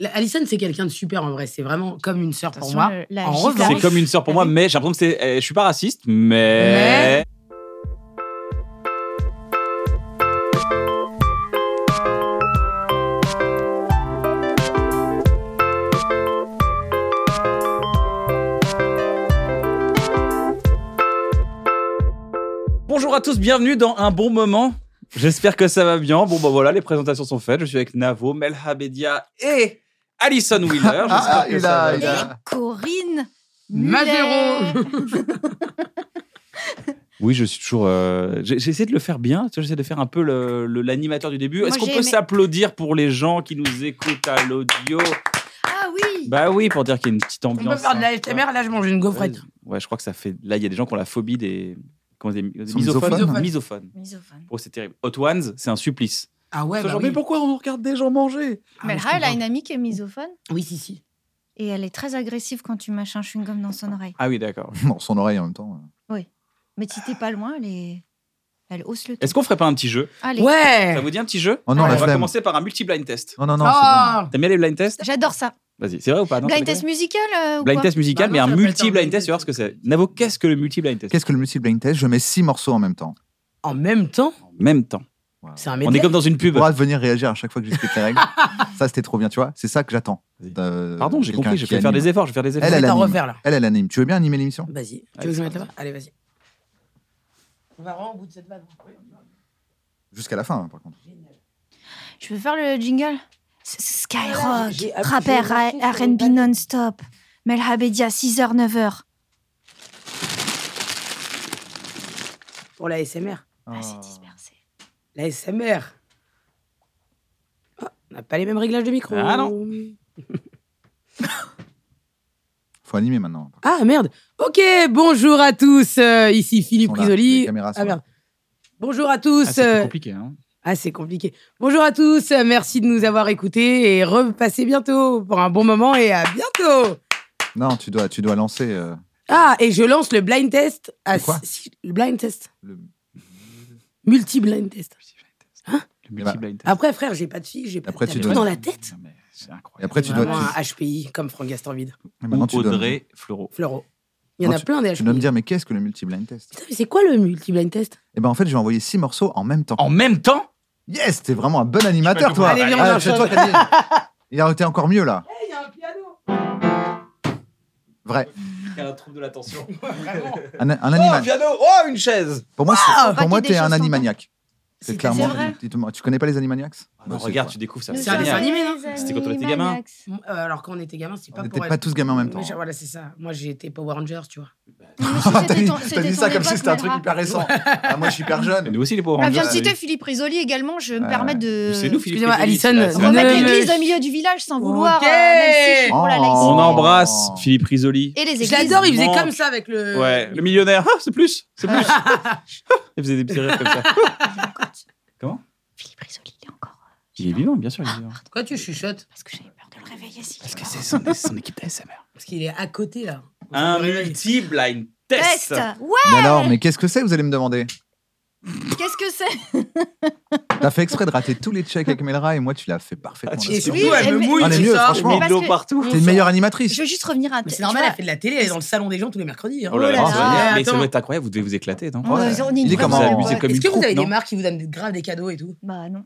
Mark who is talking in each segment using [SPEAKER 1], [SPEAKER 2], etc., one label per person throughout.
[SPEAKER 1] La- Alison, c'est quelqu'un de super en vrai. C'est vraiment comme une sœur pour
[SPEAKER 2] Attention,
[SPEAKER 1] moi.
[SPEAKER 2] le- la
[SPEAKER 1] en
[SPEAKER 2] gifle
[SPEAKER 1] revanche-
[SPEAKER 3] C'est comme une sœur pour moi, mais j'ai l'impression que c'est. eh, Je suis pas raciste, mais. Bonjour à tous, bienvenue dans un bon moment. J'espère que ça va bien. Bon, ben voilà, les présentations sont faites. Je suis avec Navo, Melhabedia et Alison Wheeler. J'espère
[SPEAKER 4] Ah,
[SPEAKER 3] que
[SPEAKER 4] il
[SPEAKER 3] ça
[SPEAKER 4] a-
[SPEAKER 3] va
[SPEAKER 4] il
[SPEAKER 3] bien.
[SPEAKER 4] a-
[SPEAKER 2] Et Corinne
[SPEAKER 1] Madero.
[SPEAKER 2] Muller.
[SPEAKER 3] Oui, je suis toujours. euh, j'ai- J'ai essayé de le faire bien. tu vois, J'essaie de faire un peu le- le- l'animateur du début.
[SPEAKER 2] Moi,
[SPEAKER 3] Est-ce qu'on
[SPEAKER 2] j'ai
[SPEAKER 3] peut
[SPEAKER 2] aimé.
[SPEAKER 3] s'applaudir pour les gens qui nous écoutent à l'audio
[SPEAKER 2] Ah oui
[SPEAKER 3] Bah oui, pour dire qu'il y a une petite
[SPEAKER 1] On
[SPEAKER 3] ambiance.
[SPEAKER 1] peut faire de la
[SPEAKER 3] sympa.
[SPEAKER 1] SMR, là je mange une gaufrette.
[SPEAKER 3] Ouais, je crois que ça fait. Là, il y a des gens qui ont la phobie des. Comment des, des
[SPEAKER 4] Sont
[SPEAKER 3] misophones
[SPEAKER 4] misophones.
[SPEAKER 3] Misophones.
[SPEAKER 2] Misophone.
[SPEAKER 3] Oh, c'est terrible. Hot Ones, c'est un supplice.
[SPEAKER 1] Ah ouais,
[SPEAKER 3] C'est
[SPEAKER 1] bah
[SPEAKER 3] genre,
[SPEAKER 1] oui.
[SPEAKER 3] Mais pourquoi on regarde des gens manger
[SPEAKER 1] Ah,
[SPEAKER 2] Mais
[SPEAKER 1] moi, je
[SPEAKER 2] elle a
[SPEAKER 1] comprends.
[SPEAKER 2] une amie qui est misophone
[SPEAKER 1] Oui, si, si.
[SPEAKER 2] et elle est très agressive quand tu mâches un chewing-gum dans son oreille.
[SPEAKER 3] Ah oui, d'accord.
[SPEAKER 4] Dans son oreille en même temps.
[SPEAKER 2] Mais si t'es pas loin, elle, est... elle hausse le ton.
[SPEAKER 3] Est-ce qu'on ferait pas un petit jeu
[SPEAKER 2] Allez,
[SPEAKER 1] Ouais
[SPEAKER 3] Ça vous dit un petit jeu
[SPEAKER 4] Oh non,
[SPEAKER 3] On
[SPEAKER 4] la
[SPEAKER 3] Ah, va
[SPEAKER 4] flemme.
[SPEAKER 3] commencer par un multi-blind test.
[SPEAKER 4] Non, non, non.
[SPEAKER 1] Ah
[SPEAKER 3] T'aimes bien les blind tests
[SPEAKER 2] j'adore ça.
[SPEAKER 3] Vas-y, c'est vrai ou pas Non,
[SPEAKER 2] blind
[SPEAKER 3] c'est
[SPEAKER 2] test musical euh, ou
[SPEAKER 3] Blind
[SPEAKER 2] quoi
[SPEAKER 3] test musical,
[SPEAKER 1] Bah non,
[SPEAKER 3] mais un
[SPEAKER 1] ça va pas être un
[SPEAKER 3] multi-blind
[SPEAKER 1] blind
[SPEAKER 3] test, tu vas voir ce que c'est. Navo, qu'est-ce que le multi-blind
[SPEAKER 4] c'est bon.
[SPEAKER 3] test
[SPEAKER 4] Qu'est-ce que le multi-blind test Je mets six morceaux en même temps.
[SPEAKER 1] En même temps,
[SPEAKER 3] En même temps.
[SPEAKER 1] c'est un
[SPEAKER 3] On est
[SPEAKER 1] métier.
[SPEAKER 3] comme dans une
[SPEAKER 4] Tu
[SPEAKER 3] pub.
[SPEAKER 4] pourras venir réagir à chaque fois que j'explique les règles. ça, c'était trop bien, tu vois. C'est ça que j'attends. Euh,
[SPEAKER 3] Pardon, j'ai
[SPEAKER 4] quelqu'un
[SPEAKER 3] compris, je
[SPEAKER 4] qui
[SPEAKER 3] vais faire
[SPEAKER 4] anime.
[SPEAKER 3] des efforts, je vais faire des efforts.
[SPEAKER 4] Elle,
[SPEAKER 1] On
[SPEAKER 4] elle
[SPEAKER 1] va t'en
[SPEAKER 4] anime.
[SPEAKER 1] refaire là.
[SPEAKER 4] Elle, elle anime. Tu veux bien animer l'émission
[SPEAKER 1] Vas-y. Tu
[SPEAKER 3] Allez,
[SPEAKER 1] veux que je
[SPEAKER 3] c'est
[SPEAKER 1] mette
[SPEAKER 3] parti.
[SPEAKER 1] là-bas Allez, vas-y. On va vraiment au bout de cette vanne.
[SPEAKER 4] Jusqu'à la fin, hein, par contre.
[SPEAKER 2] Je veux faire le jingle S- Skyrock,
[SPEAKER 1] J'ai- j'ai-
[SPEAKER 2] rappeur
[SPEAKER 1] j'ai- j'ai-
[SPEAKER 2] R- R&B non-stop, Melhabedia 6h, 9h.
[SPEAKER 1] Pour la SMR.
[SPEAKER 4] Oh.
[SPEAKER 2] Ah, c'est dispersé.
[SPEAKER 1] La SMR. Ah, on n'a pas les mêmes réglages de micro.
[SPEAKER 3] Ah non.
[SPEAKER 4] Oh, Faut animer maintenant.
[SPEAKER 1] Ah merde. Ok, bonjour à tous. euh, ici Philippe
[SPEAKER 4] Ils sont là,
[SPEAKER 1] Risoli.
[SPEAKER 4] les caméras sont
[SPEAKER 1] Ah
[SPEAKER 4] là.
[SPEAKER 1] merde. Bonjour à tous.
[SPEAKER 3] Ah, c'est
[SPEAKER 1] euh,
[SPEAKER 3] compliqué. Hein.
[SPEAKER 1] Ah, c'est compliqué. Bonjour à tous, euh, merci de nous avoir écoutés et repassez bientôt pour un bon moment et à bientôt.
[SPEAKER 4] Non, tu dois, tu dois lancer. euh,
[SPEAKER 1] Ah, et je lance le blind test. À
[SPEAKER 4] Le quoi
[SPEAKER 1] six- le blind test.
[SPEAKER 4] le...
[SPEAKER 1] Multi-blind test.
[SPEAKER 3] Le multi-blind test.
[SPEAKER 1] Après, frère, j'ai pas de fille, j'ai pas
[SPEAKER 4] Après,
[SPEAKER 1] de
[SPEAKER 4] tu
[SPEAKER 1] tout
[SPEAKER 4] dois-
[SPEAKER 1] Ah, dans la tête.
[SPEAKER 3] Non, mais C'est
[SPEAKER 4] Et
[SPEAKER 3] incroyable.
[SPEAKER 4] après, tu dois.
[SPEAKER 1] Vraiment
[SPEAKER 4] tu-
[SPEAKER 1] un HPI comme Franck Gastonvide.
[SPEAKER 4] Mais
[SPEAKER 3] Ou
[SPEAKER 4] maintenant, tu dois,
[SPEAKER 3] Audrey Fleurot.
[SPEAKER 1] Fleuro. Il y en
[SPEAKER 4] Non,
[SPEAKER 1] a plein des HPI.
[SPEAKER 4] tu dois me dire, mais qu'est-ce que le multi-blind test
[SPEAKER 1] Putain, mais c'est quoi le multi-blind test
[SPEAKER 4] Eh ben, en fait, j'ai envoyé six morceaux en même temps.
[SPEAKER 3] En même temps
[SPEAKER 4] Yes, t'es vraiment un bon animateur,
[SPEAKER 5] Je
[SPEAKER 4] toi.
[SPEAKER 5] peux
[SPEAKER 1] Allez, viens, on
[SPEAKER 4] Ah,
[SPEAKER 1] enchaîne.
[SPEAKER 4] c'est toi qui anime. Il a été encore mieux, là.
[SPEAKER 1] Il y a un piano.
[SPEAKER 4] Vrai.
[SPEAKER 3] Il y a un trouble de l'attention.
[SPEAKER 4] Un, un
[SPEAKER 3] Oh,
[SPEAKER 4] animal.
[SPEAKER 3] piano Oh, une chaise
[SPEAKER 4] Pour moi, c'est-
[SPEAKER 2] Faut pas
[SPEAKER 4] pour moi,
[SPEAKER 2] qu'il y ait des
[SPEAKER 4] t'es un
[SPEAKER 2] choses
[SPEAKER 4] animaniac.
[SPEAKER 1] C'est-
[SPEAKER 4] C'est clairement.
[SPEAKER 2] c'est vrai
[SPEAKER 4] Dites-moi, tu connais pas les animaniacs
[SPEAKER 3] Non,
[SPEAKER 4] Bah, c'est
[SPEAKER 3] Ah, Regarde,
[SPEAKER 4] quoi.
[SPEAKER 3] tu découvres ça.
[SPEAKER 2] Nous
[SPEAKER 3] C'est
[SPEAKER 1] un
[SPEAKER 2] sommes
[SPEAKER 1] dessin
[SPEAKER 3] génial.
[SPEAKER 1] animé,
[SPEAKER 2] les
[SPEAKER 1] non
[SPEAKER 3] C'était quand on était gamin.
[SPEAKER 2] Animaniacs.
[SPEAKER 1] Euh, Alors quand on était gamin, c'est pas
[SPEAKER 4] On
[SPEAKER 1] pour
[SPEAKER 4] n'était
[SPEAKER 1] être-
[SPEAKER 4] pas tous gamins en même temps.
[SPEAKER 1] Mais je- Voilà, c'est ça. Moi, j'ai été Power Rangers, tu vois.
[SPEAKER 2] Mais si,
[SPEAKER 4] Ah, T'as
[SPEAKER 2] c'était
[SPEAKER 4] dit,
[SPEAKER 2] ton-
[SPEAKER 4] t'as
[SPEAKER 2] c'était
[SPEAKER 4] dit
[SPEAKER 2] ton
[SPEAKER 4] ça comme si
[SPEAKER 2] époque,
[SPEAKER 4] c'était un
[SPEAKER 2] mais
[SPEAKER 4] truc
[SPEAKER 2] rap.
[SPEAKER 4] hyper récent. Ah, moi, je suis hyper
[SPEAKER 3] Mais
[SPEAKER 4] jeune.
[SPEAKER 3] Nous aussi, les pauvres.
[SPEAKER 2] Ah, viens de
[SPEAKER 3] Rangers.
[SPEAKER 2] citer Philippe Risoli également, je me
[SPEAKER 4] Ouais.
[SPEAKER 2] permets de
[SPEAKER 3] C'est nous, Philippe.
[SPEAKER 1] Excusez-moi,
[SPEAKER 3] Risoli,
[SPEAKER 1] Alison,
[SPEAKER 3] c'est la- c'est la
[SPEAKER 1] ne
[SPEAKER 2] remettre
[SPEAKER 3] famille.
[SPEAKER 1] me-
[SPEAKER 2] l'église au milieu du village sans vouloir,
[SPEAKER 1] Ok.
[SPEAKER 2] euh, même si je suis pour la
[SPEAKER 4] Oh.
[SPEAKER 2] laïcité.
[SPEAKER 3] On embrasse Philippe Risoli.
[SPEAKER 2] Et les églises.
[SPEAKER 1] Je l'adore, il faisait
[SPEAKER 3] Manque.
[SPEAKER 1] comme ça avec le.
[SPEAKER 3] Ouais, le millionnaire. Ah, c'est plus C'est plus Il faisait des petits rires comme ça. Comment
[SPEAKER 2] Philippe Risoli, il est encore.
[SPEAKER 3] Il est vivant, bien sûr, il est vivant.
[SPEAKER 1] Pourquoi tu chuchotes
[SPEAKER 2] Parce que j'avais peur de le réveiller si.
[SPEAKER 3] Parce que c'est son, son équipe d'ASMR.
[SPEAKER 1] Parce qu'il est à côté là.
[SPEAKER 3] Un
[SPEAKER 1] Ouais.
[SPEAKER 3] multi-blind
[SPEAKER 2] Test
[SPEAKER 3] test
[SPEAKER 2] Ouais
[SPEAKER 4] Mais alors, mais qu'est-ce que c'est, vous allez me demander
[SPEAKER 2] Qu'est-ce que c'est
[SPEAKER 4] T'as fait exprès de rater tous les checks avec Melra et moi, tu l'as fait parfaitement.
[SPEAKER 3] Ah, tu
[SPEAKER 4] là.
[SPEAKER 1] Et
[SPEAKER 3] surtout,
[SPEAKER 1] surtout, elle
[SPEAKER 2] elle
[SPEAKER 1] me
[SPEAKER 2] met-
[SPEAKER 1] mouille,
[SPEAKER 4] Elle est
[SPEAKER 1] tout
[SPEAKER 4] mieux,
[SPEAKER 1] ça.
[SPEAKER 4] franchement.
[SPEAKER 2] Parce que-
[SPEAKER 3] partout.
[SPEAKER 4] T'es une meilleure animatrice.
[SPEAKER 2] Je veux juste revenir à.
[SPEAKER 1] Mais c'est
[SPEAKER 2] tu
[SPEAKER 1] normal,
[SPEAKER 2] vois,
[SPEAKER 1] elle fait de la télé, elle est dans le salon des gens tous les mercredis. hein.
[SPEAKER 3] Oh là
[SPEAKER 2] Oh
[SPEAKER 3] là,
[SPEAKER 2] là Oh,
[SPEAKER 3] c'est
[SPEAKER 2] là.
[SPEAKER 3] génial. mais
[SPEAKER 1] Attends.
[SPEAKER 3] ça doit être incroyable, vous devez vous éclater, non
[SPEAKER 2] on est- on est une
[SPEAKER 4] Il est
[SPEAKER 2] grande
[SPEAKER 4] comment
[SPEAKER 2] famille,
[SPEAKER 4] en-
[SPEAKER 3] C'est
[SPEAKER 2] ouais.
[SPEAKER 3] comme
[SPEAKER 1] Est-ce
[SPEAKER 3] une
[SPEAKER 1] que vous
[SPEAKER 3] troupe,
[SPEAKER 1] avez des
[SPEAKER 3] non
[SPEAKER 1] marques qui vous donnent grave des cadeaux et tout
[SPEAKER 2] Bah non.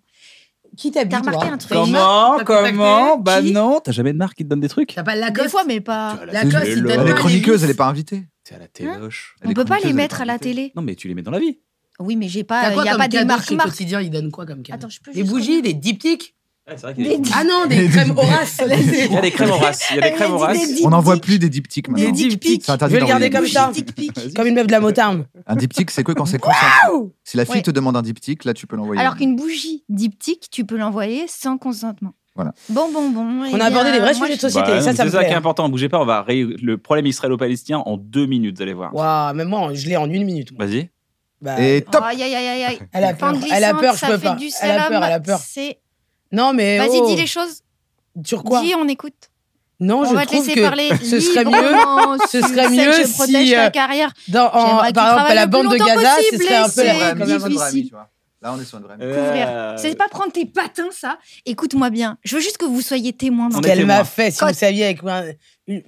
[SPEAKER 1] Qui t'habille
[SPEAKER 2] T'as
[SPEAKER 1] toi
[SPEAKER 2] remarqué un truc
[SPEAKER 3] Comment
[SPEAKER 1] T'as contacté
[SPEAKER 3] Comment Bah
[SPEAKER 1] qui
[SPEAKER 3] non, t'as jamais de marque qui te donne des trucs
[SPEAKER 1] T'as pas la
[SPEAKER 2] Des
[SPEAKER 1] gosse
[SPEAKER 2] fois, mais pas.
[SPEAKER 1] la Lacoste,
[SPEAKER 3] télé,
[SPEAKER 1] il donne
[SPEAKER 3] là.
[SPEAKER 4] Elle
[SPEAKER 1] pas
[SPEAKER 4] est
[SPEAKER 1] les
[SPEAKER 4] chroniqueuse,
[SPEAKER 1] vis.
[SPEAKER 4] elle est pas invitée.
[SPEAKER 3] T'es à la téloche.
[SPEAKER 4] Elle
[SPEAKER 2] On
[SPEAKER 4] est
[SPEAKER 2] peut pas les
[SPEAKER 4] chroniqueuse,
[SPEAKER 2] mettre
[SPEAKER 4] elle
[SPEAKER 2] à
[SPEAKER 4] est
[SPEAKER 2] la
[SPEAKER 4] invitée.
[SPEAKER 2] télé.
[SPEAKER 3] Non, mais tu les mets dans la vie.
[SPEAKER 2] Oui, mais j'ai
[SPEAKER 1] T'as
[SPEAKER 2] pas.
[SPEAKER 1] quoi
[SPEAKER 2] Il n'y a
[SPEAKER 1] comme
[SPEAKER 2] pas des
[SPEAKER 1] cadeau
[SPEAKER 2] marques
[SPEAKER 1] chez
[SPEAKER 2] marques.
[SPEAKER 1] quotidien Ils donnent quoi comme cadeau
[SPEAKER 2] Attends, je peux
[SPEAKER 1] Des
[SPEAKER 2] juste
[SPEAKER 1] bougies,
[SPEAKER 2] revenir.
[SPEAKER 1] des diptyques
[SPEAKER 3] Ouais, c'est vrai qu'il y a
[SPEAKER 2] Des
[SPEAKER 3] des-
[SPEAKER 2] di-
[SPEAKER 1] Ah non, des crèmes Horace. là, c'est-
[SPEAKER 3] il y a des crèmes en race. Il y a des crèmes en race.
[SPEAKER 2] Des dix-
[SPEAKER 4] On n'en voit
[SPEAKER 2] dix-
[SPEAKER 4] plus des diptyques
[SPEAKER 2] Des
[SPEAKER 4] maintenant.
[SPEAKER 1] dip-
[SPEAKER 2] dick pics.
[SPEAKER 4] C'est interdit
[SPEAKER 1] Je vais le
[SPEAKER 4] d'envoyer
[SPEAKER 1] garder comme ça.
[SPEAKER 4] des
[SPEAKER 2] Dick pics.
[SPEAKER 1] Comme une meuf de la Motown.
[SPEAKER 4] diptyques. Un diptyque, c'est que quand c'est consenti. Si la fille
[SPEAKER 2] Ouais.
[SPEAKER 4] te demande un diptyque, là, tu peux l'envoyer.
[SPEAKER 2] Alors qu'une bougie diptyque, tu peux l'envoyer sans consentement.
[SPEAKER 4] Voilà.
[SPEAKER 2] Bon, bon, bon. eh
[SPEAKER 1] On a abordé des
[SPEAKER 2] bien,
[SPEAKER 1] vrais
[SPEAKER 2] moi,
[SPEAKER 1] sujets de
[SPEAKER 2] je-
[SPEAKER 1] société.
[SPEAKER 3] Bah, non,
[SPEAKER 1] ça,
[SPEAKER 3] mais
[SPEAKER 1] ça
[SPEAKER 3] c'est
[SPEAKER 1] me
[SPEAKER 3] ça qui est
[SPEAKER 2] hein.
[SPEAKER 1] plaît.
[SPEAKER 3] important. Bougez pas, on va ré- le problème israélo-palestinien en deux minutes. Vous allez voir.
[SPEAKER 1] Waouh, même moi, je l'ai en une minute. moi.
[SPEAKER 3] Vas-y.
[SPEAKER 1] Bah,
[SPEAKER 4] Et top
[SPEAKER 2] Aïe, aïe, aïe, aïe, aïe.
[SPEAKER 1] Elle a peur,
[SPEAKER 2] Fin
[SPEAKER 1] elle a
[SPEAKER 2] glissante,
[SPEAKER 1] peur, je
[SPEAKER 2] ça
[SPEAKER 1] peux
[SPEAKER 2] fait
[SPEAKER 1] pas.
[SPEAKER 2] du
[SPEAKER 1] Elle a peur, elle a
[SPEAKER 2] slalom,
[SPEAKER 1] peur.
[SPEAKER 2] c'est-
[SPEAKER 1] Non, mais.
[SPEAKER 2] Vas-y,
[SPEAKER 1] oh,
[SPEAKER 2] dis les choses.
[SPEAKER 1] Sur quoi
[SPEAKER 2] Dis, on écoute.
[SPEAKER 1] Non,
[SPEAKER 2] on
[SPEAKER 1] je
[SPEAKER 2] va te
[SPEAKER 1] trouve
[SPEAKER 2] laisser
[SPEAKER 1] que
[SPEAKER 2] parler.
[SPEAKER 1] ce serait mieux.
[SPEAKER 2] librement,
[SPEAKER 1] ce
[SPEAKER 2] tu
[SPEAKER 1] serait
[SPEAKER 2] sais que
[SPEAKER 1] mieux
[SPEAKER 2] je protège
[SPEAKER 1] si, euh,
[SPEAKER 2] ta carrière.
[SPEAKER 1] Dans, en-
[SPEAKER 2] J'aimerais que tu
[SPEAKER 1] par exemple, à la
[SPEAKER 2] travailles le
[SPEAKER 1] bande de
[SPEAKER 2] plus longtemps
[SPEAKER 1] Gaza, ce
[SPEAKER 2] possible,
[SPEAKER 1] serait un peu
[SPEAKER 2] c'est-
[SPEAKER 1] la.
[SPEAKER 2] Ouais,
[SPEAKER 1] comme la bande-
[SPEAKER 2] difficile.
[SPEAKER 4] tu vois. Là, on est sur une vraie amie.
[SPEAKER 2] Couvrir.
[SPEAKER 3] Euh,
[SPEAKER 2] C'est pas prendre tes patins, ça. Écoute-moi bien. Je veux juste que vous soyez témoin.
[SPEAKER 3] On
[SPEAKER 1] Ce
[SPEAKER 3] est
[SPEAKER 1] qu'elle
[SPEAKER 3] témoin.
[SPEAKER 1] m'a fait, si
[SPEAKER 2] Quand-
[SPEAKER 1] vous saviez, avec moi. une-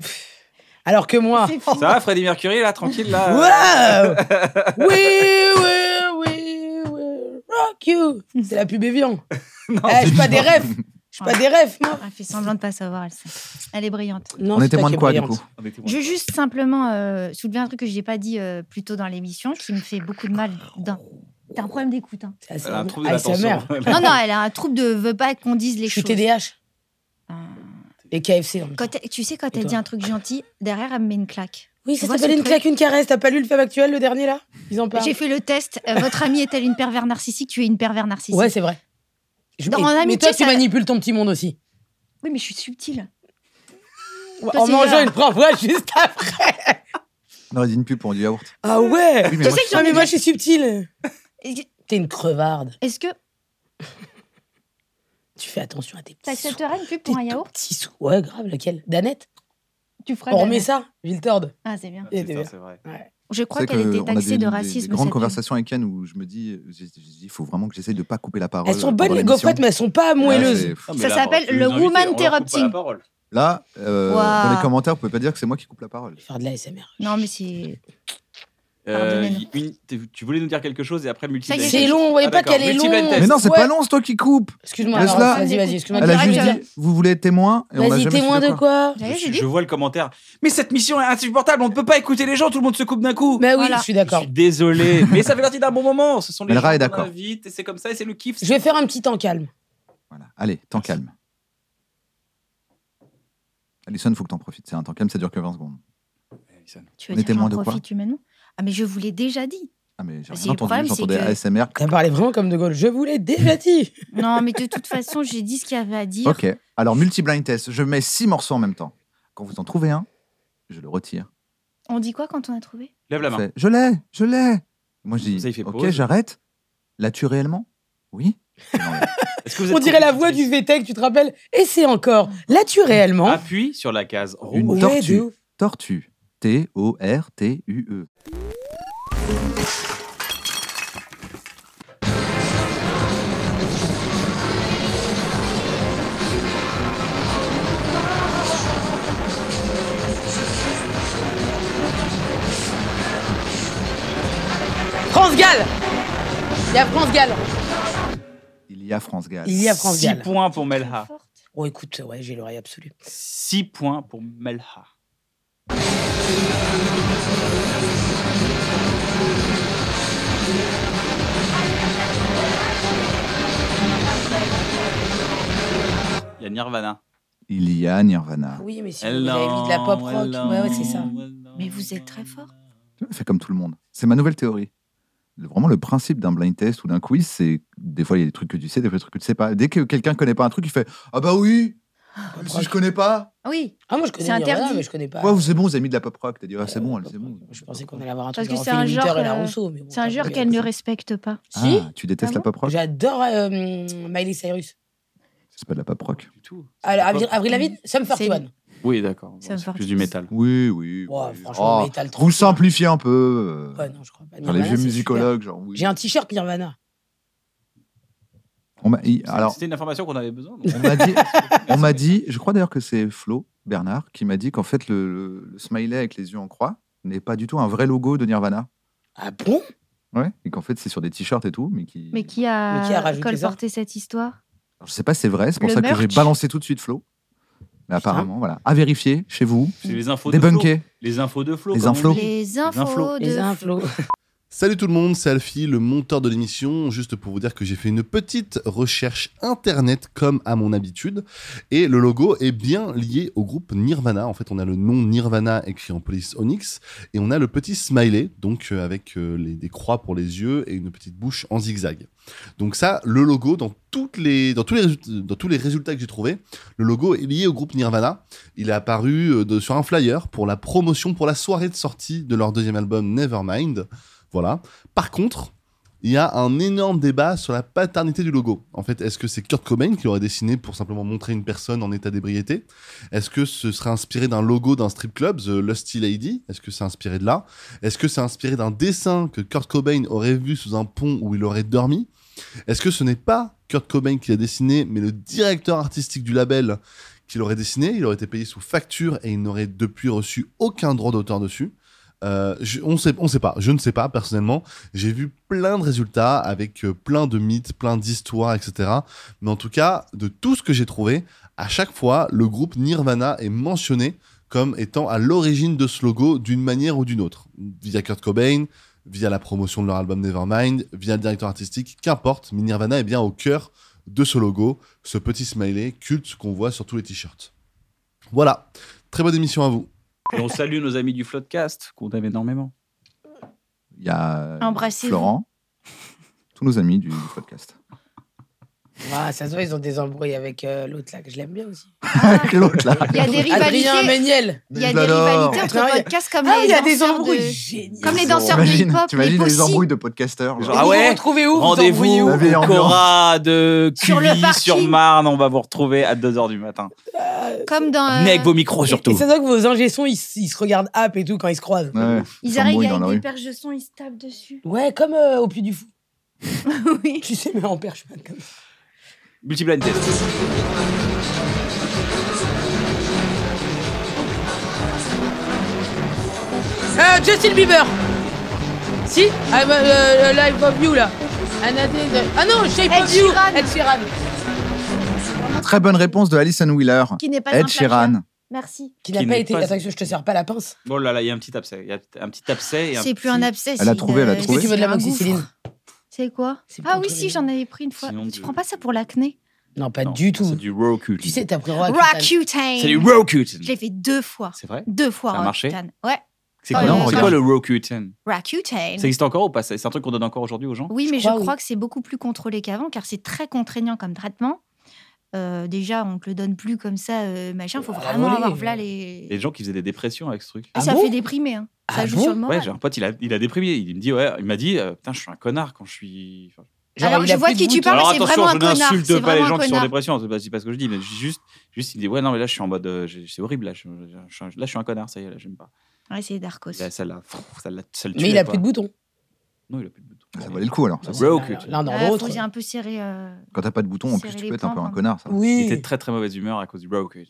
[SPEAKER 1] Alors que moi.
[SPEAKER 3] Ça va, Freddie Mercury, là, tranquille, là.
[SPEAKER 1] Wow We will, we will rock you. C'est la pub Evian.
[SPEAKER 3] Non,
[SPEAKER 1] Eh, je suis pas des refs. Je suis pas des refs, moi.
[SPEAKER 2] Elle fait semblant de pas savoir, elle sait. Elle est brillante.
[SPEAKER 1] Non,
[SPEAKER 4] On
[SPEAKER 1] c'est
[SPEAKER 4] est témoin
[SPEAKER 1] toi
[SPEAKER 4] de
[SPEAKER 1] qui
[SPEAKER 4] quoi,
[SPEAKER 1] es
[SPEAKER 4] du
[SPEAKER 1] brillante.
[SPEAKER 4] coup
[SPEAKER 3] On est témoin.
[SPEAKER 2] Je veux juste simplement euh, soulever un truc que je n'ai pas dit euh, plus tôt dans l'émission, qui me fait beaucoup de mal. d'un- T'as un problème d'écoute. hein.
[SPEAKER 1] Ah, c'est
[SPEAKER 3] Elle a un trouble de
[SPEAKER 1] ah, sa mère.
[SPEAKER 3] l'attention.
[SPEAKER 2] Non, non, elle a un trouble de veut pas qu'on dise les
[SPEAKER 1] Je suis
[SPEAKER 2] choses.
[SPEAKER 1] TDH
[SPEAKER 2] Euh,
[SPEAKER 1] et KFC. en même temps.
[SPEAKER 2] quand elle- tu sais, quand
[SPEAKER 1] Et
[SPEAKER 2] elle
[SPEAKER 1] toi
[SPEAKER 2] dit un truc gentil, derrière, elle me met une claque.
[SPEAKER 1] Oui,
[SPEAKER 2] Tu
[SPEAKER 1] ça
[SPEAKER 2] vois
[SPEAKER 1] s'appelle
[SPEAKER 2] ce
[SPEAKER 1] une
[SPEAKER 2] truc
[SPEAKER 1] claque, une caresse. T'as pas lu le fab actuel, le dernier, là Ils en parlent.
[SPEAKER 2] J'ai fait le test. Euh, votre amie est-elle une pervers narcissique Tu es une pervers narcissique.
[SPEAKER 1] Ouais, c'est vrai. Je-
[SPEAKER 2] Dans-
[SPEAKER 1] et-
[SPEAKER 2] en
[SPEAKER 1] mais
[SPEAKER 2] amitié,
[SPEAKER 1] toi, tu
[SPEAKER 2] ça-
[SPEAKER 1] manipules ton petit monde aussi.
[SPEAKER 2] Oui, mais je suis subtile.
[SPEAKER 1] en
[SPEAKER 2] c'est
[SPEAKER 1] mangeant
[SPEAKER 2] grave.
[SPEAKER 1] une prend ouais, juste après.
[SPEAKER 4] On aurait dit une pub pour du yaourt.
[SPEAKER 1] Ah ouais
[SPEAKER 4] Oui, mais
[SPEAKER 2] Tu
[SPEAKER 4] moi,
[SPEAKER 2] sais que
[SPEAKER 1] Non,
[SPEAKER 2] j'en
[SPEAKER 1] mais
[SPEAKER 2] ai
[SPEAKER 1] moi,
[SPEAKER 2] déjà-
[SPEAKER 1] je suis subtile.
[SPEAKER 2] Est-ce
[SPEAKER 1] T'es une crevarde.
[SPEAKER 2] que
[SPEAKER 1] Tu fais attention à tes petits sous.
[SPEAKER 2] t'accepterais une pub
[SPEAKER 1] Tes
[SPEAKER 2] pour un yaourt
[SPEAKER 1] petits sous. Ouais, grave, lequel Danette
[SPEAKER 2] Tu ferais
[SPEAKER 1] On
[SPEAKER 2] de la
[SPEAKER 1] remet
[SPEAKER 2] merde.
[SPEAKER 1] ça, Viltord.
[SPEAKER 2] Ah, c'est bien.
[SPEAKER 3] C'est ça, c'est vrai.
[SPEAKER 2] Je
[SPEAKER 4] Tu
[SPEAKER 2] crois
[SPEAKER 4] sais
[SPEAKER 2] qu'elle
[SPEAKER 4] que
[SPEAKER 2] était
[SPEAKER 4] on a
[SPEAKER 2] taxée
[SPEAKER 4] des-
[SPEAKER 2] de
[SPEAKER 4] des-
[SPEAKER 2] racisme.
[SPEAKER 4] Des grandes
[SPEAKER 2] cette pub.
[SPEAKER 4] conversations avec Yann où je me dis, j'ai- j'ai dit, il faut vraiment que j'essaye de pas couper la parole.
[SPEAKER 1] Elles sont bonnes,
[SPEAKER 4] pendant
[SPEAKER 1] les
[SPEAKER 4] l'émission.
[SPEAKER 1] gaufrettes, mais elles sont pas
[SPEAKER 4] Là,
[SPEAKER 1] moelleuses.
[SPEAKER 4] c'est-
[SPEAKER 3] Non, mais
[SPEAKER 2] Ça
[SPEAKER 3] là,
[SPEAKER 2] s'appelle
[SPEAKER 3] on-
[SPEAKER 2] le
[SPEAKER 3] les invités,
[SPEAKER 2] woman
[SPEAKER 3] on leur coupe pas la
[SPEAKER 2] interrupting.
[SPEAKER 3] parole.
[SPEAKER 4] Là, euh,
[SPEAKER 2] Waouh.
[SPEAKER 4] dans les commentaires, vous pouvez pas dire que c'est moi qui coupe la parole.
[SPEAKER 1] Je vais faire de la SMR.
[SPEAKER 2] Non, mais c'est.
[SPEAKER 3] Euh,
[SPEAKER 2] Pardonnez-nous.
[SPEAKER 3] une- t'es- tu voulais nous dire quelque chose et après multiple.
[SPEAKER 2] Ça y est,
[SPEAKER 1] C'est long, vous voyez
[SPEAKER 3] Ah,
[SPEAKER 1] pas qu'elle
[SPEAKER 3] d'accord,
[SPEAKER 1] est longue.
[SPEAKER 3] multiple test.
[SPEAKER 4] Mais non, c'est
[SPEAKER 1] Ouais.
[SPEAKER 4] pas long, c'est toi qui coupe.
[SPEAKER 1] Excuse-moi,
[SPEAKER 4] Laisse-la.
[SPEAKER 1] alors, vas-y, vas-y, excuse-moi.
[SPEAKER 4] Elle a juste
[SPEAKER 2] Directeur.
[SPEAKER 4] dit, vous voulez être témoin et on a
[SPEAKER 1] Vas-y,
[SPEAKER 4] jamais
[SPEAKER 1] témoin
[SPEAKER 4] su
[SPEAKER 1] de quoi
[SPEAKER 2] Vous voyez,
[SPEAKER 3] je,
[SPEAKER 2] j'ai dit
[SPEAKER 3] je vois le commentaire. Mais cette mission est insupportable. On ne peut pas écouter les gens. Tout le monde se coupe d'un coup.
[SPEAKER 1] Mais Bah oui,
[SPEAKER 2] Voilà.
[SPEAKER 1] je suis
[SPEAKER 3] Je
[SPEAKER 1] d'accord.
[SPEAKER 3] suis désolé. mais ça fait partie d'un bon moment. Ce sont les
[SPEAKER 4] Mais le rat
[SPEAKER 3] gens
[SPEAKER 4] est
[SPEAKER 3] qu'on
[SPEAKER 4] d'accord.
[SPEAKER 3] invite et c'est comme ça et c'est le kiff.
[SPEAKER 1] Je vais faire un petit temps calme.
[SPEAKER 4] Voilà. Allez, temps calme. Alison, faut que t'en profites. C'est un temps calme, ça dure que 20 secondes.
[SPEAKER 2] Tu veux
[SPEAKER 4] On
[SPEAKER 2] dire
[SPEAKER 4] était
[SPEAKER 2] que j'en
[SPEAKER 4] moins de quoi
[SPEAKER 2] profite humainement Ah, mais je vous l'ai déjà dit.
[SPEAKER 4] Ah, mais j'ai
[SPEAKER 2] Bah,
[SPEAKER 4] rien
[SPEAKER 2] si, le
[SPEAKER 4] entendu,
[SPEAKER 2] problème, c'est
[SPEAKER 4] j'entendais
[SPEAKER 2] que-
[SPEAKER 4] ASMR.
[SPEAKER 1] T'as parlé vraiment comme De Gaulle. Je vous l'ai déjà dit.
[SPEAKER 2] Non, mais de toute façon, j'ai dit ce qu'il y avait à dire.
[SPEAKER 4] Ok, alors multi-blind test, je mets 6 morceaux en même temps. Quand vous en trouvez un, je le retire.
[SPEAKER 2] On dit quoi quand on a trouvé
[SPEAKER 3] Lève la main.
[SPEAKER 4] Fait, je l'ai, je l'ai Moi je
[SPEAKER 3] Ça, il fait
[SPEAKER 4] dis, ok,
[SPEAKER 3] pause.
[SPEAKER 4] j'arrête. L'as-tu réellement Oui. Je l'enlève.
[SPEAKER 3] Est-ce que vous
[SPEAKER 1] On
[SPEAKER 3] êtes
[SPEAKER 1] dirait la
[SPEAKER 3] compétitrice
[SPEAKER 1] voix du VTEC, tu te rappelles Et c'est encore. L'as-tu réellement
[SPEAKER 3] Appuie sur la case
[SPEAKER 4] Ah, Une
[SPEAKER 3] rouge.
[SPEAKER 1] Ouais,
[SPEAKER 4] tortue.
[SPEAKER 1] de ouf.
[SPEAKER 4] Tortue. T-O-R-T-U-E.
[SPEAKER 1] France Gall Il y a France Gall.
[SPEAKER 4] Il y a France Gall.
[SPEAKER 1] Il y a France
[SPEAKER 3] 6
[SPEAKER 1] Gall.
[SPEAKER 3] points pour Melha.
[SPEAKER 2] Forte.
[SPEAKER 1] Oh, écoute, ouais, j'ai l'oreille absolue.
[SPEAKER 3] 6 points pour Melha. Il y a Nirvana.
[SPEAKER 4] Il y a Nirvana.
[SPEAKER 1] Oui, mais si vous avez
[SPEAKER 3] Elle
[SPEAKER 1] envie de la pop rock, ouais, ouais, c'est ça.
[SPEAKER 2] Mais vous êtes très fort.
[SPEAKER 4] Fais comme tout le monde. C'est ma nouvelle théorie. Le- Vraiment, le principe d'un blind test ou d'un quiz, c'est des fois il y a des trucs que tu sais, des fois des trucs que tu sais pas. Dès que quelqu'un connaît pas un truc, il fait Ah bah oui Même si je connais pas
[SPEAKER 2] Oui,
[SPEAKER 1] Ah, moi, je connais
[SPEAKER 2] C'est
[SPEAKER 1] Nirvana,
[SPEAKER 2] interdit.
[SPEAKER 1] mais je connais pas.
[SPEAKER 4] Ouais, c'est bon, vous avez mis de la pop rock. T'as dit Ah,
[SPEAKER 1] Euh,
[SPEAKER 4] c'est bon, elle, c'est bon.
[SPEAKER 1] Je pensais qu'on allait avoir un
[SPEAKER 2] Parce
[SPEAKER 1] truc
[SPEAKER 2] que
[SPEAKER 1] genre
[SPEAKER 2] c'est un
[SPEAKER 1] Ophélie
[SPEAKER 2] genre,
[SPEAKER 1] Winter et la
[SPEAKER 2] euh,
[SPEAKER 1] Rousseau, mais bon,
[SPEAKER 2] c'est un
[SPEAKER 1] ça
[SPEAKER 2] genre
[SPEAKER 1] va,
[SPEAKER 2] qu'elle
[SPEAKER 1] ça
[SPEAKER 2] ne
[SPEAKER 1] va.
[SPEAKER 2] respecte pas.
[SPEAKER 1] Si
[SPEAKER 4] Ah, tu détestes
[SPEAKER 2] Ah
[SPEAKER 4] la pop rock
[SPEAKER 1] J'adore euh, Miley Cyrus.
[SPEAKER 4] C'est pas de la pop rock.
[SPEAKER 3] Du tout.
[SPEAKER 4] Ah,
[SPEAKER 3] C'est
[SPEAKER 1] Alors,
[SPEAKER 3] de la pop.
[SPEAKER 1] Ah, Avril, Avril Lavigne, Sum
[SPEAKER 2] C'est-
[SPEAKER 1] 41.
[SPEAKER 3] Oui, d'accord. Bon,
[SPEAKER 2] Ça me
[SPEAKER 3] C'est
[SPEAKER 2] fort.
[SPEAKER 3] plus du métal.
[SPEAKER 4] Oui, oui.
[SPEAKER 1] Ouais,
[SPEAKER 4] oui.
[SPEAKER 1] franchement,
[SPEAKER 4] Ah,
[SPEAKER 1] mais t'as le
[SPEAKER 4] vous
[SPEAKER 1] truc.
[SPEAKER 4] simplifiez un peu. euh,
[SPEAKER 1] Ouais, non, je crois pas.
[SPEAKER 4] genre les
[SPEAKER 1] Nirvana,
[SPEAKER 4] vieux
[SPEAKER 1] c'est super.
[SPEAKER 4] musicologues, genre oui.
[SPEAKER 1] J'ai un t-shirt Nirvana.
[SPEAKER 4] On m'a- il-
[SPEAKER 3] C'est-
[SPEAKER 4] alors,
[SPEAKER 3] C'était une information qu'on avait besoin. donc.
[SPEAKER 4] on m'a dit, on m'a dit, je crois d'ailleurs que c'est Flo Bernard qui m'a dit qu'en fait le, le- le smiley avec les yeux en croix n'est pas du tout un vrai logo de Nirvana.
[SPEAKER 1] Ah bon
[SPEAKER 4] Ouais. Et qu'en fait c'est sur des t-shirts et tout, mais qui.
[SPEAKER 2] Mais qui
[SPEAKER 1] Mais qui a
[SPEAKER 2] a
[SPEAKER 1] rajouté
[SPEAKER 2] colporté cette histoire
[SPEAKER 4] Alors, je sais pas, si c'est vrai. C'est pour
[SPEAKER 2] Le
[SPEAKER 4] ça que j'ai
[SPEAKER 2] merch.
[SPEAKER 4] balancé tout de suite Flo. Mais apparemment, voilà, à vérifier chez vous,
[SPEAKER 3] C'est les infos de Flo.
[SPEAKER 4] débunker.
[SPEAKER 3] Les infos de Flo.
[SPEAKER 4] Les
[SPEAKER 3] comme on
[SPEAKER 4] inflos.
[SPEAKER 3] dit.
[SPEAKER 2] Les
[SPEAKER 3] inflos.
[SPEAKER 2] infos Oh, de
[SPEAKER 1] Les inflos.
[SPEAKER 6] Salut tout le monde, c'est Alfie, le monteur de l'émission. Juste pour vous dire que j'ai fait une petite recherche internet comme à mon habitude. Et le logo est bien lié au groupe Nirvana. En fait, on a le nom Nirvana écrit en police Onyx. Et on a le petit smiley, donc euh, avec euh, les, des croix pour les yeux et une petite bouche en zigzag. Donc ça, le logo, dans, toutes les, dans, tous, les, résult- dans tous les résultats que j'ai trouvés, le logo est lié au groupe Nirvana. Il est apparu euh, de- sur un flyer pour la promotion, pour la soirée de sortie de leur deuxième album Nevermind. Voilà. Par contre, il y a un énorme débat sur la paternité du logo. En fait, est-ce que c'est Kurt Cobain qui l'aurait dessiné pour simplement montrer une personne en état d'ébriété Est-ce que ce serait inspiré d'un logo d'un strip club, The Lusty Lady Est-ce que c'est inspiré de là Est-ce que c'est inspiré d'un dessin que Kurt Cobain aurait vu sous un pont où il aurait dormi Est-ce que ce n'est pas Kurt Cobain qui l'a dessiné, mais le directeur artistique du label qui l'aurait dessiné Il aurait été payé sous facture et il n'aurait depuis reçu aucun droit d'auteur dessus. Euh, je- on sait, on sait pas. Je ne sais pas personnellement. J'ai vu plein de résultats avec euh, plein de mythes, plein d'histoires, etc. Mais en tout cas, de tout ce que j'ai trouvé, à chaque fois, le groupe Nirvana est mentionné comme étant à l'origine de ce logo d'une manière ou d'une autre, via Kurt Cobain, via la promotion de leur album Nevermind, via le directeur artistique, qu'importe. Mais Nirvana est bien au cœur de ce logo, ce petit smiley culte qu'on voit sur tous les t-shirts. Voilà. Très bonne émission à vous.
[SPEAKER 3] Et on salue nos amis du Floodcast, qu'on aime énormément.
[SPEAKER 4] Il y a
[SPEAKER 2] Embrassez-vous.
[SPEAKER 4] Florent, tous nos amis du, du podcast.
[SPEAKER 1] Ah, ça se voit, ils ont des embrouilles avec euh, l'autre là, que je l'aime bien aussi.
[SPEAKER 4] Avec l'autre là.
[SPEAKER 2] Il y a des
[SPEAKER 1] Adrien
[SPEAKER 2] rivalités.
[SPEAKER 1] Méniel.
[SPEAKER 2] Il y a
[SPEAKER 4] Je
[SPEAKER 2] des
[SPEAKER 4] l'adore.
[SPEAKER 2] rivalités
[SPEAKER 1] Ah,
[SPEAKER 2] entre
[SPEAKER 1] il y a-
[SPEAKER 2] podcasts comme
[SPEAKER 1] Ah,
[SPEAKER 2] les
[SPEAKER 1] il y a des
[SPEAKER 2] danseurs de-
[SPEAKER 1] embrouilles. Génial.
[SPEAKER 2] Comme les danseurs de
[SPEAKER 4] T'imagines-
[SPEAKER 2] hip-hop, les
[SPEAKER 4] T'imagines les
[SPEAKER 2] possi-
[SPEAKER 4] embrouilles de podcasteurs
[SPEAKER 3] Genre,
[SPEAKER 4] genre.
[SPEAKER 3] Ah
[SPEAKER 1] Vous
[SPEAKER 3] ouais
[SPEAKER 1] vous retrouvez où vous
[SPEAKER 3] Rendez-vous
[SPEAKER 1] embrouillez où
[SPEAKER 4] La vieille
[SPEAKER 3] au
[SPEAKER 4] ambiance.
[SPEAKER 3] Cora de
[SPEAKER 2] Sur le
[SPEAKER 3] Cuvis,
[SPEAKER 2] parking.
[SPEAKER 3] sur Marne. On va vous retrouver à 2h du matin.
[SPEAKER 2] Comme dans. euh,
[SPEAKER 3] Venez avec vos micros
[SPEAKER 1] Et
[SPEAKER 3] surtout.
[SPEAKER 1] c'est ça que vos ingés sons, ils, s- ils se regardent app et tout quand ils se croisent.
[SPEAKER 4] Ouais,
[SPEAKER 2] Ils
[SPEAKER 4] s'embrouillent
[SPEAKER 2] arrivent
[SPEAKER 4] dans la
[SPEAKER 2] avec
[SPEAKER 4] rue.
[SPEAKER 2] des perches de son, ils se tapent dessus.
[SPEAKER 1] Ouais, comme euh, au Puy du Fou.
[SPEAKER 2] oui.
[SPEAKER 1] Tu sais, mais en perchman comme ça.
[SPEAKER 3] Multiblind test.
[SPEAKER 1] Euh, Justin Bieber. Si ah, bah, euh, le Life of You là. Another- Ah non, Shape
[SPEAKER 2] Ed
[SPEAKER 1] of You.
[SPEAKER 2] Sheeran.
[SPEAKER 1] Ed Sheeran.
[SPEAKER 4] Très bonne réponse de Alison Wheeler.
[SPEAKER 2] Qui n'est pas un
[SPEAKER 4] Ed
[SPEAKER 2] plagiat.
[SPEAKER 4] Sheeran.
[SPEAKER 2] Merci.
[SPEAKER 1] Qui n'a
[SPEAKER 3] Qui
[SPEAKER 1] pas
[SPEAKER 3] n'est
[SPEAKER 1] été.
[SPEAKER 3] pas-
[SPEAKER 1] Attends, je te sers pas la pince.
[SPEAKER 3] Oh là là, il y a un petit abcès. Il y a un petit abcès. et
[SPEAKER 2] C'est plus un
[SPEAKER 3] petit-
[SPEAKER 2] abcès.
[SPEAKER 4] Elle a
[SPEAKER 2] c'est
[SPEAKER 4] trouvé,
[SPEAKER 2] une,
[SPEAKER 4] elle a
[SPEAKER 2] euh,
[SPEAKER 4] trouvé.
[SPEAKER 1] Est-ce que tu veux de la
[SPEAKER 2] c'est un
[SPEAKER 1] moxicilline
[SPEAKER 2] gouffre. C'est quoi
[SPEAKER 1] C'est
[SPEAKER 2] Ah
[SPEAKER 1] pour
[SPEAKER 2] oui,
[SPEAKER 1] toi,
[SPEAKER 2] si,
[SPEAKER 1] les-
[SPEAKER 2] j'en avais pris une fois.
[SPEAKER 3] Sinon,
[SPEAKER 2] Tu
[SPEAKER 3] du-
[SPEAKER 2] prends pas ça pour l'acné
[SPEAKER 1] Non, pas
[SPEAKER 3] Non,
[SPEAKER 1] du tout.
[SPEAKER 3] C'est du raw cut.
[SPEAKER 1] Tu sais, t'as pris Rock.
[SPEAKER 2] Roaccutane
[SPEAKER 3] C'est du raw cut.
[SPEAKER 2] Je l'ai fait deux fois.
[SPEAKER 3] C'est vrai
[SPEAKER 2] Deux fois.
[SPEAKER 3] Ça a marché
[SPEAKER 2] Roaccutane. Ouais.
[SPEAKER 3] C'est
[SPEAKER 2] Ah
[SPEAKER 3] quoi,
[SPEAKER 2] non,
[SPEAKER 3] c'est
[SPEAKER 2] regarde.
[SPEAKER 3] quoi le raw cut Ça
[SPEAKER 2] Roaccutane.
[SPEAKER 3] existe encore ou pas C'est c'est un truc qu'on donne encore aujourd'hui aux gens
[SPEAKER 2] Oui, mais je
[SPEAKER 1] crois,
[SPEAKER 2] crois,
[SPEAKER 1] oui.
[SPEAKER 2] que c'est beaucoup plus contrôlé qu'avant, car c'est très contraignant comme traitement. Euh, déjà, on te le donne plus comme ça, euh, machin. faut
[SPEAKER 1] Ah,
[SPEAKER 2] vraiment
[SPEAKER 1] oui.
[SPEAKER 2] avoir là les.
[SPEAKER 3] Les gens qui faisaient des dépressions avec ce truc.
[SPEAKER 1] Ah
[SPEAKER 2] ça
[SPEAKER 1] bon
[SPEAKER 2] fait déprimer. hein. Ça
[SPEAKER 1] Ah
[SPEAKER 2] joue
[SPEAKER 1] bon
[SPEAKER 2] sur le moral.
[SPEAKER 3] Ouais, j'ai un pote, il a, il a déprimé. Il me dit, ouais, il m'a dit, euh, putain, je suis un connard quand je suis. Enfin,
[SPEAKER 1] Genre,
[SPEAKER 2] Alors,
[SPEAKER 1] il
[SPEAKER 2] je
[SPEAKER 1] a
[SPEAKER 2] vois
[SPEAKER 1] plus
[SPEAKER 2] qui
[SPEAKER 1] de
[SPEAKER 2] tu
[SPEAKER 1] bout.
[SPEAKER 2] parles,
[SPEAKER 3] Alors
[SPEAKER 2] mais c'est
[SPEAKER 3] attention,
[SPEAKER 2] vraiment
[SPEAKER 3] je
[SPEAKER 2] un connard.
[SPEAKER 3] n'insulte
[SPEAKER 2] C'est
[SPEAKER 3] pas les gens
[SPEAKER 2] vraiment un
[SPEAKER 3] qui sont en
[SPEAKER 2] connard.
[SPEAKER 3] dépression, c'est pas, c'est pas ce que je dis, mais juste, juste il dit ouais non mais là je suis en mode, euh, je- c'est horrible là, je, je- je- là je suis un connard, ça y est là j'aime pas.
[SPEAKER 2] Ouais, Ah, c'est Darkos.
[SPEAKER 3] Là, celle-là, pff, celle-là, celle
[SPEAKER 1] Mais il a plus de boutons.
[SPEAKER 3] Non il a plus de bouton.
[SPEAKER 4] Bah, Ça valait le coup alors.
[SPEAKER 3] Ça
[SPEAKER 4] ça.
[SPEAKER 3] valait- Broke
[SPEAKER 1] L'un
[SPEAKER 3] it.
[SPEAKER 1] l'un dans
[SPEAKER 2] Ah, faut
[SPEAKER 1] l'autre.
[SPEAKER 2] que j'ai un peu serré. euh,
[SPEAKER 4] Quand t'as pas de bouton, en
[SPEAKER 2] Serrer
[SPEAKER 4] plus, tu
[SPEAKER 2] les
[SPEAKER 4] peux être un peu
[SPEAKER 2] poings,
[SPEAKER 4] un
[SPEAKER 2] hein.
[SPEAKER 4] connard. Ça.
[SPEAKER 3] Il
[SPEAKER 1] Oui.
[SPEAKER 3] était très très mauvaise humeur à cause du broke. Ouais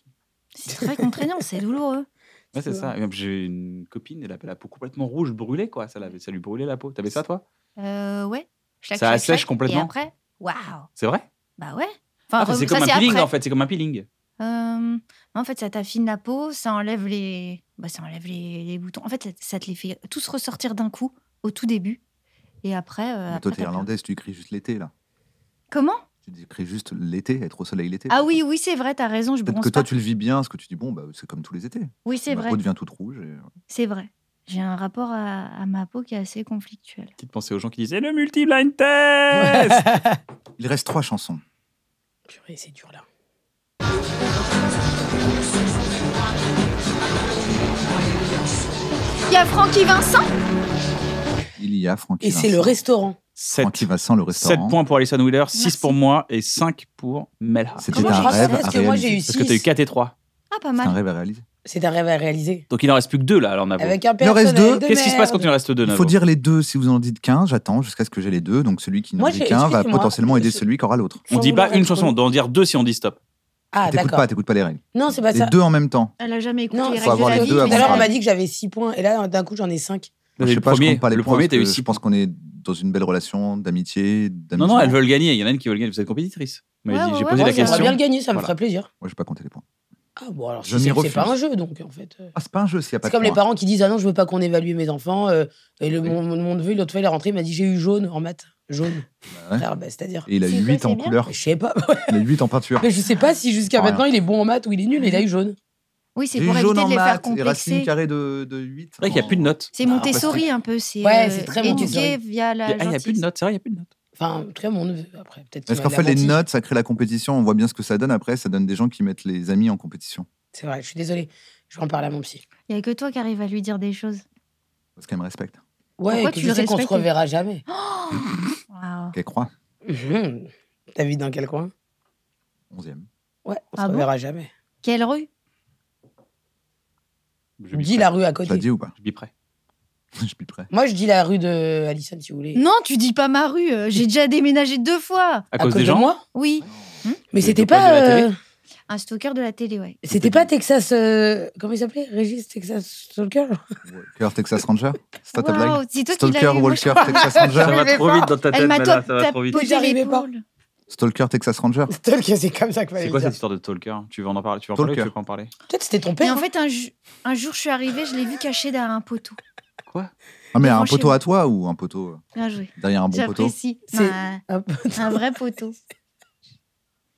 [SPEAKER 2] C'est très contraignant, c'est douloureux.
[SPEAKER 3] c'est ça. Et même, J'ai une copine, elle a la peau complètement rouge, brûlée quoi, ça, l'avait- ça lui brûlait la peau. T'avais ça toi
[SPEAKER 2] Euh, ouais. Chlac,
[SPEAKER 3] Ça
[SPEAKER 2] chlac,
[SPEAKER 3] assèche
[SPEAKER 2] chlac,
[SPEAKER 3] complètement.
[SPEAKER 2] Et après, waouh.
[SPEAKER 3] C'est vrai
[SPEAKER 2] Bah ouais.
[SPEAKER 3] Ah,
[SPEAKER 2] Enfin,
[SPEAKER 3] C'est
[SPEAKER 2] re-
[SPEAKER 3] comme
[SPEAKER 2] ça,
[SPEAKER 3] un peeling
[SPEAKER 2] après.
[SPEAKER 3] en fait, c'est comme un peeling.
[SPEAKER 2] Euh, en fait, ça t'affine la peau, ça enlève les, bah, ça enlève les, les boutons. En fait, ça, ça te les fait tous ressortir d'un coup au tout début. Et après. euh,
[SPEAKER 4] Mais
[SPEAKER 2] après, t'as
[SPEAKER 4] Toi, t'es
[SPEAKER 2] plus-
[SPEAKER 4] irlandaise, tu cries juste l'été là.
[SPEAKER 2] Comment
[SPEAKER 4] Tu dis- cries juste l'été, être au soleil l'été.
[SPEAKER 2] Ah
[SPEAKER 4] quoi.
[SPEAKER 2] oui, oui, c'est vrai, t'as raison, je
[SPEAKER 4] Peut-être
[SPEAKER 2] bronze
[SPEAKER 4] que toi,
[SPEAKER 2] pas.
[SPEAKER 4] tu le vis bien, parce que tu dis, bon, bah, c'est comme tous les étés.
[SPEAKER 2] Oui, c'est
[SPEAKER 4] Ma
[SPEAKER 2] vrai,
[SPEAKER 4] peau devient toute rouge. et- euh,
[SPEAKER 2] c'est vrai. J'ai un rapport à, à ma peau qui est assez conflictuel.
[SPEAKER 3] Petite pensée aux gens qui disaient le multi-blind test
[SPEAKER 4] Il reste trois chansons.
[SPEAKER 1] Purée, c'est dur là.
[SPEAKER 2] Il y a Francky Vincent
[SPEAKER 4] Il y a Francky
[SPEAKER 1] Et c'est le
[SPEAKER 4] Vincent.
[SPEAKER 1] restaurant.
[SPEAKER 3] 7
[SPEAKER 4] Francky Vincent, le
[SPEAKER 3] 7
[SPEAKER 4] restaurant.
[SPEAKER 3] points pour Alison Wheeler, 6
[SPEAKER 2] Merci.
[SPEAKER 3] pour moi et 5 pour Melha.
[SPEAKER 4] C'était
[SPEAKER 2] Comment tu
[SPEAKER 4] un
[SPEAKER 2] sais
[SPEAKER 4] rêve
[SPEAKER 1] Parce
[SPEAKER 4] à
[SPEAKER 1] que moi, j'ai eu
[SPEAKER 4] réaliser.
[SPEAKER 3] Parce que t'as eu
[SPEAKER 1] 6.
[SPEAKER 3] 4 et 3.
[SPEAKER 2] Ah, pas
[SPEAKER 4] C'est un
[SPEAKER 2] mal.
[SPEAKER 4] rêve à réaliser.
[SPEAKER 1] C'est un rêve à réaliser.
[SPEAKER 3] Donc il n'en reste plus que 2 là, alors Navo.
[SPEAKER 1] Avec un
[SPEAKER 4] Ah Il en reste
[SPEAKER 1] personnage
[SPEAKER 4] deux.
[SPEAKER 1] de
[SPEAKER 3] Qu'est-ce qui se passe
[SPEAKER 1] merde.
[SPEAKER 3] quand il en reste 2
[SPEAKER 4] Il faut dire les deux. Si vous en dites qu'un, j'attends jusqu'à ce que j'ai les deux. Donc celui qui n'en
[SPEAKER 1] Moi,
[SPEAKER 4] dit
[SPEAKER 1] j'ai-
[SPEAKER 4] qu'un va
[SPEAKER 1] excusez-moi.
[SPEAKER 4] potentiellement aider
[SPEAKER 1] Je-
[SPEAKER 4] celui qui aura l'autre.
[SPEAKER 3] On
[SPEAKER 1] Sans
[SPEAKER 3] dit pas
[SPEAKER 1] vouloir
[SPEAKER 3] une
[SPEAKER 1] être
[SPEAKER 3] chanson, on
[SPEAKER 1] relou.
[SPEAKER 3] doit en dire deux si on dit stop.
[SPEAKER 1] Ah,
[SPEAKER 4] T'écoutes
[SPEAKER 1] d'accord.
[SPEAKER 4] pas, t'écoutes pas les règles.
[SPEAKER 1] Non, c'est pas
[SPEAKER 4] Les
[SPEAKER 1] ça.
[SPEAKER 4] deux en même temps.
[SPEAKER 2] Elle a jamais écouté
[SPEAKER 1] Non,
[SPEAKER 2] les
[SPEAKER 1] c'est
[SPEAKER 4] faut
[SPEAKER 2] règles de
[SPEAKER 4] avoir
[SPEAKER 2] la
[SPEAKER 4] les
[SPEAKER 2] vie,
[SPEAKER 4] deux
[SPEAKER 2] mais
[SPEAKER 4] avant
[SPEAKER 1] Tout à l'heure, on
[SPEAKER 4] de
[SPEAKER 1] m'a dit que j'avais 6 points et là, d'un coup, j'en ai 5.
[SPEAKER 4] je sais
[SPEAKER 3] Le
[SPEAKER 4] pas, je
[SPEAKER 3] premier-
[SPEAKER 4] compte pas les
[SPEAKER 3] le
[SPEAKER 4] points
[SPEAKER 3] premier,
[SPEAKER 4] parce
[SPEAKER 3] t'as eu
[SPEAKER 4] que
[SPEAKER 3] six
[SPEAKER 4] je pense qu'on est dans une belle relation d'amitié,
[SPEAKER 3] Non,
[SPEAKER 4] d'amusement.
[SPEAKER 3] non, elles veulent gagner. Il y en a une qui veut gagner, vous êtes compétitrice. Vous m'avez
[SPEAKER 2] Ouais,
[SPEAKER 3] dit-
[SPEAKER 2] ouais,
[SPEAKER 3] J'ai
[SPEAKER 2] ouais,
[SPEAKER 3] posé
[SPEAKER 2] ouais,
[SPEAKER 3] la
[SPEAKER 2] j'aimerais
[SPEAKER 1] J'aimerais
[SPEAKER 3] question.
[SPEAKER 1] bien Ah, le gagner, ça me
[SPEAKER 3] Voilà.
[SPEAKER 1] ferait plaisir.
[SPEAKER 4] Moi, j'ai pas compté les points.
[SPEAKER 1] Ah bon, alors si
[SPEAKER 4] Je m'y
[SPEAKER 1] c'est c'est
[SPEAKER 4] refuse.
[SPEAKER 1] pas un jeu, donc en fait. euh.
[SPEAKER 4] Ah, c'est pas un jeu s'il n'y a pas
[SPEAKER 1] C'est
[SPEAKER 4] de
[SPEAKER 1] comme les
[SPEAKER 4] points.
[SPEAKER 1] parents qui disent Ah non, je veux pas qu'on évalue mes enfants. euh, et le, mon, mon neveu, l'autre fois, il est rentré, il m'a dit J'ai eu jaune en maths. Jaune.
[SPEAKER 4] Bah ouais.
[SPEAKER 1] Frère, bah, C'est-à-dire.
[SPEAKER 4] Et il a
[SPEAKER 2] C'est
[SPEAKER 4] 8
[SPEAKER 2] quoi,
[SPEAKER 4] en
[SPEAKER 2] c'est bien
[SPEAKER 4] couleur.
[SPEAKER 1] Je sais pas.
[SPEAKER 4] Il a 8 en peinture.
[SPEAKER 1] Mais je sais pas si jusqu'à
[SPEAKER 4] Ah, rien.
[SPEAKER 1] maintenant, il est bon en maths ou il est nul, mais il a eu jaune.
[SPEAKER 2] Oui, c'est
[SPEAKER 4] J'ai
[SPEAKER 2] pour
[SPEAKER 4] eu
[SPEAKER 2] éviter
[SPEAKER 4] jaune
[SPEAKER 2] de
[SPEAKER 4] en
[SPEAKER 2] les faire
[SPEAKER 4] maths et racine
[SPEAKER 2] complexer.
[SPEAKER 4] carrée de, de 8.
[SPEAKER 3] C'est vrai qu'il n'y a plus de notes.
[SPEAKER 2] C'est
[SPEAKER 1] Bah,
[SPEAKER 2] Montessori un peu, c'est
[SPEAKER 1] Ouais,
[SPEAKER 2] euh,
[SPEAKER 1] c'est très
[SPEAKER 2] éduqué
[SPEAKER 1] Montessori.
[SPEAKER 2] via la.
[SPEAKER 3] Ah, Il n'y a plus de
[SPEAKER 2] gentillesse.
[SPEAKER 3] notes, c'est vrai, il n'y a plus de notes.
[SPEAKER 1] Enfin, en tout cas, mon neveu. Après, peut-être.
[SPEAKER 4] Parce
[SPEAKER 1] qu'il
[SPEAKER 4] qu'en
[SPEAKER 1] m'a
[SPEAKER 4] fait, les
[SPEAKER 1] menti.
[SPEAKER 4] notes, ça crée la compétition. On voit bien ce que ça donne après. Ça donne des gens qui mettent les amis en compétition.
[SPEAKER 1] C'est vrai, je suis désolée. Je vais en parler à mon psy.
[SPEAKER 2] Il n'y a que toi qui arrives à lui dire des choses.
[SPEAKER 4] Parce qu'elles me respectent,
[SPEAKER 1] Ouais,
[SPEAKER 2] Pourquoi
[SPEAKER 1] que
[SPEAKER 2] tu
[SPEAKER 1] je
[SPEAKER 2] le
[SPEAKER 1] sais qu'on se
[SPEAKER 2] respectes et-
[SPEAKER 1] reverra jamais.
[SPEAKER 2] Waouh.
[SPEAKER 4] qu'elles croient.
[SPEAKER 1] Mhm. T'habites dans quel coin
[SPEAKER 4] 11e.
[SPEAKER 1] Ouais, on
[SPEAKER 2] Ah
[SPEAKER 1] se
[SPEAKER 2] bon
[SPEAKER 1] reverra jamais.
[SPEAKER 2] Quelle rue
[SPEAKER 3] Je
[SPEAKER 1] Dis la rue à
[SPEAKER 4] Je l'ai
[SPEAKER 1] côté.
[SPEAKER 4] dit ou pas
[SPEAKER 3] Je biperai.
[SPEAKER 4] Je piperai.
[SPEAKER 1] Moi, je dis la rue de Alison, si vous voulez.
[SPEAKER 2] Non, tu dis pas ma rue. euh, J'ai déjà déménagé deux fois.
[SPEAKER 3] À, cause des
[SPEAKER 1] de
[SPEAKER 3] gens
[SPEAKER 1] moi
[SPEAKER 2] Oui,
[SPEAKER 1] Mais
[SPEAKER 3] De-
[SPEAKER 1] c'était
[SPEAKER 3] de quoi, de
[SPEAKER 1] pas.
[SPEAKER 3] la télé
[SPEAKER 1] euh,
[SPEAKER 2] un stalker de la télé, ouais.
[SPEAKER 1] C'était pas Texas. euh, Comment il s'appelait Régis Texas Stalker
[SPEAKER 4] Walker, Texas Ranger C'est ça ta blague
[SPEAKER 2] Waouh, c'est toi qui l'as eu.
[SPEAKER 4] Ah, Stalker,
[SPEAKER 2] moi, je-
[SPEAKER 4] Walker, Texas
[SPEAKER 3] Ça
[SPEAKER 4] Ranger
[SPEAKER 3] va trop vite dans ta tête,
[SPEAKER 2] Elle m'a
[SPEAKER 3] Nana,
[SPEAKER 2] top-
[SPEAKER 3] ça va trop vite.
[SPEAKER 2] tapé
[SPEAKER 1] J'arrivais pas.
[SPEAKER 2] l'épaule.
[SPEAKER 4] Stalker, Texas Ranger
[SPEAKER 1] Stalker, c'est comme ça qu'il fallait
[SPEAKER 3] C'est
[SPEAKER 1] le
[SPEAKER 3] quoi
[SPEAKER 1] dire.
[SPEAKER 3] cette histoire de talker Tu veux en parler Tu veux en parler ou tu
[SPEAKER 4] Talker.
[SPEAKER 3] veux pas en parler
[SPEAKER 1] Peut-être c'était ton
[SPEAKER 2] Et
[SPEAKER 1] père.
[SPEAKER 2] en fait, un, ju- un jour, je suis arrivée, je l'ai vu caché derrière un poteau.
[SPEAKER 4] Ah, mais
[SPEAKER 2] Devant
[SPEAKER 4] un
[SPEAKER 2] chez
[SPEAKER 4] poteau
[SPEAKER 2] moi.
[SPEAKER 4] à toi ou un poteau euh,
[SPEAKER 2] Bien joué.
[SPEAKER 4] derrière un bon poteau
[SPEAKER 2] J'apprécie.
[SPEAKER 1] C'est-
[SPEAKER 2] Un,
[SPEAKER 1] hein. Hop.
[SPEAKER 2] un vrai poteau.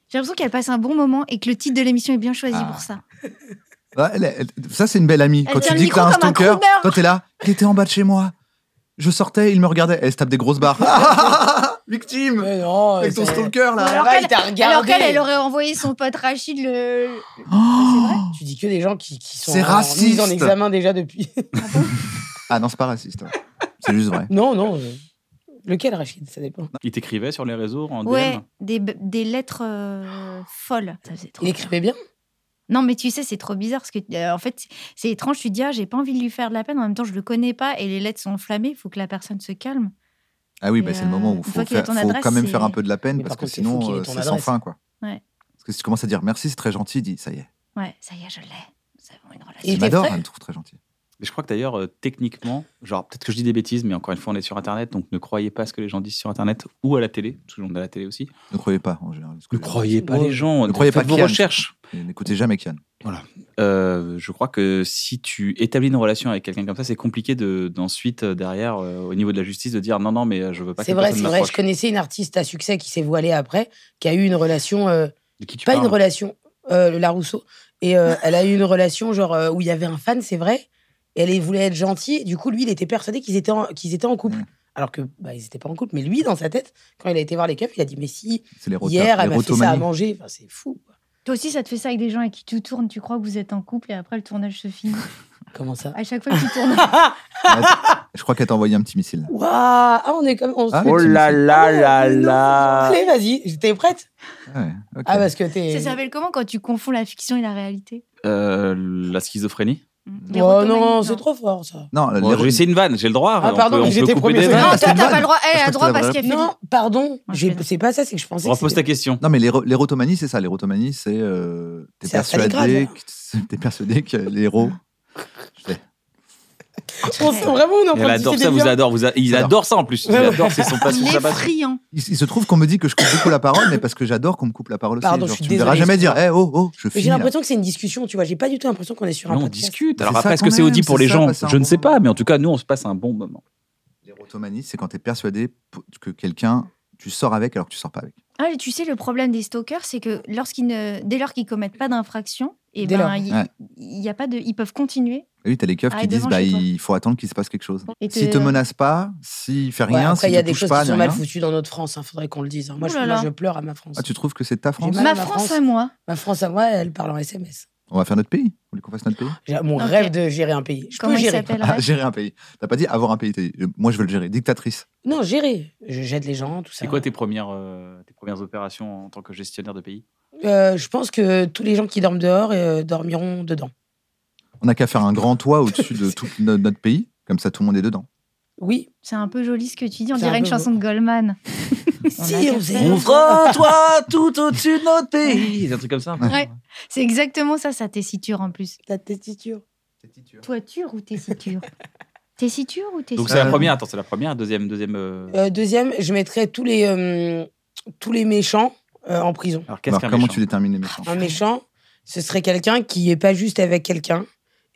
[SPEAKER 2] J'ai l'impression qu'elle passe un bon moment et que le titre de l'émission est bien choisi
[SPEAKER 4] Ah.
[SPEAKER 2] pour ça.
[SPEAKER 4] Ah, elle- elle- Ça, c'est une belle amie.
[SPEAKER 2] Elle
[SPEAKER 4] Quand tu
[SPEAKER 2] tient le
[SPEAKER 4] dis que t'as un
[SPEAKER 2] micro comme un
[SPEAKER 4] stalker,
[SPEAKER 2] crooner.
[SPEAKER 4] toi, t'es là. Il était en bas de chez moi. Je sortais, il me regardait. Elle se tape des grosses barres. Victime
[SPEAKER 1] Mais non,
[SPEAKER 4] Avec
[SPEAKER 1] ça-
[SPEAKER 4] ton stalker, là
[SPEAKER 2] Alors
[SPEAKER 1] Ah, il
[SPEAKER 2] qu'elle-
[SPEAKER 1] t'a
[SPEAKER 2] Alors
[SPEAKER 1] regardé.
[SPEAKER 2] qu'elle, elle aurait envoyé son pote Rachid le.
[SPEAKER 4] Oh
[SPEAKER 1] Tu dis que des gens qui, qui sont
[SPEAKER 4] C'est
[SPEAKER 1] en-
[SPEAKER 4] raciste.
[SPEAKER 1] mis en examen déjà depuis.
[SPEAKER 4] Ah non, c'est pas raciste. ouais. C'est juste vrai.
[SPEAKER 1] non, non. euh, Lequel, Rachid Ça dépend.
[SPEAKER 3] Il t'écrivait sur les réseaux en
[SPEAKER 2] Ouais,
[SPEAKER 3] DM
[SPEAKER 2] des, b- des lettres euh, folles. Ça faisait trop
[SPEAKER 1] Il
[SPEAKER 2] peur.
[SPEAKER 1] écrivait bien
[SPEAKER 3] bah,
[SPEAKER 2] Non, mais tu sais, c'est trop bizarre parce que, euh, en fait, c'est étrange. Tu te dis, ah, j'ai pas envie de lui faire de la peine. En même temps, je le connais pas et les lettres sont enflammées. Il faut que la personne se calme.
[SPEAKER 4] Ah oui,
[SPEAKER 2] Et
[SPEAKER 4] bah, c'est
[SPEAKER 2] euh,
[SPEAKER 4] le moment où
[SPEAKER 2] une
[SPEAKER 4] faut,
[SPEAKER 2] fois qu'il a
[SPEAKER 4] faire-
[SPEAKER 2] ton
[SPEAKER 4] faut
[SPEAKER 2] adresse,
[SPEAKER 4] quand même
[SPEAKER 2] c'est-
[SPEAKER 4] faire un peu de la peine
[SPEAKER 1] Mais
[SPEAKER 4] parce
[SPEAKER 1] par
[SPEAKER 4] que
[SPEAKER 1] contre, il faut
[SPEAKER 4] sinon
[SPEAKER 1] qu'il ait
[SPEAKER 4] euh,
[SPEAKER 1] ton
[SPEAKER 4] c'est sans
[SPEAKER 1] adresse.
[SPEAKER 4] fin quoi.
[SPEAKER 2] Ouais.
[SPEAKER 4] Parce que si tu commences à dire merci, c'est très gentil, il dit ça y est.
[SPEAKER 2] Ouais, ça y est, je l'ai. Nous avons une relation.
[SPEAKER 1] Et
[SPEAKER 4] Il
[SPEAKER 1] t'es
[SPEAKER 4] m'adore,
[SPEAKER 1] prêt
[SPEAKER 4] elle me trouve très gentil.
[SPEAKER 3] Mais je crois que d'ailleurs, euh, techniquement, genre, peut-être que je dis des bêtises, mais encore une fois, on est sur Internet, donc ne croyez pas ce que les gens disent sur Internet ou à la télé. Tout le monde à la télé aussi.
[SPEAKER 4] Ne croyez pas en général. parce que
[SPEAKER 3] Ne
[SPEAKER 4] les-
[SPEAKER 3] croyez pas
[SPEAKER 1] Ouais.
[SPEAKER 3] les gens.
[SPEAKER 4] Ne croyez
[SPEAKER 3] faites
[SPEAKER 4] pas
[SPEAKER 3] vos
[SPEAKER 4] Kian.
[SPEAKER 3] recherches.
[SPEAKER 4] N'écoutez jamais Kian.
[SPEAKER 3] Euh, je crois que si tu établis une relation avec quelqu'un comme ça, c'est compliqué de- d'ensuite, euh, derrière, euh, au niveau de la justice, de dire non, non, mais euh, je veux pas que
[SPEAKER 1] C'est vrai, c'est
[SPEAKER 3] personne
[SPEAKER 1] vrai. Je
[SPEAKER 3] m'approche.
[SPEAKER 1] connaissais une artiste à succès qui s'est voilée après, qui a eu une relation. euh,
[SPEAKER 3] De qui tu
[SPEAKER 1] pas une
[SPEAKER 3] parles
[SPEAKER 1] relation, euh, la Rousseau. Et euh, elle a eu une relation genre euh, où il y avait un fan, c'est vrai. Et elle voulait être gentille. Du coup, lui, il était persuadé qu'ils étaient en, qu'ils étaient en couple.
[SPEAKER 4] Mm.
[SPEAKER 1] Alors que bah, ils n'étaient pas en couple. Mais lui, dans sa tête, quand il a été voir les keufs, il a dit Mais si,
[SPEAKER 4] C'est les rota-
[SPEAKER 1] hier,
[SPEAKER 4] les
[SPEAKER 1] elle m'a fait ça à
[SPEAKER 4] rotomanies.
[SPEAKER 1] manger. Enfin, c'est fou. quoi.
[SPEAKER 2] Toi aussi, ça te fait ça avec des gens avec qui tu tournes. Tu crois que vous êtes en couple et après, le tournage se finit.
[SPEAKER 1] Comment ça
[SPEAKER 2] À chaque fois que tu tournes.
[SPEAKER 4] Ah, Je crois qu'elle t'a envoyé un petit missile.
[SPEAKER 1] Waouh Ah, on est comme. on se-
[SPEAKER 3] Hein?
[SPEAKER 4] Ah, Oh là
[SPEAKER 1] Ah ouais, mais non, Allez, vas-y, t'es prête
[SPEAKER 4] Ah ouais, ok.
[SPEAKER 1] Ah, parce que t'es.
[SPEAKER 2] ça s'appelle comment quand tu confonds la fiction et la réalité
[SPEAKER 3] Euh, La schizophrénie
[SPEAKER 2] Les
[SPEAKER 1] Oh non,
[SPEAKER 2] rotomanies,
[SPEAKER 1] c'est trop fort ça.
[SPEAKER 4] Non, les
[SPEAKER 3] Bon, J'ai
[SPEAKER 4] rotomanies.
[SPEAKER 3] essayé une vanne, j'ai Euh, le droit.
[SPEAKER 1] Ah,
[SPEAKER 3] on
[SPEAKER 1] pardon,
[SPEAKER 3] peut-
[SPEAKER 1] mais
[SPEAKER 3] on peut
[SPEAKER 1] j'étais
[SPEAKER 3] couper
[SPEAKER 1] premier
[SPEAKER 3] des
[SPEAKER 1] sur-
[SPEAKER 3] vannes.
[SPEAKER 2] Non,
[SPEAKER 4] Ah, c'est
[SPEAKER 2] toi,
[SPEAKER 4] une
[SPEAKER 2] t'as
[SPEAKER 4] vanne.
[SPEAKER 2] pas le droit. Elle
[SPEAKER 4] Je
[SPEAKER 2] a droit
[SPEAKER 4] crois que c'est la
[SPEAKER 2] parce qu'elle fait.
[SPEAKER 1] Non, pardon,
[SPEAKER 2] Ah,
[SPEAKER 1] j'ai-
[SPEAKER 2] je fais-
[SPEAKER 1] c'est pas ça, c'est que je pensais. que
[SPEAKER 3] Repose
[SPEAKER 1] c'était-
[SPEAKER 3] ta question.
[SPEAKER 4] Non, mais les, ro- les rotomanies, c'est ça. Les rotomanies, c'est. euh, t'es
[SPEAKER 1] C'est un sacré
[SPEAKER 4] persuadé,
[SPEAKER 1] grade,
[SPEAKER 4] que- t'es persuadé que les héros.
[SPEAKER 1] On sent vraiment, on est en
[SPEAKER 3] Elle
[SPEAKER 1] train de
[SPEAKER 3] adore
[SPEAKER 1] tisser
[SPEAKER 3] ça,
[SPEAKER 1] des
[SPEAKER 3] vous
[SPEAKER 1] liens.
[SPEAKER 3] adore, vous a- ils
[SPEAKER 4] J'adore.
[SPEAKER 3] adorent ça en plus. Ils
[SPEAKER 1] Ouais, ouais.
[SPEAKER 3] adorent, c'est son passion,
[SPEAKER 2] Il
[SPEAKER 3] sa
[SPEAKER 2] est
[SPEAKER 3] passion.
[SPEAKER 2] friand.
[SPEAKER 4] Il, il se trouve qu'on me dit que je coupe beaucoup la parole, mais parce que j'adore qu'on me coupe la parole aussi.
[SPEAKER 1] Pardon,
[SPEAKER 4] Genre,
[SPEAKER 1] je suis
[SPEAKER 4] tu me verras
[SPEAKER 1] désolée,
[SPEAKER 4] jamais dire, eh oh, oh, je
[SPEAKER 1] Mais
[SPEAKER 4] finis.
[SPEAKER 1] j'ai
[SPEAKER 4] là.
[SPEAKER 1] l'impression que c'est une discussion, tu vois. J'ai pas du tout l'impression qu'on est sur un
[SPEAKER 3] hein. Non, on
[SPEAKER 1] podcast.
[SPEAKER 3] discute. Alors
[SPEAKER 4] C'est
[SPEAKER 3] après,
[SPEAKER 4] ça
[SPEAKER 3] est-ce que
[SPEAKER 4] quand
[SPEAKER 3] c'est
[SPEAKER 4] même,
[SPEAKER 3] audible pour
[SPEAKER 4] c'est
[SPEAKER 3] les
[SPEAKER 4] ça,
[SPEAKER 3] gens
[SPEAKER 4] passer un
[SPEAKER 3] Je ne
[SPEAKER 4] bon
[SPEAKER 3] sais
[SPEAKER 4] moment.
[SPEAKER 3] pas, mais en tout cas, nous, on se passe un bon moment.
[SPEAKER 4] Les rotomanies, c'est quand t'es persuadé p- que quelqu'un, tu sors avec alors que tu sors pas avec.
[SPEAKER 2] Ah, et tu sais, le problème des stalkers, c'est que lorsqu'ils ne... dès lors qu'ils commettent pas d'infraction, et
[SPEAKER 1] Dès lors.
[SPEAKER 2] ben, il
[SPEAKER 4] Ouais.
[SPEAKER 2] il y a pas de... ils peuvent continuer.
[SPEAKER 4] Et oui, t'as les keufs
[SPEAKER 2] Ah,
[SPEAKER 4] qui
[SPEAKER 2] devant
[SPEAKER 4] disent, bah,
[SPEAKER 2] chez toi.
[SPEAKER 4] il faut attendre qu'il se passe quelque chose.
[SPEAKER 2] Et
[SPEAKER 4] S'il
[SPEAKER 2] te-
[SPEAKER 4] te menace pas, s'il fait
[SPEAKER 1] Ouais,
[SPEAKER 4] rien,
[SPEAKER 1] après,
[SPEAKER 4] s'il
[SPEAKER 1] il y a
[SPEAKER 4] te
[SPEAKER 1] des
[SPEAKER 4] touche
[SPEAKER 1] choses
[SPEAKER 4] pas,
[SPEAKER 1] qui sont
[SPEAKER 4] ni
[SPEAKER 1] mal
[SPEAKER 4] rien.
[SPEAKER 1] foutues dans notre France, hein, faudrait qu'on le dise. hein. Moi,
[SPEAKER 2] Ouh
[SPEAKER 1] je,
[SPEAKER 2] Oh là
[SPEAKER 1] moi,
[SPEAKER 2] là.
[SPEAKER 1] je pleure à ma France.
[SPEAKER 4] Ah, tu trouves que c'est de ta France
[SPEAKER 1] mal.
[SPEAKER 2] Ma
[SPEAKER 1] à la
[SPEAKER 2] France
[SPEAKER 1] France.
[SPEAKER 2] à moi.
[SPEAKER 1] Ma France à moi, elle parle en SMS.
[SPEAKER 4] On va faire notre pays Vous voulez qu'on fasse notre pays
[SPEAKER 1] J'ai- Mon
[SPEAKER 2] Ok.
[SPEAKER 1] rêve de gérer un pays. Je
[SPEAKER 2] Comment
[SPEAKER 1] peux
[SPEAKER 2] il
[SPEAKER 1] gérer.
[SPEAKER 2] s'appelle
[SPEAKER 4] Ah, Gérer un pays. T'as pas dit avoir un pays. t'as dit, euh, moi, je veux le gérer. Dictatrice.
[SPEAKER 1] Non, gérer. Je jette les gens, tout ça.
[SPEAKER 3] C'est quoi tes premières, euh, tes premières opérations en tant que gestionnaire de pays
[SPEAKER 1] Euh, Je pense que tous les gens qui dorment dehors euh, dormiront dedans.
[SPEAKER 4] On n'a qu'à faire un grand toit au-dessus de tout no- notre pays. Comme ça, tout le monde est dedans.
[SPEAKER 1] Oui.
[SPEAKER 2] C'est un peu joli ce que tu dis. On
[SPEAKER 1] C'est un
[SPEAKER 2] dirait une
[SPEAKER 1] peu
[SPEAKER 2] chanson de Goldman.
[SPEAKER 1] si,
[SPEAKER 2] a
[SPEAKER 1] on
[SPEAKER 2] qu'à
[SPEAKER 1] sait.
[SPEAKER 2] faire.
[SPEAKER 3] toi tout au-dessus de notre pays Un truc comme ça.
[SPEAKER 2] Ouais. C'est exactement ça, sa tessiture en plus.
[SPEAKER 1] La testiture.
[SPEAKER 2] Toiture ou tessiture Tessiture ou tessiture
[SPEAKER 3] Donc c'est la
[SPEAKER 4] Euh,
[SPEAKER 3] première, attends, c'est la première, deuxième, deuxième. euh,
[SPEAKER 1] Euh, deuxième, je mettrais tous les, euh, tous les méchants euh, en prison.
[SPEAKER 3] Alors qu'est-ce
[SPEAKER 4] Alors,
[SPEAKER 3] qu'un
[SPEAKER 4] comment
[SPEAKER 3] méchant
[SPEAKER 1] Ah,
[SPEAKER 4] tu détermines les méchants
[SPEAKER 1] Un méchant, ce serait quelqu'un qui est pas juste avec quelqu'un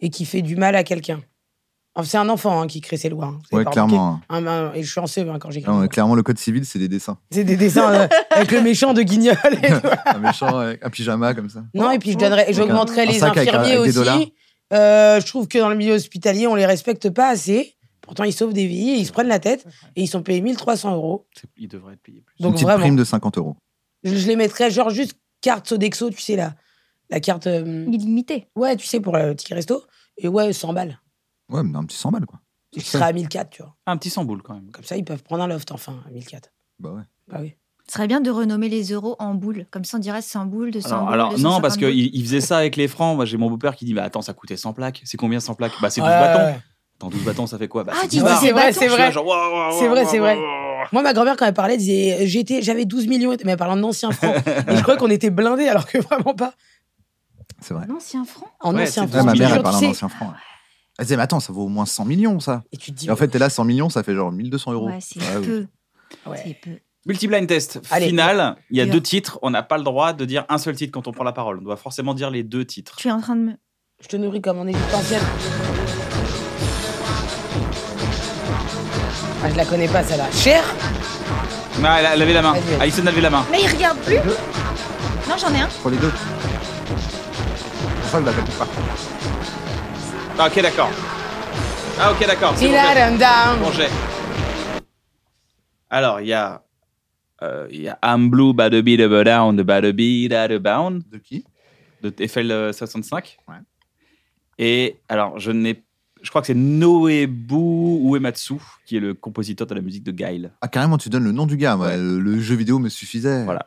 [SPEAKER 1] et qui fait du mal à quelqu'un. Enfin, c'est un enfant hein, qui crée ses lois. hein. Vous avez
[SPEAKER 4] Ouais,
[SPEAKER 1] pas remarqué
[SPEAKER 4] clairement. hein.
[SPEAKER 1] Ah, ben, et je suis en CE1 quand j'écris.
[SPEAKER 4] Non, mais clairement, le code civil, c'est des dessins.
[SPEAKER 1] C'est des dessins euh, avec le méchant de Guignol. et tout.
[SPEAKER 4] un méchant avec un pyjama comme ça.
[SPEAKER 1] non, et puis je donnerais,
[SPEAKER 4] Avec un-
[SPEAKER 1] j'augmenterais
[SPEAKER 4] un
[SPEAKER 1] les
[SPEAKER 4] sac avec-
[SPEAKER 1] infirmiers
[SPEAKER 4] avec des dollars.
[SPEAKER 1] aussi. Euh, je trouve que dans le milieu hospitalier, on les respecte pas assez. Pourtant, ils sauvent des vies, ils se prennent la tête et ils sont payés 1300 euros.
[SPEAKER 3] C'est- Il devrait être payé plus.
[SPEAKER 4] Une
[SPEAKER 1] Donc
[SPEAKER 4] petite
[SPEAKER 1] vraiment,
[SPEAKER 4] prime de 50 euros.
[SPEAKER 1] je, je les mettrais genre juste carte Sodexo, tu sais, la, la carte. euh,
[SPEAKER 2] Illimité.
[SPEAKER 1] ouais, tu sais, pour le petit resto. Et ouais, 100 balles.
[SPEAKER 4] Ouais, mais un petit 100 balles, quoi.
[SPEAKER 1] Tu seras à 1004, tu vois.
[SPEAKER 3] Ah, un petit samboule quand même.
[SPEAKER 1] Comme ça, ils peuvent prendre un loft, enfin, à 1004.
[SPEAKER 4] Bah ouais.
[SPEAKER 1] Bah oui.
[SPEAKER 2] Ce serait bien de renommer les euros en boules. Comme ça, on dirait 100 boules, 200
[SPEAKER 3] Alors,
[SPEAKER 2] boules.
[SPEAKER 3] alors, non,
[SPEAKER 2] 250
[SPEAKER 3] parce
[SPEAKER 2] boules.
[SPEAKER 3] qu'il il faisait ça avec les francs. Moi, j'ai mon beau-père qui dit Bah attends, ça coûtait 100 plaques. C'est combien 100 plaques Bah c'est 12
[SPEAKER 1] Ouais,
[SPEAKER 3] bâtons.
[SPEAKER 1] ouais.
[SPEAKER 3] Attends, 12 bâtons, ça fait quoi Bah
[SPEAKER 2] Ah,
[SPEAKER 3] c'est
[SPEAKER 2] dis
[SPEAKER 3] 10
[SPEAKER 2] donc,
[SPEAKER 3] barres.
[SPEAKER 2] c'est vrai,
[SPEAKER 3] Je suis
[SPEAKER 1] Euh, c'est
[SPEAKER 3] là,
[SPEAKER 1] vrai.
[SPEAKER 3] genre, Waouh, waouh,
[SPEAKER 1] C'est
[SPEAKER 3] waouh,
[SPEAKER 1] vrai, c'est
[SPEAKER 3] waouh,
[SPEAKER 1] vrai.
[SPEAKER 3] waouh.
[SPEAKER 1] Moi, ma grand-mère, quand elle parlait, disait euh, j'étais, j'avais 12 millions, mais elle parlait en ancien franc. et je croyais qu'on était blindés, alors que vraiment pas.
[SPEAKER 4] C'est vrai.
[SPEAKER 2] Non, c'est un franc.
[SPEAKER 1] En
[SPEAKER 3] Ouais,
[SPEAKER 1] ancien
[SPEAKER 3] c'est
[SPEAKER 4] Ouais,
[SPEAKER 1] franc.
[SPEAKER 4] ma
[SPEAKER 1] je te
[SPEAKER 4] mère,
[SPEAKER 1] jure,
[SPEAKER 4] elle
[SPEAKER 1] tu
[SPEAKER 4] parle
[SPEAKER 1] sais.
[SPEAKER 4] en ancien franc. ouais. Elle disait, mais attends, ça vaut au moins 100 millions, ça.
[SPEAKER 1] Et tu te dis
[SPEAKER 4] Et en fait, t'es là, 100 millions, ça fait genre 1200 euros. Ah
[SPEAKER 2] Ouais, c'est
[SPEAKER 4] Ouais,
[SPEAKER 2] peu.
[SPEAKER 1] ouais.
[SPEAKER 2] C'est peu.
[SPEAKER 3] Multi-blind test.
[SPEAKER 1] Allez.
[SPEAKER 3] Final, il y a
[SPEAKER 2] Dur.
[SPEAKER 3] deux titres. On n'a pas le droit de dire un seul titre quand on prend la parole. On doit forcément dire les deux titres.
[SPEAKER 2] Tu es en train de me.
[SPEAKER 1] je te nourris comme en égyptienne. Ah, je la connais pas, celle-là. Cher
[SPEAKER 3] Ah, elle a levé la main.
[SPEAKER 1] Vas-y, vas-y.
[SPEAKER 3] Alison a levé la main.
[SPEAKER 2] Mais il regarde plus Non, j'en ai un.
[SPEAKER 4] Pour les deux. C'est pour ça que je l'appelle pas.
[SPEAKER 3] Ah, ok, d'accord. Ah, ok, d'accord. c'est
[SPEAKER 1] Il
[SPEAKER 3] bon, j'ai-
[SPEAKER 1] a down.
[SPEAKER 3] Bon jet. Alors, il y a. euh, Il y a I'm Blue, Bada Bee, Dabba Down, Bada Bee, Dabba Bound
[SPEAKER 4] De qui
[SPEAKER 3] de Eiffel 65.
[SPEAKER 4] Ouais.
[SPEAKER 3] Et alors, je n'ai. Je crois que c'est Noebu Uematsu qui est le compositeur de la musique de Guile.
[SPEAKER 4] Ah, carrément, tu donnes le nom du gars. moi.
[SPEAKER 3] Ouais.
[SPEAKER 4] Le, le jeu vidéo me suffisait.
[SPEAKER 3] Voilà.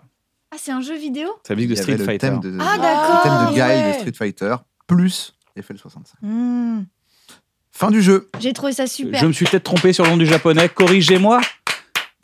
[SPEAKER 2] Ah, c'est un jeu vidéo
[SPEAKER 3] C'est la musique de
[SPEAKER 4] Il y avait
[SPEAKER 3] Street
[SPEAKER 4] le
[SPEAKER 3] Fighter.
[SPEAKER 4] Thème de,
[SPEAKER 2] Ah,
[SPEAKER 4] le
[SPEAKER 2] d'accord.
[SPEAKER 4] thème de Guile
[SPEAKER 1] Oh, ouais.
[SPEAKER 4] de Street Fighter, plus FL65.
[SPEAKER 2] Hmm.
[SPEAKER 4] Fin du jeu.
[SPEAKER 2] J'ai trouvé ça super.
[SPEAKER 3] Je me suis peut-être trompé sur le nom du japonais. Corrigez-moi.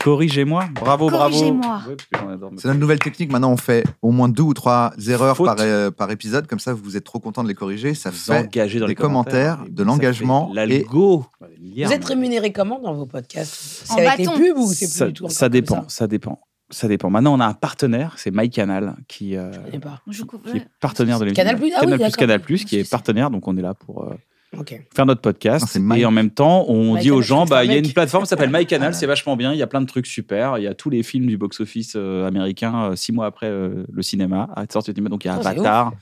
[SPEAKER 3] Corrigez-moi. Bravo, bravo.
[SPEAKER 2] Corrigez-moi.
[SPEAKER 3] Ouais, parce que j'en adore me-
[SPEAKER 4] C'est la nouvelle technique. Maintenant, on fait au moins deux ou trois erreurs
[SPEAKER 3] Faute.
[SPEAKER 4] par, euh, par épisode. Comme ça, vous êtes trop content de les corriger. Ça
[SPEAKER 3] Vous
[SPEAKER 4] fait.
[SPEAKER 3] engagez dans
[SPEAKER 4] des
[SPEAKER 3] les commentaires,
[SPEAKER 4] commentaires, de
[SPEAKER 3] Et ça
[SPEAKER 4] l'engagement
[SPEAKER 3] fait L'algo. Milliards,
[SPEAKER 1] Vous êtes
[SPEAKER 3] mais-
[SPEAKER 1] rémunéré comment dans vos podcasts C'est
[SPEAKER 2] En
[SPEAKER 1] avec les
[SPEAKER 2] bâton.
[SPEAKER 1] pubs ou c'est plus
[SPEAKER 3] ça,
[SPEAKER 1] du tout encore
[SPEAKER 3] ça
[SPEAKER 1] comme
[SPEAKER 3] dépend, ça.
[SPEAKER 1] ça
[SPEAKER 3] dépend, ça dépend. Maintenant, on a un partenaire, c'est MyCanal, qui, euh,
[SPEAKER 1] Je connais pas.
[SPEAKER 2] Je cou-
[SPEAKER 3] qui est partenaire de l'émission.
[SPEAKER 1] Canal+, ah oui,
[SPEAKER 3] Canal+,
[SPEAKER 1] d'accord.
[SPEAKER 3] Canal+, qui est
[SPEAKER 2] Excuse.
[SPEAKER 3] partenaire, donc on est là pour euh,
[SPEAKER 1] Ok.
[SPEAKER 3] faire notre podcast.
[SPEAKER 4] Non, c'est My-
[SPEAKER 3] et en même temps, on
[SPEAKER 1] My
[SPEAKER 3] dit aux
[SPEAKER 1] Canal,
[SPEAKER 3] gens,
[SPEAKER 1] c'est
[SPEAKER 3] bah,
[SPEAKER 1] un
[SPEAKER 3] il y a
[SPEAKER 1] mec.
[SPEAKER 3] une plateforme qui s'appelle
[SPEAKER 4] Ah,
[SPEAKER 3] MyCanal,
[SPEAKER 4] là.
[SPEAKER 3] c'est vachement bien, il y a plein de trucs super, il y a tous les films du box-office euh, américain euh, six mois après euh, le cinéma, à la sortie du cinéma. donc il y a
[SPEAKER 1] Oh, c'est
[SPEAKER 3] Avatar,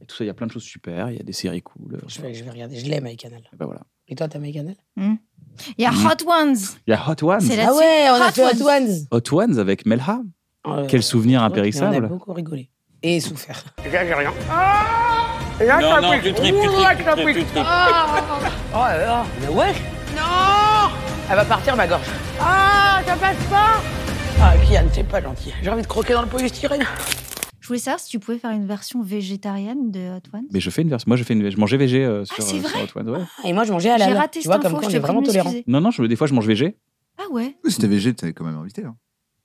[SPEAKER 3] et tout ça, il y a plein de choses super, il y a des séries cool. euh,
[SPEAKER 1] Je vais, je vais regarder. Je l'ai, MyCanal.
[SPEAKER 3] et ben voilà.
[SPEAKER 1] Et toi, t'as MyCanal
[SPEAKER 2] Il y a
[SPEAKER 3] Mm.
[SPEAKER 2] Hot Ones.
[SPEAKER 3] Il y a Hot Ones,
[SPEAKER 2] C'est la-
[SPEAKER 1] Ah ouais, on a
[SPEAKER 2] Hot
[SPEAKER 1] fait Hot
[SPEAKER 2] Ones.
[SPEAKER 1] Ones.
[SPEAKER 3] Hot Ones avec Melha,
[SPEAKER 1] Euh,
[SPEAKER 3] quel souvenir
[SPEAKER 1] donc, On a
[SPEAKER 3] impérissable.
[SPEAKER 1] beaucoup rigolé. Et souffert.
[SPEAKER 3] Non, non, tu tripes, tu
[SPEAKER 1] Oh là là, mais ouais Non Elle va partir, ma gorge. Ah, ça passe pas Ah, Kian, t'es pas gentil. J'ai envie de croquer dans le polystyrène.
[SPEAKER 2] Je voulais savoir si tu pouvais faire une version végétarienne de Hot Ones.
[SPEAKER 3] Mais je fais une version. Moi, je fais une. Je mange VG euh, sur,
[SPEAKER 2] Ah, c'est
[SPEAKER 3] euh, sur
[SPEAKER 2] vrai
[SPEAKER 3] Hot Ones, ouais.
[SPEAKER 1] Ah, et moi, je mangeais à la
[SPEAKER 2] J'ai
[SPEAKER 1] la.
[SPEAKER 2] raté
[SPEAKER 1] Tu
[SPEAKER 2] cette
[SPEAKER 1] vois, comme
[SPEAKER 2] info,
[SPEAKER 1] quoi, on
[SPEAKER 2] je
[SPEAKER 1] est
[SPEAKER 2] te prie de
[SPEAKER 1] vraiment tolérant.
[SPEAKER 2] m'excuser.
[SPEAKER 3] Non, non, je, des fois, je mange VG.
[SPEAKER 2] Ah ouais
[SPEAKER 4] Oui, c'était VG, t'avais quand même invité. hein.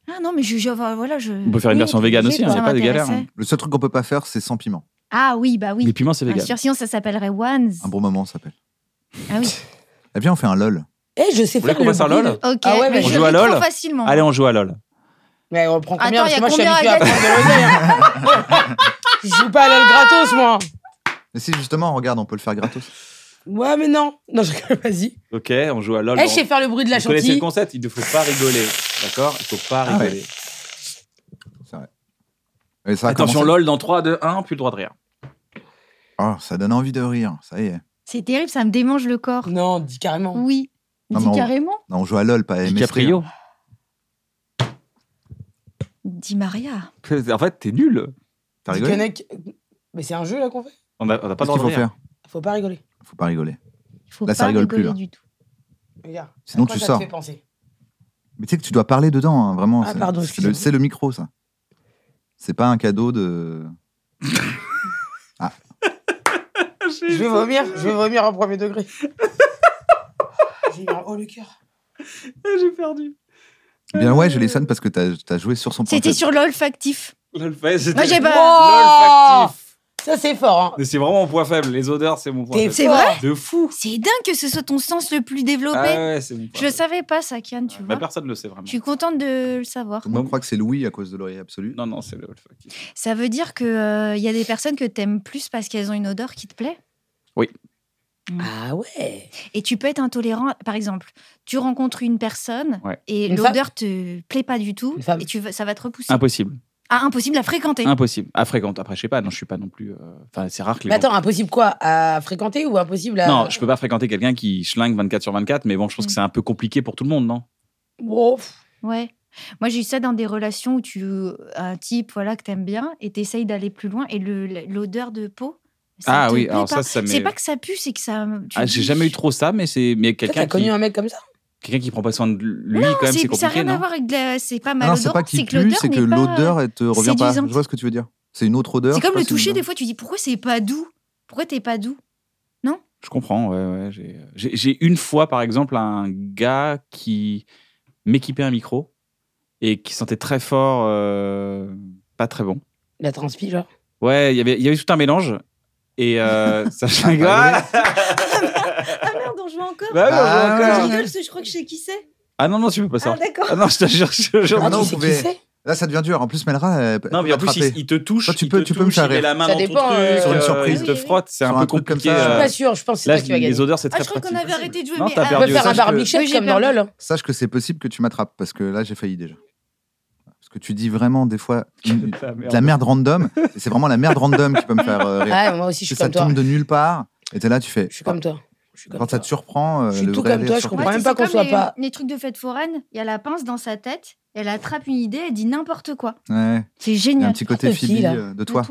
[SPEAKER 2] Ah non, mais je, je- voilà, je...
[SPEAKER 3] On peut faire une
[SPEAKER 1] Oui,
[SPEAKER 3] version
[SPEAKER 1] t'es
[SPEAKER 3] vegan aussi,
[SPEAKER 1] obligé,
[SPEAKER 3] il
[SPEAKER 1] quoi.
[SPEAKER 3] n'y a
[SPEAKER 2] Ça
[SPEAKER 3] pas de galère. hein.
[SPEAKER 2] m'intéressait.
[SPEAKER 4] Le seul truc qu'on peut pas faire, c'est sans piment.
[SPEAKER 2] Ah oui, bah
[SPEAKER 3] Les
[SPEAKER 2] oui.
[SPEAKER 3] piments, c'est
[SPEAKER 2] Bien
[SPEAKER 3] vegan.
[SPEAKER 2] sûr, sinon ça s'appellerait Ones.
[SPEAKER 4] Un bon moment, ça s'appelle.
[SPEAKER 2] Ah oui.
[SPEAKER 4] Eh bien, on fait un LOL.
[SPEAKER 1] Eh, je sais
[SPEAKER 3] Vous voulez
[SPEAKER 1] faire
[SPEAKER 3] qu'on
[SPEAKER 1] le
[SPEAKER 3] passe un
[SPEAKER 1] bruit
[SPEAKER 3] LOL
[SPEAKER 1] de-
[SPEAKER 2] Ok,
[SPEAKER 1] Ah ouais,
[SPEAKER 2] mais
[SPEAKER 1] mais
[SPEAKER 3] On
[SPEAKER 2] je
[SPEAKER 3] joue à
[SPEAKER 2] ris
[SPEAKER 3] LOL
[SPEAKER 2] trop facilement.
[SPEAKER 3] Allez, on joue à LOL.
[SPEAKER 1] Mais on prend combien
[SPEAKER 2] Attends,
[SPEAKER 1] Parce que moi, je
[SPEAKER 2] y a
[SPEAKER 1] suis habituée
[SPEAKER 2] combien
[SPEAKER 1] à
[SPEAKER 2] à
[SPEAKER 1] prendre de l'oseille. hein. Je joue pas à LOL gratos, moi.
[SPEAKER 4] Mais si, justement, regarde, on peut le faire gratos.
[SPEAKER 1] Ouais, mais non. Non, je rigole, vas-y.
[SPEAKER 3] Ok, on joue à LOL.
[SPEAKER 1] Eh,
[SPEAKER 3] Bon,
[SPEAKER 1] je sais faire le bruit de la
[SPEAKER 3] Ah, Vous connaissez le
[SPEAKER 1] chantilly.
[SPEAKER 3] concept, il ne faut pas rigoler. D'accord Il ne faut pas
[SPEAKER 4] Ah ouais.
[SPEAKER 3] rigoler.
[SPEAKER 4] Et ça a
[SPEAKER 3] Attention,
[SPEAKER 4] commencé-
[SPEAKER 3] LOL, dans 3, 2, 1, plus le droit de rire.
[SPEAKER 4] Oh, ça donne envie de rire, ça y est.
[SPEAKER 2] C'est terrible, ça me démange le corps.
[SPEAKER 1] Non, dis carrément.
[SPEAKER 2] Oui.
[SPEAKER 4] Non,
[SPEAKER 2] Dis
[SPEAKER 4] mais on-
[SPEAKER 2] carrément.
[SPEAKER 4] Non, on joue à LOL, pas à
[SPEAKER 3] Eh,
[SPEAKER 4] MS.
[SPEAKER 3] DiCaprio.
[SPEAKER 2] Dis Maria.
[SPEAKER 3] En fait, t'es nul.
[SPEAKER 4] T'as
[SPEAKER 1] Dis
[SPEAKER 4] rigolé
[SPEAKER 1] que mec- Mais c'est un jeu, là, qu'on fait
[SPEAKER 3] On n'a pas le
[SPEAKER 4] Qu'est-ce
[SPEAKER 3] droit
[SPEAKER 4] qu'il
[SPEAKER 3] de
[SPEAKER 4] faut
[SPEAKER 3] rire.
[SPEAKER 4] faire
[SPEAKER 1] Faut pas rigoler.
[SPEAKER 4] Faut pas rigoler.
[SPEAKER 2] Il faut
[SPEAKER 4] Là, ça
[SPEAKER 2] pas
[SPEAKER 4] rigole plus,
[SPEAKER 2] rigoler
[SPEAKER 4] là.
[SPEAKER 2] du tout.
[SPEAKER 1] Regarde. À
[SPEAKER 4] Sinon,
[SPEAKER 1] quoi
[SPEAKER 4] tu
[SPEAKER 1] ça te
[SPEAKER 4] sors.
[SPEAKER 1] fait penser
[SPEAKER 4] Mais tu sais que tu dois parler dedans, hein, vraiment.
[SPEAKER 1] Ah,
[SPEAKER 4] c'est-
[SPEAKER 1] pardon,
[SPEAKER 4] c'est le,
[SPEAKER 1] excusez-moi.
[SPEAKER 4] c'est le micro, ça. C'est pas un cadeau de.
[SPEAKER 1] Je vais vomir, je vais vomir en premier degré. J'ai eu un haut le cœur.
[SPEAKER 3] J'ai perdu.
[SPEAKER 4] Eh Bien ouais, je les sonne parce que t'as as joué sur son
[SPEAKER 2] C'était
[SPEAKER 4] portable.
[SPEAKER 2] sur l'olfactif.
[SPEAKER 3] LOL, fait, c'était-
[SPEAKER 2] Moi, j'ai pas-
[SPEAKER 3] LOL, factif.
[SPEAKER 1] Eh ben, Ça, c'est fort. hein.
[SPEAKER 3] Mais c'est vraiment mon point faible. Les odeurs, c'est mon point
[SPEAKER 1] T'es
[SPEAKER 3] faible.
[SPEAKER 2] Oh C'est
[SPEAKER 1] fort.
[SPEAKER 2] vrai
[SPEAKER 3] De fou.
[SPEAKER 2] C'est dingue que ce soit ton sens le plus développé.
[SPEAKER 3] Ah ouais, Ah, bah, c'est mon point
[SPEAKER 2] Je le
[SPEAKER 3] faible.
[SPEAKER 2] savais pas, ça, Kian, tu
[SPEAKER 3] Mais
[SPEAKER 2] vois.
[SPEAKER 3] personne ne le sait vraiment.
[SPEAKER 2] Je suis contente de le savoir.
[SPEAKER 4] Tout le monde croit que c'est Louis à cause de l'oreille absolue.
[SPEAKER 3] Non, non, c'est le olfactif.
[SPEAKER 2] Ça veut dire qu'il il y a des personnes que t'aimes plus parce qu'elles ont une odeur qui te plaît
[SPEAKER 1] Ah ouais.
[SPEAKER 2] Et tu peux être intolérant. Par exemple, tu rencontres une personne
[SPEAKER 3] Ouais.
[SPEAKER 2] et
[SPEAKER 1] Une
[SPEAKER 2] l'odeur te plaît pas du tout
[SPEAKER 1] Une femme.
[SPEAKER 2] et tu veux- ça va te repousser.
[SPEAKER 3] Impossible.
[SPEAKER 2] ah, impossible à fréquenter.
[SPEAKER 3] Impossible. À fréquente. Après, je sais pas. Non, je suis pas non plus. euh, Enfin, c'est rare que les
[SPEAKER 1] Mais
[SPEAKER 3] gens-
[SPEAKER 1] attends, euh, impossible quoi À fréquenter ou impossible à.
[SPEAKER 3] Non, je peux pas fréquenter quelqu'un qui schlingue 24 sur 24, mais bon, je pense que c'est un peu compliqué pour tout le monde, non
[SPEAKER 1] Bon, Oh, pff.
[SPEAKER 2] Ouais. Moi, j'ai eu ça dans des relations où tu as un type voilà, que t'aimes bien et t'essayes d'aller plus loin et le- l'odeur de peau. ça
[SPEAKER 3] Ah
[SPEAKER 2] te
[SPEAKER 3] oui,
[SPEAKER 2] plaît
[SPEAKER 3] alors
[SPEAKER 2] pas.
[SPEAKER 3] ça, ça m'est-
[SPEAKER 2] C'est pas que ça pue, c'est que ça. tu
[SPEAKER 3] Ah,
[SPEAKER 2] dis-
[SPEAKER 3] j'ai jamais eu trop ça, mais c'est mais
[SPEAKER 1] Toi,
[SPEAKER 3] quelqu'un
[SPEAKER 1] T'as connu
[SPEAKER 3] qui
[SPEAKER 1] un mec comme ça
[SPEAKER 3] quelqu'un qui prend pas soin de lui quand même,
[SPEAKER 2] Ça
[SPEAKER 3] c'est
[SPEAKER 2] n'a
[SPEAKER 3] compliqué,
[SPEAKER 2] rien à
[SPEAKER 3] non
[SPEAKER 2] voir avec de la- C'est pas
[SPEAKER 4] Ah
[SPEAKER 2] mal
[SPEAKER 4] non, c'est pas qu'il
[SPEAKER 2] c'est que
[SPEAKER 4] pue,
[SPEAKER 2] l'odeur
[SPEAKER 4] c'est que
[SPEAKER 2] n'est pas-
[SPEAKER 4] l'odeur, elle te revient pas. Je
[SPEAKER 2] séduisante.
[SPEAKER 4] vois ce que tu veux dire. C'est une autre odeur.
[SPEAKER 2] C'est
[SPEAKER 4] je sais
[SPEAKER 2] comme
[SPEAKER 4] pas
[SPEAKER 2] le
[SPEAKER 4] si vous-
[SPEAKER 2] toucher, des fois, tu dis pourquoi c'est pas doux Pourquoi t'es pas doux
[SPEAKER 3] Je comprends. Ouais, ouais, j'ai- j'ai j'ai une fois par exemple un gars qui m'équipait un micro et qui sentait très fort, euh, pas très bon.
[SPEAKER 1] La transpi, genre.
[SPEAKER 3] Ouais, il y avait il y avait tout un mélange et euh, ça chlingue.
[SPEAKER 4] Ah,
[SPEAKER 3] Ah,
[SPEAKER 2] Ah merde, on joue encore
[SPEAKER 3] bah, bah,
[SPEAKER 4] Ah,
[SPEAKER 3] encore.
[SPEAKER 2] Je
[SPEAKER 4] ouais.
[SPEAKER 2] rigole, parce que je crois que je sais qui c'est.
[SPEAKER 3] Ah non non, tu peux pas
[SPEAKER 2] Ah
[SPEAKER 3] ça.
[SPEAKER 2] d'accord.
[SPEAKER 3] Ah non, je te jure, je te jure.
[SPEAKER 4] Ah
[SPEAKER 1] Ah,
[SPEAKER 4] non,
[SPEAKER 1] tu
[SPEAKER 4] vous
[SPEAKER 1] sais qui
[SPEAKER 4] pouvez-
[SPEAKER 1] c'est
[SPEAKER 4] Là, ça devient dur. En plus, Melra, elle peut
[SPEAKER 3] Non, mais en plus,
[SPEAKER 4] attraper.
[SPEAKER 3] il, il te touche.
[SPEAKER 4] Toi, tu
[SPEAKER 3] il
[SPEAKER 4] peux-
[SPEAKER 3] te
[SPEAKER 4] tu peux me
[SPEAKER 3] touche,
[SPEAKER 4] faire
[SPEAKER 3] il met
[SPEAKER 4] rire.
[SPEAKER 3] la main
[SPEAKER 1] Ça
[SPEAKER 3] dans ton
[SPEAKER 1] dépend,
[SPEAKER 3] truc,
[SPEAKER 1] euh,
[SPEAKER 4] Sur une
[SPEAKER 3] euh,
[SPEAKER 4] surprise.
[SPEAKER 3] il te frotte. C'est
[SPEAKER 4] Sur
[SPEAKER 3] un
[SPEAKER 4] un
[SPEAKER 3] peu
[SPEAKER 4] truc comme
[SPEAKER 3] compliqué.
[SPEAKER 4] ça,
[SPEAKER 1] Je suis
[SPEAKER 3] euh,
[SPEAKER 1] pas sûre, je pense que c'est
[SPEAKER 3] Là,
[SPEAKER 1] toi qui vas
[SPEAKER 3] les
[SPEAKER 1] gagner.
[SPEAKER 3] odeurs, c'est
[SPEAKER 2] Ah,
[SPEAKER 3] très
[SPEAKER 2] je crois qu'on
[SPEAKER 3] pratique.
[SPEAKER 2] avait arrêté de jouer.
[SPEAKER 3] Non,
[SPEAKER 2] mais
[SPEAKER 3] t'as
[SPEAKER 2] ah,
[SPEAKER 1] On peut
[SPEAKER 3] perdu.
[SPEAKER 1] faire un
[SPEAKER 2] sache que-
[SPEAKER 1] barbie
[SPEAKER 2] Oui,
[SPEAKER 1] shake
[SPEAKER 2] j'ai
[SPEAKER 1] comme dans
[SPEAKER 2] perdu.
[SPEAKER 1] LOL. hein,
[SPEAKER 4] Sache que c'est possible que tu m'attrapes parce que là, j'ai failli déjà. Parce que tu dis vraiment des fois une-
[SPEAKER 3] Ta merde.
[SPEAKER 4] de la merde random. et c'est vraiment la merde random qui peut me faire euh, rire.
[SPEAKER 1] Ouais, Ah, moi aussi, je suis
[SPEAKER 4] ça
[SPEAKER 1] comme toi.
[SPEAKER 4] tombe de nulle part. Et t'es là, tu fais.
[SPEAKER 1] Je suis comme toi. Je suis comme
[SPEAKER 4] Quand ça
[SPEAKER 1] toi.
[SPEAKER 4] te surprend, euh,
[SPEAKER 1] Je suis
[SPEAKER 4] le
[SPEAKER 1] tout
[SPEAKER 4] vrai
[SPEAKER 1] comme
[SPEAKER 4] rire
[SPEAKER 1] toi, je
[SPEAKER 4] surprend.
[SPEAKER 1] comprends
[SPEAKER 2] Ouais,
[SPEAKER 1] même
[SPEAKER 2] c'est
[SPEAKER 1] pas qu'on
[SPEAKER 2] comme
[SPEAKER 1] soit
[SPEAKER 2] les,
[SPEAKER 1] pas-
[SPEAKER 2] Les trucs de fête foraine, il y a la pince dans sa tête, elle attrape une idée, elle dit n'importe quoi.
[SPEAKER 4] Ouais,
[SPEAKER 2] C'est
[SPEAKER 4] il y a un
[SPEAKER 2] génial.
[SPEAKER 4] petit
[SPEAKER 1] Ah,
[SPEAKER 4] côté
[SPEAKER 1] de qui,
[SPEAKER 4] Phoebe
[SPEAKER 1] là
[SPEAKER 4] euh, de
[SPEAKER 2] De
[SPEAKER 4] toi.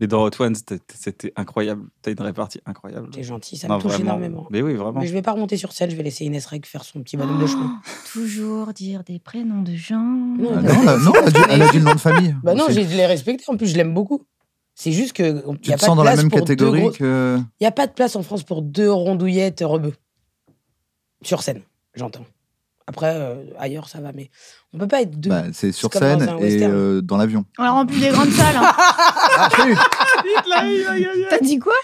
[SPEAKER 3] Les Dorot Ones, c'était- c'était incroyable. T'as une répartie incroyable.
[SPEAKER 1] T'es gentil, ça
[SPEAKER 3] Non,
[SPEAKER 1] me touche
[SPEAKER 3] vraiment.
[SPEAKER 1] énormément.
[SPEAKER 3] Mais oui, vraiment.
[SPEAKER 1] Mais je vais pas remonter sur scène, je vais laisser Inès Reg faire son petit
[SPEAKER 2] Ah.
[SPEAKER 1] bonhomme bah, de chemin.
[SPEAKER 2] Oh, Toujours dire des prénoms de gens.
[SPEAKER 1] Non,
[SPEAKER 4] Ah non, elle a- non, elle a dit- elle a dit le nom de famille.
[SPEAKER 1] Bah non,
[SPEAKER 4] C'est-
[SPEAKER 1] j'ai je l'ai respecté, en plus je l'aime beaucoup. C'est juste que on-
[SPEAKER 4] Tu
[SPEAKER 1] y a
[SPEAKER 4] te
[SPEAKER 1] pas
[SPEAKER 4] sens
[SPEAKER 1] de
[SPEAKER 4] dans la
[SPEAKER 1] place
[SPEAKER 4] même
[SPEAKER 1] pour deux
[SPEAKER 4] catégorie
[SPEAKER 1] grosses-
[SPEAKER 4] que.
[SPEAKER 1] Il n'y a pas de place en France pour deux rondouillettes rebeux. Sur scène, j'entends. Après, euh, ailleurs, ça va, mais on peut pas être deux.
[SPEAKER 4] Bah, c'est sur
[SPEAKER 1] comme dans
[SPEAKER 4] scène
[SPEAKER 1] un
[SPEAKER 4] et
[SPEAKER 1] western.
[SPEAKER 4] euh, dans l'avion.
[SPEAKER 2] On a rempli des grandes salles. hein.
[SPEAKER 4] Ah, salut
[SPEAKER 2] T'as dit quoi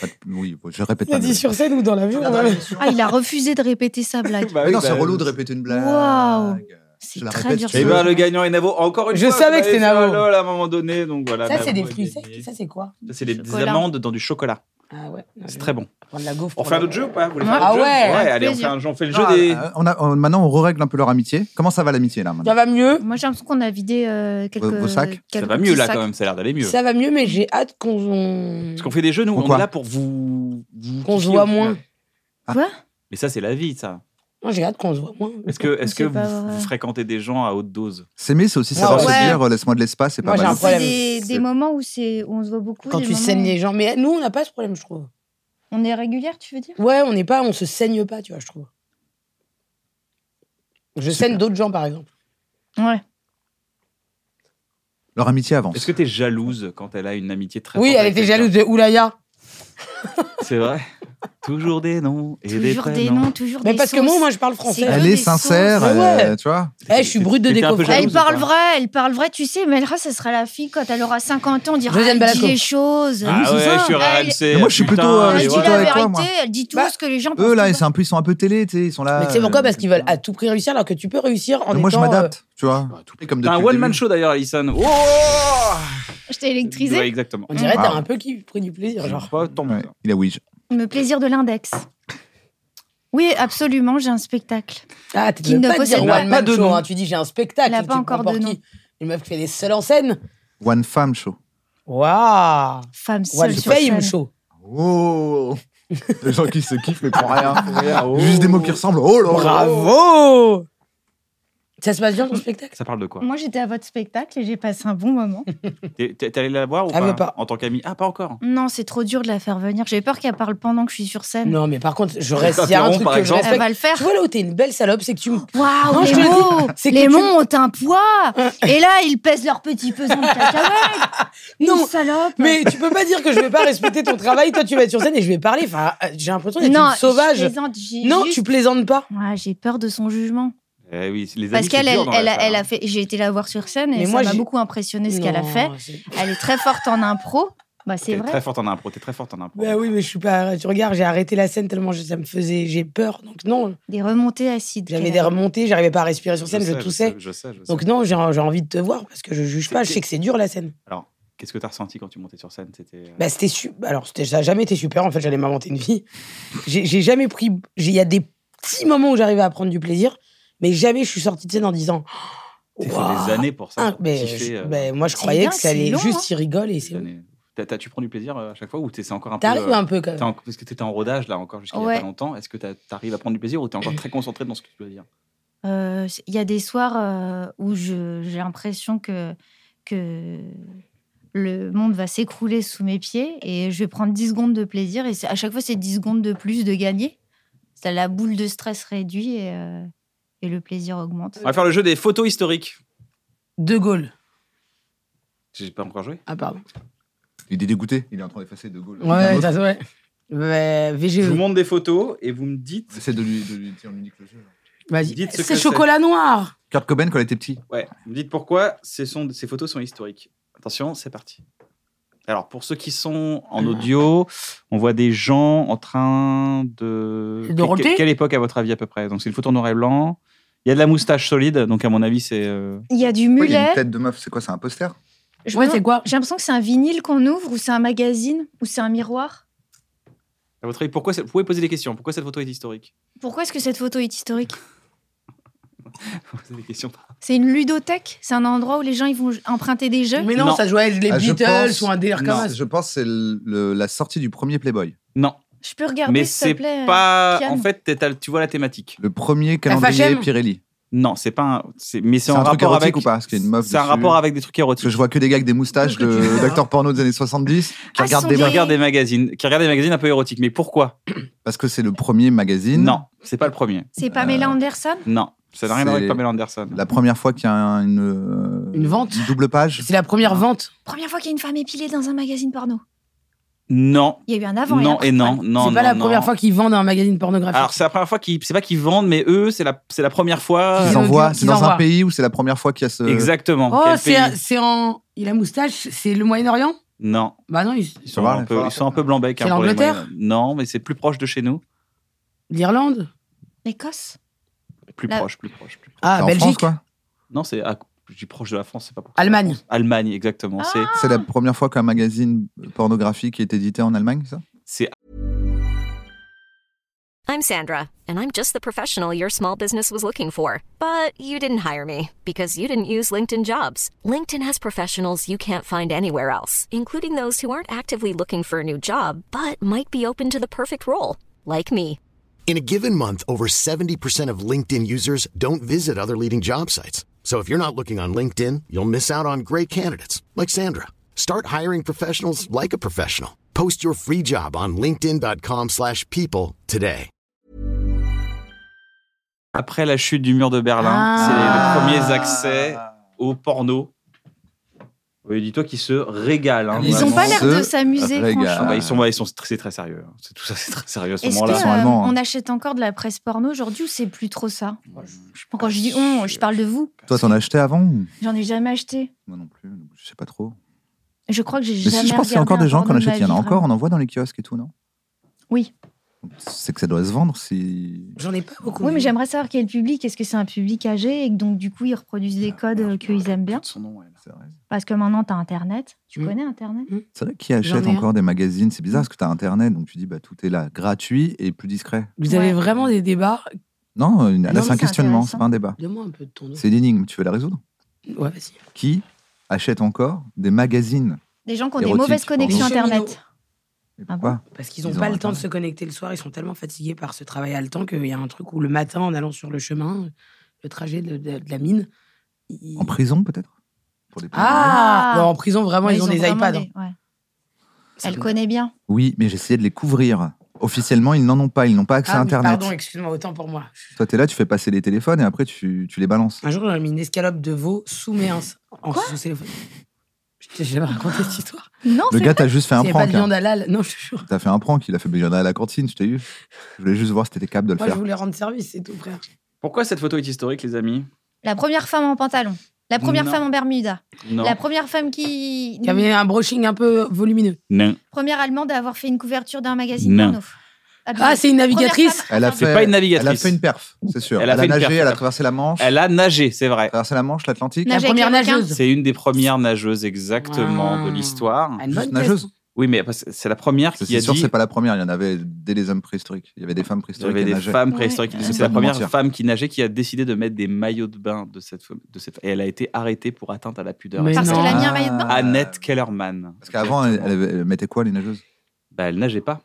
[SPEAKER 4] Pas de- Oui, je répète
[SPEAKER 1] Il a
[SPEAKER 4] pas.
[SPEAKER 1] dit sur scène ou dans l'avion ouais.
[SPEAKER 2] Ah, il a refusé de répéter sa blague.
[SPEAKER 3] Bah
[SPEAKER 4] Mais
[SPEAKER 3] oui,
[SPEAKER 4] bah non, c'est
[SPEAKER 3] bah,
[SPEAKER 4] relou de répéter une blague. Ah,
[SPEAKER 2] Waouh.
[SPEAKER 4] Je
[SPEAKER 2] C'est
[SPEAKER 4] la
[SPEAKER 2] très
[SPEAKER 4] répète,
[SPEAKER 2] dur.
[SPEAKER 4] je
[SPEAKER 3] Eh
[SPEAKER 4] sais
[SPEAKER 2] ça.
[SPEAKER 3] ben, le gagnant est Navo. Encore une
[SPEAKER 1] Je
[SPEAKER 3] fois.
[SPEAKER 1] savais
[SPEAKER 3] vous
[SPEAKER 1] que c'était
[SPEAKER 3] avez fait
[SPEAKER 1] Navo.
[SPEAKER 3] un LOL à un moment donné. Donc voilà,
[SPEAKER 1] Ça, c'est
[SPEAKER 3] Navo
[SPEAKER 1] des
[SPEAKER 3] a
[SPEAKER 1] fruits
[SPEAKER 3] gagné.
[SPEAKER 1] secs. Ça, c'est quoi
[SPEAKER 3] Ça, c'est des, des
[SPEAKER 2] Chocolat.
[SPEAKER 3] amandes dans du chocolat.
[SPEAKER 1] Ah ouais. Non, je
[SPEAKER 3] C'est
[SPEAKER 1] vais
[SPEAKER 3] très bon.
[SPEAKER 1] prendre la gaufre.
[SPEAKER 3] On
[SPEAKER 1] pour
[SPEAKER 3] fait un
[SPEAKER 1] le-
[SPEAKER 3] autre jeu ou pas Vous voulez
[SPEAKER 2] Ouais.
[SPEAKER 3] faire un
[SPEAKER 1] Ah
[SPEAKER 3] autre
[SPEAKER 1] ouais,
[SPEAKER 3] jeu
[SPEAKER 1] avec
[SPEAKER 3] Ouais, allez, on fait,
[SPEAKER 2] plaisir.
[SPEAKER 3] un, on fait le jeu
[SPEAKER 4] Ah,
[SPEAKER 3] des.
[SPEAKER 4] euh, on a, on- maintenant, on règle un peu leur amitié. Comment ça va l'amitié là maintenant
[SPEAKER 1] Ça va mieux.
[SPEAKER 2] Moi, j'ai l'impression qu'on a vidé euh, quelques.
[SPEAKER 4] vos sacs
[SPEAKER 3] Ça
[SPEAKER 2] quelques
[SPEAKER 3] va mieux
[SPEAKER 2] petits
[SPEAKER 3] là
[SPEAKER 2] sacs.
[SPEAKER 3] quand même. Ça a l'air d'aller mieux.
[SPEAKER 1] Ça va mieux, mais j'ai hâte qu'on
[SPEAKER 3] Parce qu'on fait des jeux, nous, on
[SPEAKER 4] Pourquoi
[SPEAKER 3] est là pour vous. vous
[SPEAKER 1] qu'on se
[SPEAKER 3] kiffer, au
[SPEAKER 1] voit
[SPEAKER 3] final.
[SPEAKER 1] moins.
[SPEAKER 3] Mais ça, c'est la vie, ça.
[SPEAKER 1] Non, j'ai hâte qu'on se voit moins.
[SPEAKER 3] Est-ce que, est-ce
[SPEAKER 2] C'est
[SPEAKER 3] que
[SPEAKER 2] pas
[SPEAKER 3] vous,
[SPEAKER 2] vrai.
[SPEAKER 3] vous fréquentez des gens à haute dose
[SPEAKER 4] S'aimer, c'est aussi
[SPEAKER 1] Ah Ouais,
[SPEAKER 4] savoir
[SPEAKER 2] ouais.
[SPEAKER 4] se dire euh, laisse-moi de l'espace, c'est
[SPEAKER 1] Moi,
[SPEAKER 4] pas
[SPEAKER 1] j'ai
[SPEAKER 4] mal.
[SPEAKER 1] un
[SPEAKER 2] C'est
[SPEAKER 1] problème.
[SPEAKER 2] des,
[SPEAKER 3] C'est-
[SPEAKER 2] des moments où, c'est- où on se voit beaucoup.
[SPEAKER 1] Quand
[SPEAKER 2] des
[SPEAKER 1] tu
[SPEAKER 2] moments
[SPEAKER 1] saignes
[SPEAKER 2] où-
[SPEAKER 1] les gens. Mais nous, on n'a pas ce problème, je trouve.
[SPEAKER 2] On est régulière, tu veux dire
[SPEAKER 1] Ouais, on n'est pas, on se saigne pas, tu vois, je trouve. Je saigne d'autres gens, par exemple.
[SPEAKER 2] Ouais.
[SPEAKER 4] Leur amitié avance.
[SPEAKER 3] Est-ce que t'es jalouse quand elle a une amitié très
[SPEAKER 1] Oui,
[SPEAKER 3] forte
[SPEAKER 1] elle
[SPEAKER 3] avec
[SPEAKER 1] était
[SPEAKER 3] quelqu'un
[SPEAKER 1] jalouse de Oulaya.
[SPEAKER 3] C'est vrai. Toujours des noms et des
[SPEAKER 2] Toujours des
[SPEAKER 3] prénoms.
[SPEAKER 2] noms, toujours des
[SPEAKER 1] Mais parce que
[SPEAKER 2] sauces.
[SPEAKER 1] moi, moi, je parle français.
[SPEAKER 2] C'est
[SPEAKER 4] Elle
[SPEAKER 2] veut
[SPEAKER 4] est
[SPEAKER 2] des
[SPEAKER 4] sincère,
[SPEAKER 1] sauces.
[SPEAKER 4] euh,
[SPEAKER 1] Ouais.
[SPEAKER 4] tu vois.
[SPEAKER 1] Eh, je suis brute de
[SPEAKER 3] T'étais un peu
[SPEAKER 1] décoffrage.
[SPEAKER 3] jalouse
[SPEAKER 2] Elle
[SPEAKER 3] ou
[SPEAKER 2] parle
[SPEAKER 3] pas
[SPEAKER 2] vrai, elle parle vrai, tu sais, mais elle, ça sera la fille quand elle aura 50 ans, on dira
[SPEAKER 1] Josiane
[SPEAKER 2] elle dit
[SPEAKER 1] Balasco.
[SPEAKER 2] les choses.
[SPEAKER 3] Ah
[SPEAKER 1] Oui, c'est
[SPEAKER 3] ouais,
[SPEAKER 1] ça.
[SPEAKER 3] je suis
[SPEAKER 2] Elle-
[SPEAKER 3] RMC.
[SPEAKER 4] Mais moi, je suis
[SPEAKER 3] putain,
[SPEAKER 4] plutôt, euh,
[SPEAKER 2] Elle
[SPEAKER 4] je
[SPEAKER 3] et
[SPEAKER 2] dit
[SPEAKER 4] suis
[SPEAKER 2] la
[SPEAKER 4] plutôt
[SPEAKER 3] voilà.
[SPEAKER 4] avec
[SPEAKER 2] vérité,
[SPEAKER 4] toi, moi.
[SPEAKER 2] elle dit tout
[SPEAKER 1] Bah,
[SPEAKER 2] ce que les gens pensent.
[SPEAKER 4] Eux là,
[SPEAKER 2] de
[SPEAKER 4] ils-
[SPEAKER 2] toi.
[SPEAKER 4] c'est un peu, ils sont un peu télé, tu sais, ils sont là.
[SPEAKER 1] Mais tu sais
[SPEAKER 4] euh,
[SPEAKER 1] pourquoi Parce qu'ils veulent à tout prix réussir alors que tu peux réussir en
[SPEAKER 4] Mais Moi, je
[SPEAKER 1] étant, euh,
[SPEAKER 4] m'adapte, tu vois. Et Comme
[SPEAKER 3] T'as un
[SPEAKER 4] depuis le
[SPEAKER 3] one-man
[SPEAKER 4] début.
[SPEAKER 3] show d'ailleurs, Alison. Oh
[SPEAKER 2] Je t'ai électrisée.
[SPEAKER 3] Ouais, exactement.
[SPEAKER 1] euh, on dirait que t'as
[SPEAKER 4] Ah.
[SPEAKER 1] un peu qui pris du plaisir, genre.
[SPEAKER 3] Pas tant
[SPEAKER 4] Ouais, Il a Ouija.
[SPEAKER 2] Le plaisir de l'index. Oui, absolument, j'ai un spectacle.
[SPEAKER 1] Ah, tu
[SPEAKER 2] Qui
[SPEAKER 1] ne
[SPEAKER 2] ne
[SPEAKER 1] pas
[SPEAKER 2] possède
[SPEAKER 1] dire
[SPEAKER 3] pas.
[SPEAKER 1] one
[SPEAKER 3] Pas
[SPEAKER 1] man
[SPEAKER 3] de
[SPEAKER 1] show,
[SPEAKER 3] nom.
[SPEAKER 1] hein. tu dis j'ai un spectacle.
[SPEAKER 2] Elle a
[SPEAKER 1] tu
[SPEAKER 2] pas
[SPEAKER 1] te
[SPEAKER 2] encore
[SPEAKER 1] prends pour
[SPEAKER 2] de
[SPEAKER 1] qui
[SPEAKER 2] nom.
[SPEAKER 1] Une meuf qui fait des seuls en scène.
[SPEAKER 4] One femme show.
[SPEAKER 1] Waouh
[SPEAKER 2] Femme
[SPEAKER 1] One
[SPEAKER 2] seule sur
[SPEAKER 1] fame
[SPEAKER 2] scène.
[SPEAKER 1] show.
[SPEAKER 4] Oh Les gens qui se kiffent mais pour rien.
[SPEAKER 3] Oh.
[SPEAKER 4] Juste des mots qui ressemblent. Oh là là.
[SPEAKER 1] Bravo Ça se passe bien ton spectacle
[SPEAKER 3] Ça parle de quoi
[SPEAKER 2] Moi, j'étais à votre spectacle et j'ai passé un bon moment.
[SPEAKER 3] T'es t'es- t'es allé la voir ou
[SPEAKER 1] Ah,
[SPEAKER 3] pas,
[SPEAKER 1] mais pas.
[SPEAKER 3] En tant qu'ami Ah, pas encore.
[SPEAKER 2] non, c'est trop dur de la faire venir. J'ai peur qu'elle parle pendant que je suis sur scène.
[SPEAKER 1] Non, mais par contre, je reste. Il y a un
[SPEAKER 3] Interrompt,
[SPEAKER 1] truc
[SPEAKER 3] par
[SPEAKER 1] que je
[SPEAKER 3] exemple.
[SPEAKER 2] Elle
[SPEAKER 1] respecte.
[SPEAKER 2] va le faire.
[SPEAKER 1] Tu vois là où t'es une belle salope, c'est que tu me.
[SPEAKER 2] Waouh,
[SPEAKER 1] Non, je
[SPEAKER 2] les
[SPEAKER 1] te le
[SPEAKER 2] mots
[SPEAKER 1] c'est que
[SPEAKER 2] Les
[SPEAKER 1] tu-
[SPEAKER 2] mots ont un poids Et là, ils pèsent leur petit pesant de cacahuètes Une
[SPEAKER 1] Non
[SPEAKER 2] salope
[SPEAKER 1] mais tu peux pas dire que je vais pas respecter ton travail. Toi, tu vas être sur scène et je vais parler. Enfin, euh, j'ai l'impression d'être
[SPEAKER 2] Non,
[SPEAKER 1] une sauvage.
[SPEAKER 2] je plaisante, j'ai
[SPEAKER 1] Non,
[SPEAKER 2] juste-
[SPEAKER 1] tu plaisantes pas.
[SPEAKER 2] Ouais, j'ai peur de son jugement.
[SPEAKER 3] Eh Eh oui, les amis,
[SPEAKER 2] Parce
[SPEAKER 3] c'est
[SPEAKER 2] qu'elle,
[SPEAKER 3] dur
[SPEAKER 2] elle,
[SPEAKER 3] dans la
[SPEAKER 2] elle, a-
[SPEAKER 3] salle,
[SPEAKER 2] elle
[SPEAKER 3] hein.
[SPEAKER 2] a fait. J'ai été la voir sur scène et
[SPEAKER 1] Mais
[SPEAKER 2] ça
[SPEAKER 1] moi,
[SPEAKER 2] m'a
[SPEAKER 1] j'ai-
[SPEAKER 2] beaucoup impressionné ce qu'elle a
[SPEAKER 1] Non,
[SPEAKER 2] fait.
[SPEAKER 1] c'est-
[SPEAKER 2] Elle est très forte en impro. Bah, c'est
[SPEAKER 3] T'es
[SPEAKER 2] vrai.
[SPEAKER 3] très forte en impro, t'es très forte en impro.
[SPEAKER 1] Bah oui, mais je suis pas. Tu regardes, j'ai arrêté la scène tellement je- ça me faisait. J'ai peur. Donc non,
[SPEAKER 2] Des remontées acides.
[SPEAKER 1] j'avais
[SPEAKER 2] qu'elle
[SPEAKER 1] des
[SPEAKER 2] a.
[SPEAKER 1] remontées, j'arrivais pas à respirer sur scène, je,
[SPEAKER 3] sais,
[SPEAKER 1] toussais.
[SPEAKER 3] Je sais, je sais.
[SPEAKER 1] Donc non, j'ai j'ai envie de te voir parce que je juge pas. Je sais
[SPEAKER 3] C'était-
[SPEAKER 1] que c'est dur la scène.
[SPEAKER 3] Qu'est-ce que t'as ressenti quand tu montais sur scène C'était. euh,
[SPEAKER 1] Bah c'était su... Alors c'était ça a jamais été super. En fait, j'allais m'inventer une vie. J'ai j'ai jamais pris. j'ai- Il y a des petits moments où j'arrivais à prendre du plaisir, mais jamais je suis sortie de scène en disant.
[SPEAKER 3] T'as
[SPEAKER 1] Waouh,
[SPEAKER 3] fait des années pour ça.
[SPEAKER 1] Ah,
[SPEAKER 3] pour
[SPEAKER 1] mais
[SPEAKER 3] kiffer,
[SPEAKER 1] je-
[SPEAKER 3] euh,
[SPEAKER 1] ben, moi, je
[SPEAKER 2] C'est
[SPEAKER 1] croyais
[SPEAKER 2] dingue,
[SPEAKER 1] que ça
[SPEAKER 2] c'est
[SPEAKER 1] allait
[SPEAKER 2] long,
[SPEAKER 1] juste,
[SPEAKER 2] hein.
[SPEAKER 1] il rigole et
[SPEAKER 3] des
[SPEAKER 1] c'est.
[SPEAKER 3] années. T'as- t'as- Tu prends du plaisir euh, à chaque fois ou t'es c'est encore un peu.
[SPEAKER 1] T'arrives
[SPEAKER 3] euh,
[SPEAKER 1] un peu quand
[SPEAKER 3] t'es
[SPEAKER 1] même.
[SPEAKER 3] en- Parce que t'étais en rodage là encore jusqu'il y a
[SPEAKER 2] Ouais.
[SPEAKER 3] pas longtemps. Est-ce que t'as- t'arrives à prendre du plaisir ou t'es encore très concentré dans ce que tu dois dire
[SPEAKER 2] Euh, c'est- Il y a des soirs euh, où je- j'ai l'impression que, que le monde va s'écrouler sous mes pieds et je vais prendre 10 secondes de plaisir. Et c'est- à chaque fois, c'est 10 secondes de plus de gagner. Ça, la boule de stress réduit et, euh, et le plaisir augmente.
[SPEAKER 3] On va faire le jeu des photos historiques.
[SPEAKER 1] De Gaulle.
[SPEAKER 3] J'ai pas encore joué.
[SPEAKER 1] Ah pardon.
[SPEAKER 4] Il est dégoûté, il est en train d'effacer De Gaulle.
[SPEAKER 1] Ouais, ça ouais. Ouais,
[SPEAKER 3] Je vous
[SPEAKER 1] VGE.
[SPEAKER 3] montre des photos et vous me dites.
[SPEAKER 4] C'est de lui, de lui dire, on lui nique le jeu. là.
[SPEAKER 1] Vas-y.
[SPEAKER 3] Dites ce que
[SPEAKER 1] C'est
[SPEAKER 3] c'est.
[SPEAKER 1] chocolat noir.
[SPEAKER 4] Kurt Cobain, quand il était petit.
[SPEAKER 3] Ouais, vous me dites pourquoi ces, sont, ces photos sont historiques. Attention, c'est parti. Alors, pour ceux qui sont
[SPEAKER 4] Euh.
[SPEAKER 3] en audio, on voit des gens en train de.
[SPEAKER 1] De rôter
[SPEAKER 3] Quelle époque, à votre avis, à peu près Donc, c'est une photo en noir et blanc. Il y a de la moustache solide, donc à mon avis, c'est. euh,
[SPEAKER 2] Il y a du
[SPEAKER 4] Oui, il y a
[SPEAKER 2] mulet.
[SPEAKER 4] une tête de meuf, c'est quoi C'est un poster
[SPEAKER 2] Je
[SPEAKER 1] Ouais,
[SPEAKER 2] me-
[SPEAKER 1] c'est quoi
[SPEAKER 2] J'ai l'impression que c'est un vinyle qu'on ouvre ou c'est un magazine ou c'est un miroir.
[SPEAKER 3] À votre avis, pourquoi c'est- Vous pouvez poser des questions. Pourquoi cette photo est historique
[SPEAKER 2] Pourquoi est-ce que cette photo est historique
[SPEAKER 3] Posez des questions.
[SPEAKER 2] C'est une ludothèque C'est un endroit où les gens ils vont emprunter des jeux
[SPEAKER 1] Mais
[SPEAKER 3] non,
[SPEAKER 1] non,
[SPEAKER 3] Non.
[SPEAKER 1] ça jouait les
[SPEAKER 4] Ah, je
[SPEAKER 1] Beatles
[SPEAKER 4] pense-
[SPEAKER 1] ou un délire
[SPEAKER 4] Non,
[SPEAKER 1] comme ça.
[SPEAKER 4] Je pense que c'est le- le- la sortie du premier Playboy.
[SPEAKER 3] Non,
[SPEAKER 2] Je peux regarder,
[SPEAKER 3] mais
[SPEAKER 2] s'il
[SPEAKER 3] c'est
[SPEAKER 2] te plaît euh,
[SPEAKER 3] pas.
[SPEAKER 2] Kian.
[SPEAKER 3] En fait, t'es- t'as- tu vois la thématique.
[SPEAKER 4] Le premier
[SPEAKER 1] FHM?
[SPEAKER 4] calendrier Pirelli.
[SPEAKER 3] Non, c'est pas. Un... c'est- Mais c'est
[SPEAKER 4] C'est
[SPEAKER 3] en
[SPEAKER 4] un truc
[SPEAKER 3] rapport
[SPEAKER 4] érotique
[SPEAKER 3] avec.
[SPEAKER 4] ou pas Parce qu'il y a une meuf
[SPEAKER 3] C'est un
[SPEAKER 4] dessus.
[SPEAKER 3] rapport avec des trucs
[SPEAKER 4] Parce que
[SPEAKER 3] érotiques.
[SPEAKER 4] je vois que des gars avec des moustaches
[SPEAKER 1] Que tu
[SPEAKER 4] de-
[SPEAKER 1] veux,
[SPEAKER 4] d'acteurs porno des années 70 qui
[SPEAKER 2] Ah,
[SPEAKER 4] regardent
[SPEAKER 2] ce
[SPEAKER 4] des
[SPEAKER 2] sont
[SPEAKER 3] Qui
[SPEAKER 2] des-
[SPEAKER 4] meufs.
[SPEAKER 3] regardent des magazines, qui regardent des magazines un peu érotiques. Mais pourquoi
[SPEAKER 4] Parce que c'est le premier magazine.
[SPEAKER 3] Non, c'est pas le premier.
[SPEAKER 2] C'est
[SPEAKER 4] Euh.
[SPEAKER 2] Pamela Anderson
[SPEAKER 3] Non, ça n'a rien à voir avec
[SPEAKER 4] C'est-
[SPEAKER 3] Pamela Anderson.
[SPEAKER 4] La première fois qu'il y a un- une, euh,
[SPEAKER 1] Une vente
[SPEAKER 4] une double page.
[SPEAKER 1] C'est la première vente.
[SPEAKER 2] Première fois qu'il y a une femme épilée dans un magazine porno.
[SPEAKER 3] Non,
[SPEAKER 2] Il y a eu un avant et
[SPEAKER 3] non
[SPEAKER 2] après.
[SPEAKER 3] et non, non.
[SPEAKER 1] C'est pas
[SPEAKER 3] non,
[SPEAKER 1] la
[SPEAKER 3] non.
[SPEAKER 1] première fois qu'ils vendent un magazine pornographique.
[SPEAKER 3] Alors c'est la première fois qu'ils, c'est pas qu'ils vendent, mais eux, c'est la, c'est la première fois.
[SPEAKER 4] Ils
[SPEAKER 1] Ils
[SPEAKER 4] envoient,
[SPEAKER 1] envoient.
[SPEAKER 4] c'est dans
[SPEAKER 1] Ils envoient.
[SPEAKER 4] un pays où c'est la première fois qu'il y a
[SPEAKER 3] euh,
[SPEAKER 4] ce.
[SPEAKER 3] Exactement.
[SPEAKER 1] oh,
[SPEAKER 3] Quel
[SPEAKER 1] c'est
[SPEAKER 3] pays
[SPEAKER 1] c'est en. Il a moustache, c'est le Moyen-Orient
[SPEAKER 3] Non,
[SPEAKER 1] Bah non, il-
[SPEAKER 3] ils sont
[SPEAKER 4] va,
[SPEAKER 3] un
[SPEAKER 4] il
[SPEAKER 3] peu,
[SPEAKER 4] faudra-
[SPEAKER 3] ils sont un peu hein, blanc bec.
[SPEAKER 1] C'est l'Angleterre
[SPEAKER 3] Non, mais c'est plus proche de chez nous,
[SPEAKER 1] l'Irlande.
[SPEAKER 2] L'Écosse
[SPEAKER 3] plus
[SPEAKER 2] La-
[SPEAKER 3] proche, plus proche. plus proche.
[SPEAKER 4] C'est
[SPEAKER 1] Ah,
[SPEAKER 4] en
[SPEAKER 1] Belgique.
[SPEAKER 4] France, quoi.
[SPEAKER 3] Non, c'est, à- je dis proche de la France, c'est pas pour.
[SPEAKER 1] Allemagne.
[SPEAKER 3] Allemagne, exactement.
[SPEAKER 1] Ah.
[SPEAKER 3] C'est,
[SPEAKER 4] C'est la première fois qu'un magazine pornographique est édité en Allemagne, ça
[SPEAKER 3] c'est
[SPEAKER 7] I'm Sandra, and I'm just the professional your small business was looking for. But you didn't hire me because you didn't use LinkedIn jobs. LinkedIn has professionals you can't find anywhere else, including those who aren't actively looking for a new job but might be open to the perfect role, like me.
[SPEAKER 8] In a given month, over 70% of LinkedIn users don't visit other leading job sites. So if you're not looking on LinkedIn, you'll miss out on great candidates like Sandra. Start hiring professionals like a professional. Post your free job on linkedin.com/people slash people today.
[SPEAKER 3] après la chute du mur de Berlin.
[SPEAKER 1] Ah.
[SPEAKER 3] C'est les, les premiers accès au porno. Oui, dis-toi qu'ils se régalent. hein,
[SPEAKER 4] Ils
[SPEAKER 2] Ils
[SPEAKER 3] vraiment.
[SPEAKER 2] ont pas l'air de
[SPEAKER 4] Ce
[SPEAKER 2] s'amuser,
[SPEAKER 4] régal.
[SPEAKER 3] Ah
[SPEAKER 2] franchement.
[SPEAKER 3] bah, ils sont, ouais, ils sont tr- c'est très sérieux. hein. C'est tout ça, c'est très sérieux à ce
[SPEAKER 2] Est-ce
[SPEAKER 3] moment-là.
[SPEAKER 4] Ils sont
[SPEAKER 2] qu'on
[SPEAKER 4] allemands, hein.
[SPEAKER 2] achète encore de la presse porno aujourd'hui ou c'est plus trop ça Quand je dis on, je parle de vous.
[SPEAKER 4] Toi, t'en as acheté avant ou-
[SPEAKER 2] J'en ai jamais acheté.
[SPEAKER 4] Moi non plus, donc je sais pas trop.
[SPEAKER 2] Je crois que j'ai
[SPEAKER 4] Mais
[SPEAKER 2] jamais
[SPEAKER 4] si je pense qu'il y
[SPEAKER 2] regardé
[SPEAKER 4] a encore des
[SPEAKER 2] un
[SPEAKER 4] gens qui en
[SPEAKER 2] porno de ma
[SPEAKER 4] achètent, il y en
[SPEAKER 2] vie,
[SPEAKER 4] a encore,
[SPEAKER 2] vraiment.
[SPEAKER 4] on en voit dans les kiosques et tout, non
[SPEAKER 2] Oui.
[SPEAKER 4] Donc, C'est que ça doit se vendre si.
[SPEAKER 1] J'en ai pas
[SPEAKER 4] hein.
[SPEAKER 1] beaucoup.
[SPEAKER 2] Oui, mais
[SPEAKER 1] vu.
[SPEAKER 2] j'aimerais savoir quel public. Est-ce que c'est un public âgé et que donc du coup ils reproduisent
[SPEAKER 4] Ah,
[SPEAKER 2] des codes euh, qu'ils aiment bien
[SPEAKER 3] Son nom, elle.
[SPEAKER 4] C'est vrai,
[SPEAKER 2] Parce que maintenant t'as Internet. Tu
[SPEAKER 1] Mm.
[SPEAKER 2] connais Internet
[SPEAKER 4] C'est vrai qui achète
[SPEAKER 1] ai un.
[SPEAKER 4] encore des magazines C'est bizarre parce que t'as internet, donc tu dis bah tout est là, gratuit et plus discret.
[SPEAKER 1] Vous avez
[SPEAKER 2] Ouais.
[SPEAKER 1] vraiment des débats.
[SPEAKER 4] Non, euh, une-
[SPEAKER 2] Non,
[SPEAKER 4] là c'est un
[SPEAKER 2] c'est
[SPEAKER 4] questionnement, c'est
[SPEAKER 2] intéressant.
[SPEAKER 4] pas un débat.
[SPEAKER 1] Donne-moi un peu de ton nom.
[SPEAKER 4] C'est une énigme, tu veux la résoudre
[SPEAKER 1] Ouais, vas-y.
[SPEAKER 4] Qui achète encore des magazines
[SPEAKER 2] Des gens qui ont des
[SPEAKER 4] Érotique,
[SPEAKER 2] mauvaises
[SPEAKER 4] porno.
[SPEAKER 2] connexions
[SPEAKER 1] Cheminot.
[SPEAKER 2] Internet.
[SPEAKER 4] Et
[SPEAKER 2] Ah
[SPEAKER 4] pourquoi
[SPEAKER 1] Parce qu'ils n'ont
[SPEAKER 4] Ils ont
[SPEAKER 1] pas le
[SPEAKER 4] Internet.
[SPEAKER 1] temps de se connecter le soir, ils sont tellement fatigués par ce travail haletant qu'il y a un truc où le matin, en allant sur le chemin, le trajet de, de- de la mine. ils-
[SPEAKER 4] En prison peut-être Pour les prisonniers
[SPEAKER 1] Ah,
[SPEAKER 2] Ah.
[SPEAKER 1] Bon, En prison, vraiment,
[SPEAKER 2] Ouais,
[SPEAKER 1] ils, ont, des
[SPEAKER 2] vraiment
[SPEAKER 1] iPads. hein.
[SPEAKER 2] ouais.
[SPEAKER 1] C'est
[SPEAKER 2] Elle
[SPEAKER 1] tout.
[SPEAKER 2] connaît bien.
[SPEAKER 4] Oui, mais j'essayais de les couvrir. Officiellement, ils n'en ont pas, ils n'ont pas accès
[SPEAKER 1] Ah
[SPEAKER 4] à
[SPEAKER 1] oui,
[SPEAKER 4] internet.
[SPEAKER 1] Pardon, excuse-moi, autant pour moi.
[SPEAKER 4] Toi, t'es là, tu fais passer les téléphones et après, tu, tu les balances.
[SPEAKER 1] Un jour, j'ai mis une escalope de veau sous mes ins. En sous téléphone. Je t'ai jamais raconté cette histoire.
[SPEAKER 2] Non,
[SPEAKER 4] Le
[SPEAKER 2] c'est-
[SPEAKER 4] gars, t'as juste fait un
[SPEAKER 1] C'est pas de
[SPEAKER 4] prank. hein.
[SPEAKER 1] viande halal. Non, je te jure.
[SPEAKER 4] T'as fait un prank, il a fait mais il y en a à la cantine, je t'ai eu. Je voulais juste voir si t'étais capable de le
[SPEAKER 1] Moi, je
[SPEAKER 4] faire.
[SPEAKER 1] voulais rendre service, c'est tout, frère.
[SPEAKER 3] Pourquoi cette photo est historique, les amis
[SPEAKER 2] La première femme en pantalon. La première
[SPEAKER 3] Non.
[SPEAKER 2] femme en Bermuda.
[SPEAKER 3] Non.
[SPEAKER 2] La première femme qui.
[SPEAKER 1] Il y avait un brushing un peu volumineux.
[SPEAKER 3] Non.
[SPEAKER 2] Première allemande à avoir fait une couverture d'un magazine
[SPEAKER 3] Non.
[SPEAKER 2] porno. bah,
[SPEAKER 1] Ah, c'est une navigatrice
[SPEAKER 4] Elle a
[SPEAKER 2] fait.
[SPEAKER 4] fait,
[SPEAKER 3] C'est pas une
[SPEAKER 4] Euh, elle a
[SPEAKER 3] navigatrice.
[SPEAKER 4] fait une perf, c'est sûr.
[SPEAKER 3] Elle
[SPEAKER 4] Elle
[SPEAKER 3] a
[SPEAKER 4] a,
[SPEAKER 3] fait une
[SPEAKER 4] nagé,
[SPEAKER 3] perf,
[SPEAKER 4] elle
[SPEAKER 3] elle
[SPEAKER 4] a
[SPEAKER 3] a-
[SPEAKER 4] traversé la Manche.
[SPEAKER 3] Elle a nagé, c'est vrai.
[SPEAKER 4] Traversé la Manche, l'Atlantique.
[SPEAKER 1] La
[SPEAKER 2] Nager
[SPEAKER 1] première
[SPEAKER 2] avec les requins.
[SPEAKER 1] nageuse.
[SPEAKER 3] C'est une des premières nageuses exactement
[SPEAKER 1] Wow.
[SPEAKER 3] de l'histoire.
[SPEAKER 1] Une
[SPEAKER 4] Juste
[SPEAKER 1] bonne
[SPEAKER 4] nageuse.
[SPEAKER 3] Oui, mais parce que c'est la première
[SPEAKER 4] C'est
[SPEAKER 3] qui a
[SPEAKER 4] sûr,
[SPEAKER 3] dit.
[SPEAKER 4] c'est pas la première. Il y en avait dès les hommes préhistoriques. Il y avait des femmes
[SPEAKER 3] Il y
[SPEAKER 4] préhistoriques
[SPEAKER 3] avait
[SPEAKER 4] qui
[SPEAKER 3] des
[SPEAKER 4] nageaient.
[SPEAKER 3] femmes
[SPEAKER 2] Ouais.
[SPEAKER 3] préhistoriques.
[SPEAKER 2] Je
[SPEAKER 3] qui-
[SPEAKER 2] vais
[SPEAKER 3] C'est
[SPEAKER 4] pas
[SPEAKER 3] la
[SPEAKER 4] vous
[SPEAKER 3] première
[SPEAKER 4] mentir.
[SPEAKER 3] femme qui nageait qui a décidé de mettre des maillots de bain de cette, de cette... Et elle a été arrêtée pour atteinte à la pudeur.
[SPEAKER 1] Mais
[SPEAKER 2] Parce
[SPEAKER 1] non.
[SPEAKER 2] qu'elle a mis
[SPEAKER 4] Ah.
[SPEAKER 2] un maillot de bain.
[SPEAKER 3] Annette Kellerman.
[SPEAKER 4] Parce qu'avant, elle,
[SPEAKER 3] Exactement.
[SPEAKER 4] elle- elle mettait quoi, les nageuses
[SPEAKER 3] Bah, elle nageait pas.